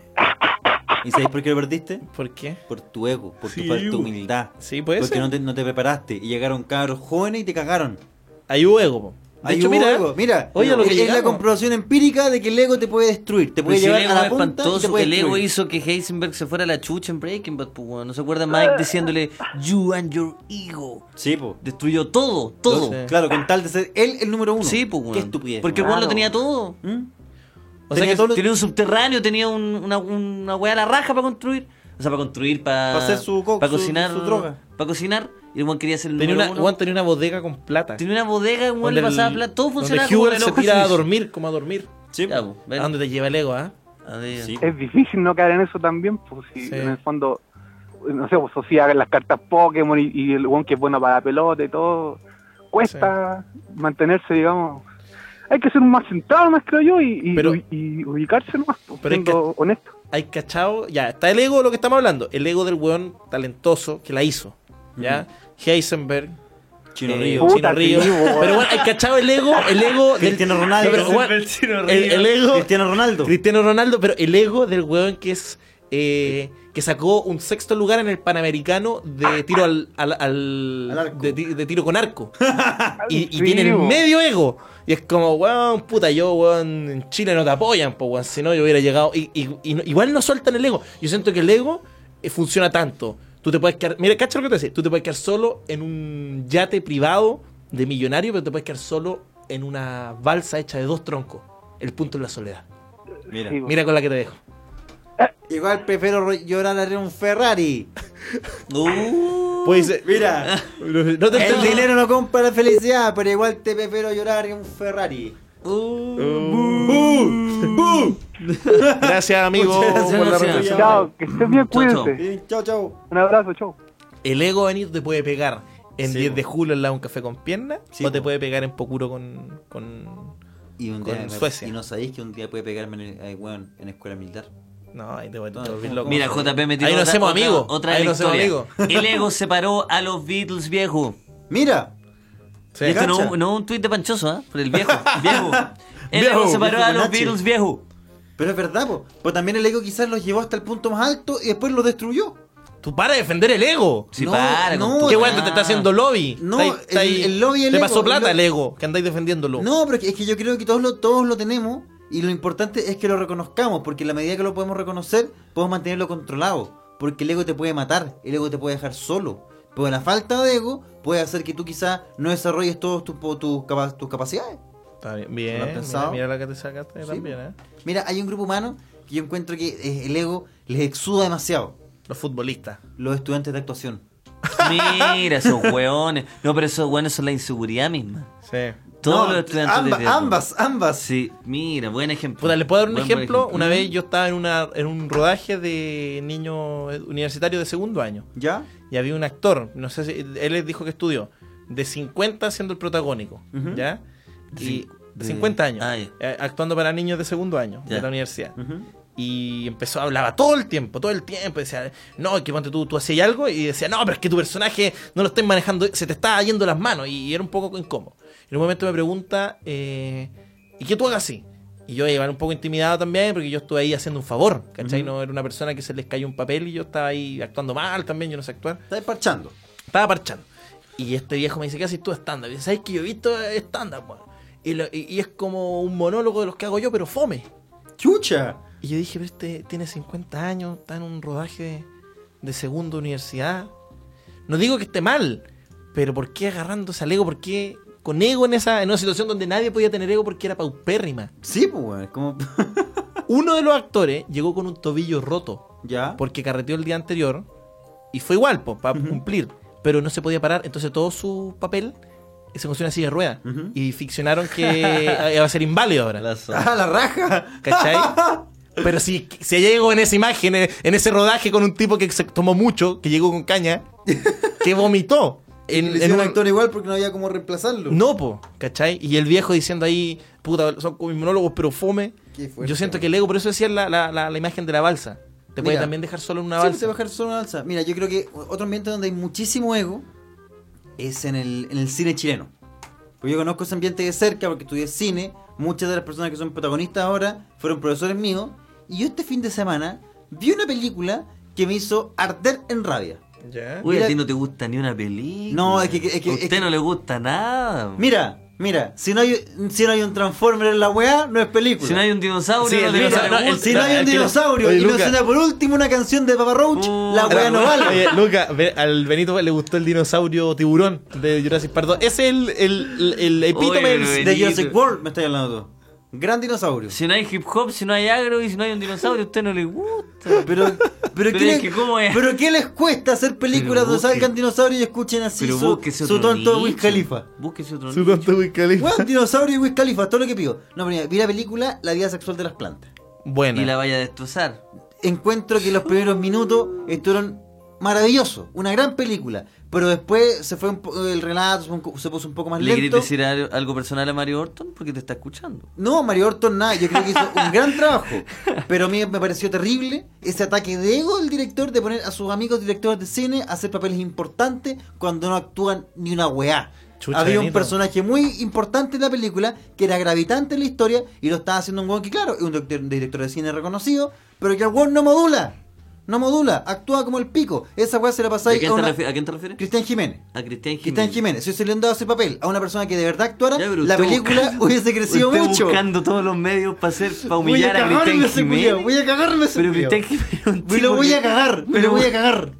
Speaker 4: ¿Y sabéis por qué lo perdiste?
Speaker 6: ¿Por qué?
Speaker 4: Por tu ego, por
Speaker 6: Sí,
Speaker 4: tu falta de
Speaker 6: yo.
Speaker 4: humildad.
Speaker 6: Sí, puede
Speaker 4: Porque
Speaker 6: ser.
Speaker 4: no te, no te preparaste y llegaron cabros jóvenes y te cagaron.
Speaker 6: Hay hubo ego, po. De
Speaker 4: Hay
Speaker 6: hecho,
Speaker 4: hubo
Speaker 6: mira,
Speaker 4: ego. mira
Speaker 6: oye, a lo que
Speaker 4: es la
Speaker 6: llegamos.
Speaker 4: comprobación empírica de que el ego te puede destruir, te puede
Speaker 5: Pero
Speaker 4: llevar
Speaker 5: si el
Speaker 4: a
Speaker 5: ego
Speaker 4: la
Speaker 5: es
Speaker 4: punta y te
Speaker 5: espantoso.
Speaker 4: puede
Speaker 5: El ego
Speaker 4: destruir.
Speaker 5: hizo que Heisenberg se fuera a la chucha en Breaking Bad, pues, weón. ¿No se acuerda Mike diciéndole, You and your ego?
Speaker 4: Sí, po.
Speaker 5: Destruyó todo, todo.
Speaker 4: Sí. Claro, con tal de ser él el número uno.
Speaker 5: Sí, pues, weón.
Speaker 4: Qué estupidez.
Speaker 5: Porque el weón lo
Speaker 4: Claro. ¿Mm?
Speaker 5: tenía todo. O
Speaker 4: Tenía
Speaker 5: sea, que
Speaker 4: todo lo-
Speaker 5: tenía un subterráneo, tenía un- una, una weá a la raja para construir. O sea, para construir, para.
Speaker 6: Para hacer su co-
Speaker 5: Para
Speaker 6: su-
Speaker 5: cocinar.
Speaker 6: su droga.
Speaker 5: Para cocinar. Y el weón quería ser el
Speaker 6: Tenía
Speaker 5: número
Speaker 6: una,
Speaker 5: uno.
Speaker 6: weón, tenía una bodega con plata.
Speaker 5: Tenía una bodega, weón,
Speaker 6: Donde
Speaker 5: le
Speaker 6: el-
Speaker 5: pasaba plata. Todo
Speaker 6: donde
Speaker 5: funcionaba como
Speaker 6: Hubert
Speaker 5: el
Speaker 6: se
Speaker 5: reloj.
Speaker 6: tira a dormir, como a dormir.
Speaker 5: Sí,
Speaker 6: ¿A dónde te lleva el ego, ah?
Speaker 19: Es difícil no caer en eso también, pues, si en el fondo, no sé, pues, o sea, las cartas Pokémon y, y el one que es bueno para la pelota y todo, cuesta mantenerse, digamos... Hay que ser más centrado, más creo yo, y, y- y ubicarse nomás, pues,
Speaker 6: Pero es que-
Speaker 19: siendo honesto.
Speaker 6: hay cachado, ya, está el ego de lo que estamos hablando, el ego del weón talentoso que la hizo, ¿ya? Heisenberg,
Speaker 4: Chino
Speaker 6: eh,
Speaker 4: Río.
Speaker 6: Chino
Speaker 4: Puta,
Speaker 6: Río.
Speaker 4: sí, weón.
Speaker 6: pero bueno, hay cachado el ego, el ego del
Speaker 4: Cristiano Ronaldo.
Speaker 6: No, pero, weón,
Speaker 4: Heisenberg, Chino
Speaker 6: el,
Speaker 4: Río.
Speaker 6: el ego
Speaker 4: Cristiano Ronaldo.
Speaker 6: Cristiano Ronaldo, pero el ego del weón que es eh, que sacó un sexto lugar en el Panamericano de tiro al, al- al- de, ti- de tiro con arco. y, y
Speaker 19: Sí,
Speaker 6: tiene el
Speaker 19: weón.
Speaker 6: medio ego. Y es como, weón, puta, yo, weón, en Chile no te apoyan, pues, weón, si no yo hubiera llegado. Y, y- y no- igual no sueltan el ego. Yo siento que el ego eh, funciona tanto. Tú te puedes quedar, mira, cacha lo que te decía, tú te puedes quedar solo en un yate privado de millonario, pero te puedes quedar solo en una balsa hecha de dos troncos. El punto es la soledad.
Speaker 4: Mira.
Speaker 6: Mira con la que te dejo.
Speaker 4: Igual prefiero ro- llorar arriba de un Ferrari.
Speaker 5: Uh.
Speaker 6: Pues, eh,
Speaker 4: Mira,
Speaker 6: no te entendí.
Speaker 4: el dinero no compra la felicidad, pero igual te prefiero llorar arriba de un Ferrari.
Speaker 6: Uh.
Speaker 4: Uh.
Speaker 6: Gracias, amigo.
Speaker 4: Muchas gracias,
Speaker 6: por la
Speaker 4: gracias.
Speaker 6: reflexión.
Speaker 4: Chao,
Speaker 19: que estés bien,
Speaker 6: Chao, chao.
Speaker 19: cuídense.
Speaker 4: Chao, chao.
Speaker 19: Un abrazo, chao.
Speaker 6: El ego, Benito, te puede pegar en
Speaker 4: Sí,
Speaker 6: 10
Speaker 4: po.
Speaker 6: de julio en la un café con pierna
Speaker 4: Sí,
Speaker 6: o te
Speaker 4: po.
Speaker 6: puede pegar en Pocuro con, con,
Speaker 4: Y un
Speaker 6: con
Speaker 4: día me-
Speaker 6: Suecia.
Speaker 4: Y no sabéis que un día puede pegarme en, el- eh, weón, en escuela militar.
Speaker 6: No, ahí te voy a
Speaker 4: No,
Speaker 6: volver
Speaker 4: ¿cómo-
Speaker 6: loco.
Speaker 4: cómo
Speaker 5: Mira,
Speaker 4: se-
Speaker 5: JP me tiró
Speaker 6: Ahí nos
Speaker 5: otra-
Speaker 6: hacemos
Speaker 5: otra-
Speaker 6: amigos.
Speaker 5: Otra
Speaker 6: Ahí
Speaker 5: de la
Speaker 6: nos hacemos
Speaker 5: historia.
Speaker 6: amigos.
Speaker 5: El ego separó a los Beatles viejo.
Speaker 4: Mira.
Speaker 5: Y esto no, no un tuit de panchoso, ¿ah? Por el viejo. viejo. El
Speaker 4: Viejo,
Speaker 5: ego separó
Speaker 4: viejo
Speaker 5: a
Speaker 4: con
Speaker 5: los
Speaker 4: H.
Speaker 5: Beatles viejo.
Speaker 4: Pero es verdad, po. Pero también el ego quizás los llevó hasta el punto más alto y después los destruyó.
Speaker 6: Tú para de defender el ego.
Speaker 4: Sí, No, para con no, todo.
Speaker 6: Qué bueno,
Speaker 4: ah.
Speaker 6: te está haciendo lobby.
Speaker 4: No,
Speaker 6: Está ahí- está
Speaker 4: el-
Speaker 6: ahí-
Speaker 4: el lobby del
Speaker 6: Te
Speaker 4: ego,
Speaker 6: pasó
Speaker 4: el
Speaker 6: plata
Speaker 4: lobby.
Speaker 6: el ego, que andáis defendiéndolo.
Speaker 4: No, pero es que yo creo que todos lo, todos lo tenemos y lo importante es que lo reconozcamos, porque en la medida que lo podemos reconocer, podemos mantenerlo controlado, porque el ego te puede matar, el ego te puede dejar solo, pero la falta de ego puede hacer que tú quizás no desarrolles todas tus po- tus capa- tus capacidades.
Speaker 6: Está bien. bien,
Speaker 4: ¿Lo has
Speaker 6: eh. mira,
Speaker 4: pensado?
Speaker 6: mira la que te sacaste también, ¿eh?
Speaker 4: Mira, hay un grupo humano que yo encuentro que eh, el ego les exuda demasiado.
Speaker 6: Los futbolistas.
Speaker 4: Los estudiantes de actuación.
Speaker 5: Mira, esos hueones. No, pero esos hueones son la inseguridad misma.
Speaker 6: Sí.
Speaker 5: Todos
Speaker 6: No,
Speaker 5: los estudiantes de
Speaker 6: amba-
Speaker 5: teatro.
Speaker 6: ambas, ambas.
Speaker 5: Sí, mira, buen ejemplo.
Speaker 6: Puta, ¿Les puedo dar un
Speaker 5: Buen, buen
Speaker 6: ejemplo? Una vez yo estaba en, una, en un rodaje de niño eh, universitario de segundo año.
Speaker 4: ¿Ya?
Speaker 6: Y había un actor, no sé si, él les dijo que estudió, de 50 siendo el protagónico,
Speaker 5: Ujú.
Speaker 6: ¿ya?
Speaker 5: De
Speaker 6: Y de
Speaker 5: cin- de-
Speaker 6: 50 años, eh, actuando para niños de segundo año de
Speaker 5: Ya.
Speaker 6: la universidad. Y empezó, hablaba todo el tiempo, todo el tiempo. Decía, no, que ponte tú, tú hacías algo. Y decía, no, pero es que tu personaje no lo estás manejando, se te está yendo las manos. Y, era un poco incómodo. En un momento me pregunta, eh, ¿y qué tú hagas así? Y yo iba un poco intimidado también, porque yo estuve ahí haciendo un favor, ¿cachai? No era una persona que se les cayó un papel y yo estaba ahí actuando mal también, yo no sé actuar.
Speaker 4: Estaba parchando.
Speaker 6: Estaba parchando. Y este viejo me dice, ¿qué haces tú stand-up? Y dice, ¿sabes que yo he visto stand-up, weón? Y, lo- y- y es como un monólogo de los que hago yo, pero fome.
Speaker 4: ¡Chucha!
Speaker 6: Y yo dije, pero este tiene 50 años, está en un rodaje de, de segunda universidad. No digo que esté mal, pero ¿por qué agarrándose al ego? ¿Por qué con ego en, esa, en una situación donde nadie podía tener ego porque era paupérrima?
Speaker 4: Sí, pues, weón, es como...
Speaker 6: Uno de los actores llegó con un tobillo roto.
Speaker 4: Ya.
Speaker 6: Porque carreteó el día anterior. Y fue igual, pues, para cumplir. Pero no se podía parar. Entonces todo su papel se convirtió en una silla de ruedas. Y ficcionaron que eh, va a ser inválido ahora.
Speaker 4: ¡Ah, la raja!
Speaker 6: ¿Cachai? Pero si, si llegó en esa imagen, en en ese rodaje con un tipo que se tomó mucho, que llegó con caña, que vomitó. En,
Speaker 4: Le
Speaker 6: en
Speaker 4: hicieron
Speaker 6: un-
Speaker 4: actor igual porque no había cómo reemplazarlo.
Speaker 6: No, po, ¿cachai? Y el viejo diciendo ahí, puta, son como mis monólogos, pero fome.
Speaker 4: Qué fuerte,
Speaker 6: Yo siento que el ego, por eso decía la, la- la- la imagen de la balsa. Te puede
Speaker 4: Mira.
Speaker 6: también dejar solo en una
Speaker 4: Sí,
Speaker 6: balsa.
Speaker 4: te va a dejar solo una balsa. Mira, yo creo que otro ambiente donde hay muchísimo ego es en el, en el cine chileno. Porque yo conozco ese ambiente de cerca porque estudié cine. Muchas de las personas que son protagonistas ahora fueron profesores míos. Y yo este fin de semana vi una película que me hizo arder en rabia.
Speaker 5: Uy,
Speaker 4: Mira-
Speaker 5: a ti no te gusta ni una película.
Speaker 4: No, es que- es que-
Speaker 5: A
Speaker 4: es
Speaker 5: usted no le gusta nada.
Speaker 4: Mira, mira, si no hay, si no hay un Transformer en la weá, no es película.
Speaker 5: Si no hay un dinosaurio,
Speaker 4: Sí,
Speaker 5: no te
Speaker 4: mira,
Speaker 5: gusta.
Speaker 4: no, el- si no hay
Speaker 6: el
Speaker 4: un
Speaker 6: que-
Speaker 4: dinosaurio
Speaker 6: Oye,
Speaker 4: y no
Speaker 6: Luca.
Speaker 4: suena por último una canción de Papa Roach,
Speaker 5: Oh.
Speaker 4: la weá no vale.
Speaker 6: Oye, Luca, ve- al Benito le gustó el dinosaurio tiburón de Jurassic Park 2. Es el, el, el, el epítome del-
Speaker 4: de Jurassic World, me estoy hablando tú. Gran dinosaurio.
Speaker 5: Si no hay hip hop, si no hay agro y si no hay un dinosaurio, a usted no le uh, gusta.
Speaker 4: Pero, Pero, ¿qué,
Speaker 5: es
Speaker 4: les,
Speaker 5: que cómo es.
Speaker 4: pero ¿qué les cuesta hacer películas
Speaker 5: Pero
Speaker 4: donde
Speaker 5: busque-
Speaker 4: salgan dinosaurios y escuchen así
Speaker 5: Pero
Speaker 4: su,
Speaker 5: búsquese
Speaker 4: su
Speaker 5: otro
Speaker 4: tonto Wiz
Speaker 5: nicho.
Speaker 4: Khalifa?
Speaker 5: Búsquese otro
Speaker 6: Su tonto Wiz Khalifa.
Speaker 4: Weón, dinosaurio y Wiz Khalifa, todo lo que pido. No, pero mira, vi la película La vida sexual de las plantas.
Speaker 6: Bueno.
Speaker 5: Y la vaya a destrozar.
Speaker 4: Encuentro que los primeros minutos estuvieron maravillosos, una gran película. Pero después se fue un po- el relato, se fue un co- se puso un poco más
Speaker 5: ¿Le querés
Speaker 4: lento.
Speaker 5: decir al- algo personal a Mario Orton? Porque te está escuchando.
Speaker 4: No, Mario Orton nada, yo creo que hizo un gran trabajo. Pero a mí me pareció terrible ese ataque de ego del director de poner a sus amigos directores de cine a hacer papeles importantes cuando no actúan ni una weá.
Speaker 6: Chucha,
Speaker 4: Había un
Speaker 6: Benito.
Speaker 4: personaje muy importante en la película que era gravitante en la historia y lo estaba haciendo un weón que, claro, es un doctor- director de cine reconocido, pero que el weón no modula. No modula, actúa como el pico. Esa weá se la
Speaker 5: ¿De
Speaker 4: pasáis
Speaker 5: quién
Speaker 4: a
Speaker 5: te
Speaker 4: una-
Speaker 5: refi- ¿A quién te refieres?
Speaker 4: Cristian Jiménez.
Speaker 5: A Cristian Jiménez.
Speaker 4: Cristian Jiménez, si se le han dado ese papel a una persona que de verdad actuara,
Speaker 5: Ya, pero
Speaker 4: la
Speaker 5: usted
Speaker 4: película
Speaker 5: buscando-
Speaker 4: hubiese crecido
Speaker 5: usted
Speaker 4: mucho.
Speaker 5: buscando todos los medios para hacer, para
Speaker 4: Voy a
Speaker 5: humillar a,
Speaker 4: cagarme
Speaker 5: Cristian
Speaker 4: ese
Speaker 5: Jiménez.
Speaker 4: culiao, voy a cagarme ese
Speaker 5: Pero
Speaker 4: culiao.
Speaker 5: Cristian Jiménez es un
Speaker 4: Me lo
Speaker 5: tipo
Speaker 4: voy a
Speaker 5: que-
Speaker 4: cagar, me lo voy a cagar.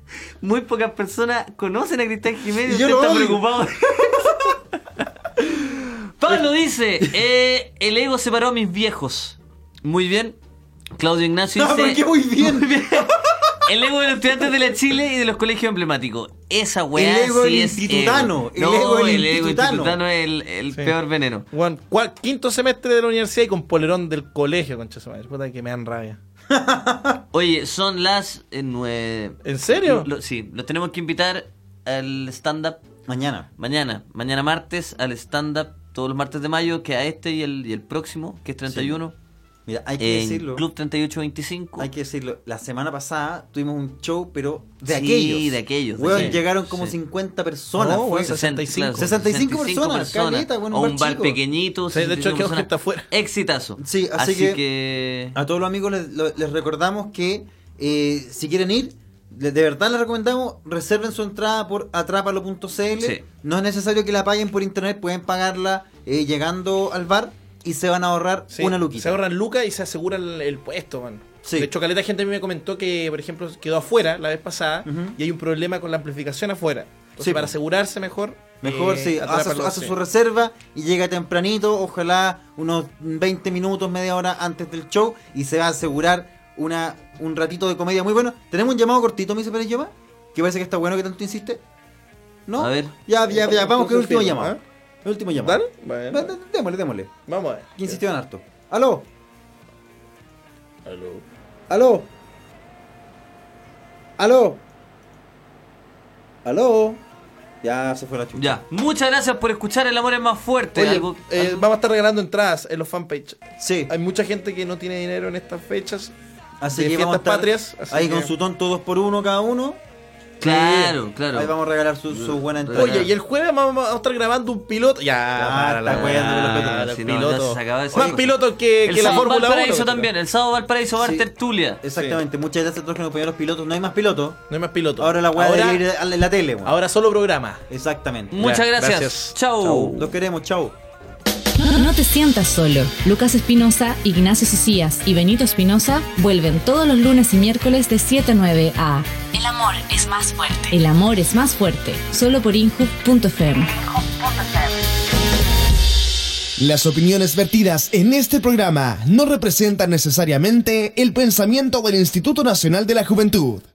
Speaker 5: Muy pocas personas conocen a Cristian Jiménez.
Speaker 4: Y yo lo
Speaker 5: usted está
Speaker 4: odio.
Speaker 5: preocupado. Pablo dice, eh, el ego separó a mis viejos. Muy bien. Claudio Ignacio
Speaker 4: No,
Speaker 5: dice...
Speaker 4: porque muy bien.
Speaker 5: El ego de los estudiantes de la Chile y de los colegios emblemáticos. Esa weá
Speaker 4: El ego
Speaker 5: sí
Speaker 4: del
Speaker 5: es
Speaker 4: institutano,
Speaker 5: ego.
Speaker 4: el
Speaker 5: No,
Speaker 4: ego del
Speaker 5: ego
Speaker 4: institutano.
Speaker 5: institutano es el, el peor veneno.
Speaker 6: Juan, cual- quinto semestre de la universidad y con polerón del colegio, concha su madre. Puta que me dan rabia.
Speaker 5: Oye, son las eh, nueve.
Speaker 6: ¿En serio?
Speaker 5: Lo- sí, los tenemos que invitar al stand-up.
Speaker 4: Mañana.
Speaker 5: Mañana, mañana martes, al stand-up, todos los martes de mayo, que a este y el, y el próximo, que es 31.
Speaker 4: Mira, hay que
Speaker 5: en
Speaker 4: decirlo.
Speaker 5: Club 3825.
Speaker 4: Hay que decirlo, la semana pasada tuvimos un show, pero de
Speaker 5: Sí,
Speaker 4: aquellos.
Speaker 5: de aquellos, de
Speaker 4: Weón,
Speaker 5: aquellos,
Speaker 4: llegaron como
Speaker 5: sí. Oh,
Speaker 4: 50 personas.
Speaker 5: No,
Speaker 4: fue.
Speaker 5: weón, 65. claro,
Speaker 4: 65 personas,
Speaker 5: 65
Speaker 4: caleta, weón,
Speaker 5: o
Speaker 4: un
Speaker 5: un bar
Speaker 4: chico.
Speaker 5: pequeñito.
Speaker 4: Sí, de hecho,
Speaker 5: 65
Speaker 4: quedó gente
Speaker 5: personas. Exitazo.
Speaker 4: Sí, así,
Speaker 5: que,
Speaker 4: que, a todos los amigos les, lo- les recordamos que eh, si quieren ir, de de verdad les recomendamos, reserven su entrada por atrápalo.cl.
Speaker 5: Sí.
Speaker 4: No es necesario que la paguen por internet, pueden pagarla eh, llegando al bar y se van a ahorrar
Speaker 6: Sí,
Speaker 4: una luquita.
Speaker 6: Se ahorran lucas y se aseguran el, el puesto, man.
Speaker 4: Sí.
Speaker 6: De hecho, caleta gente a mí me comentó que, por ejemplo, quedó afuera la vez pasada
Speaker 4: Ujú.
Speaker 6: y hay un problema con la amplificación afuera. Entonces,
Speaker 4: Sí,
Speaker 6: para
Speaker 4: po.
Speaker 6: asegurarse mejor,
Speaker 4: Mejor
Speaker 5: Eh,
Speaker 4: sí, hace, su-
Speaker 5: atrápalo,
Speaker 4: hace
Speaker 5: sí.
Speaker 4: su reserva y llega tempranito, ojalá unos 20 minutos, media hora antes del show y se va a asegurar una, un ratito de comedia muy bueno. Tenemos un llamado cortito, me dice Pérez Yoma, que parece que está bueno que tanto insiste. ¿No?
Speaker 5: A ver.
Speaker 4: Ya, ya, ya, vamos con el último
Speaker 5: Consultemos,
Speaker 4: llamado. El último llamado.
Speaker 5: ¿Ah? Dale,
Speaker 4: Va, dé- Démosle, démosle.
Speaker 5: Vamos a ver.
Speaker 4: Que insistieron harto. ¡Aló! ¡Aló! ¡Aló! ¡Aló! Ya se fue la chucha.
Speaker 5: Ya. Muchas gracias por escuchar El Amor es Más Fuerte.
Speaker 19: Oye,
Speaker 5: Algo-
Speaker 19: eh, vamos a estar regalando entradas en los fanpage.
Speaker 4: Sí.
Speaker 19: Hay mucha gente que no tiene dinero en estas fechas.
Speaker 4: Así
Speaker 19: de
Speaker 4: que vamos a
Speaker 19: fiestas
Speaker 4: estar
Speaker 19: patrias. así
Speaker 4: ahí
Speaker 19: que-
Speaker 4: con su tonto dos por uno cada uno.
Speaker 5: Claro,
Speaker 4: Sí.
Speaker 5: claro.
Speaker 4: Ahí vamos a regalar su, su buena entrada.
Speaker 19: Oye, y el jueves vamos vamos a estar grabando un piloto. Ya, para la-
Speaker 4: está cuidando que lo peta.
Speaker 19: para el
Speaker 5: Ah, si no,
Speaker 19: piloto.
Speaker 5: ya se acabó de-
Speaker 19: Más piloto que,
Speaker 5: El
Speaker 19: que la
Speaker 5: sábado
Speaker 19: Fórmula 1.
Speaker 5: Valparaíso también. El sábado Valparaíso va a haber tertulia.
Speaker 4: Exactamente, muchas gracias a todos los que nos apoyaron los pilotos. No hay más pilotos.
Speaker 19: No hay más pilotos.
Speaker 4: Ahora la weá
Speaker 19: Ahora-
Speaker 4: de ir a la, la tele.
Speaker 19: Ahora solo programa.
Speaker 4: Exactamente.
Speaker 5: Muchas gracias. Chau.
Speaker 4: Los queremos, chau.
Speaker 1: No, no te sientas solo. Lucas Espinosa, Ignacio Socias y Benito Espinosa vuelven todos los lunes y miércoles de 7 a 9 a
Speaker 2: El amor es más fuerte.
Speaker 1: El amor es más fuerte, solo por inhub.fm.
Speaker 3: Las opiniones vertidas en este programa no representan necesariamente el pensamiento del Instituto Nacional de la Juventud.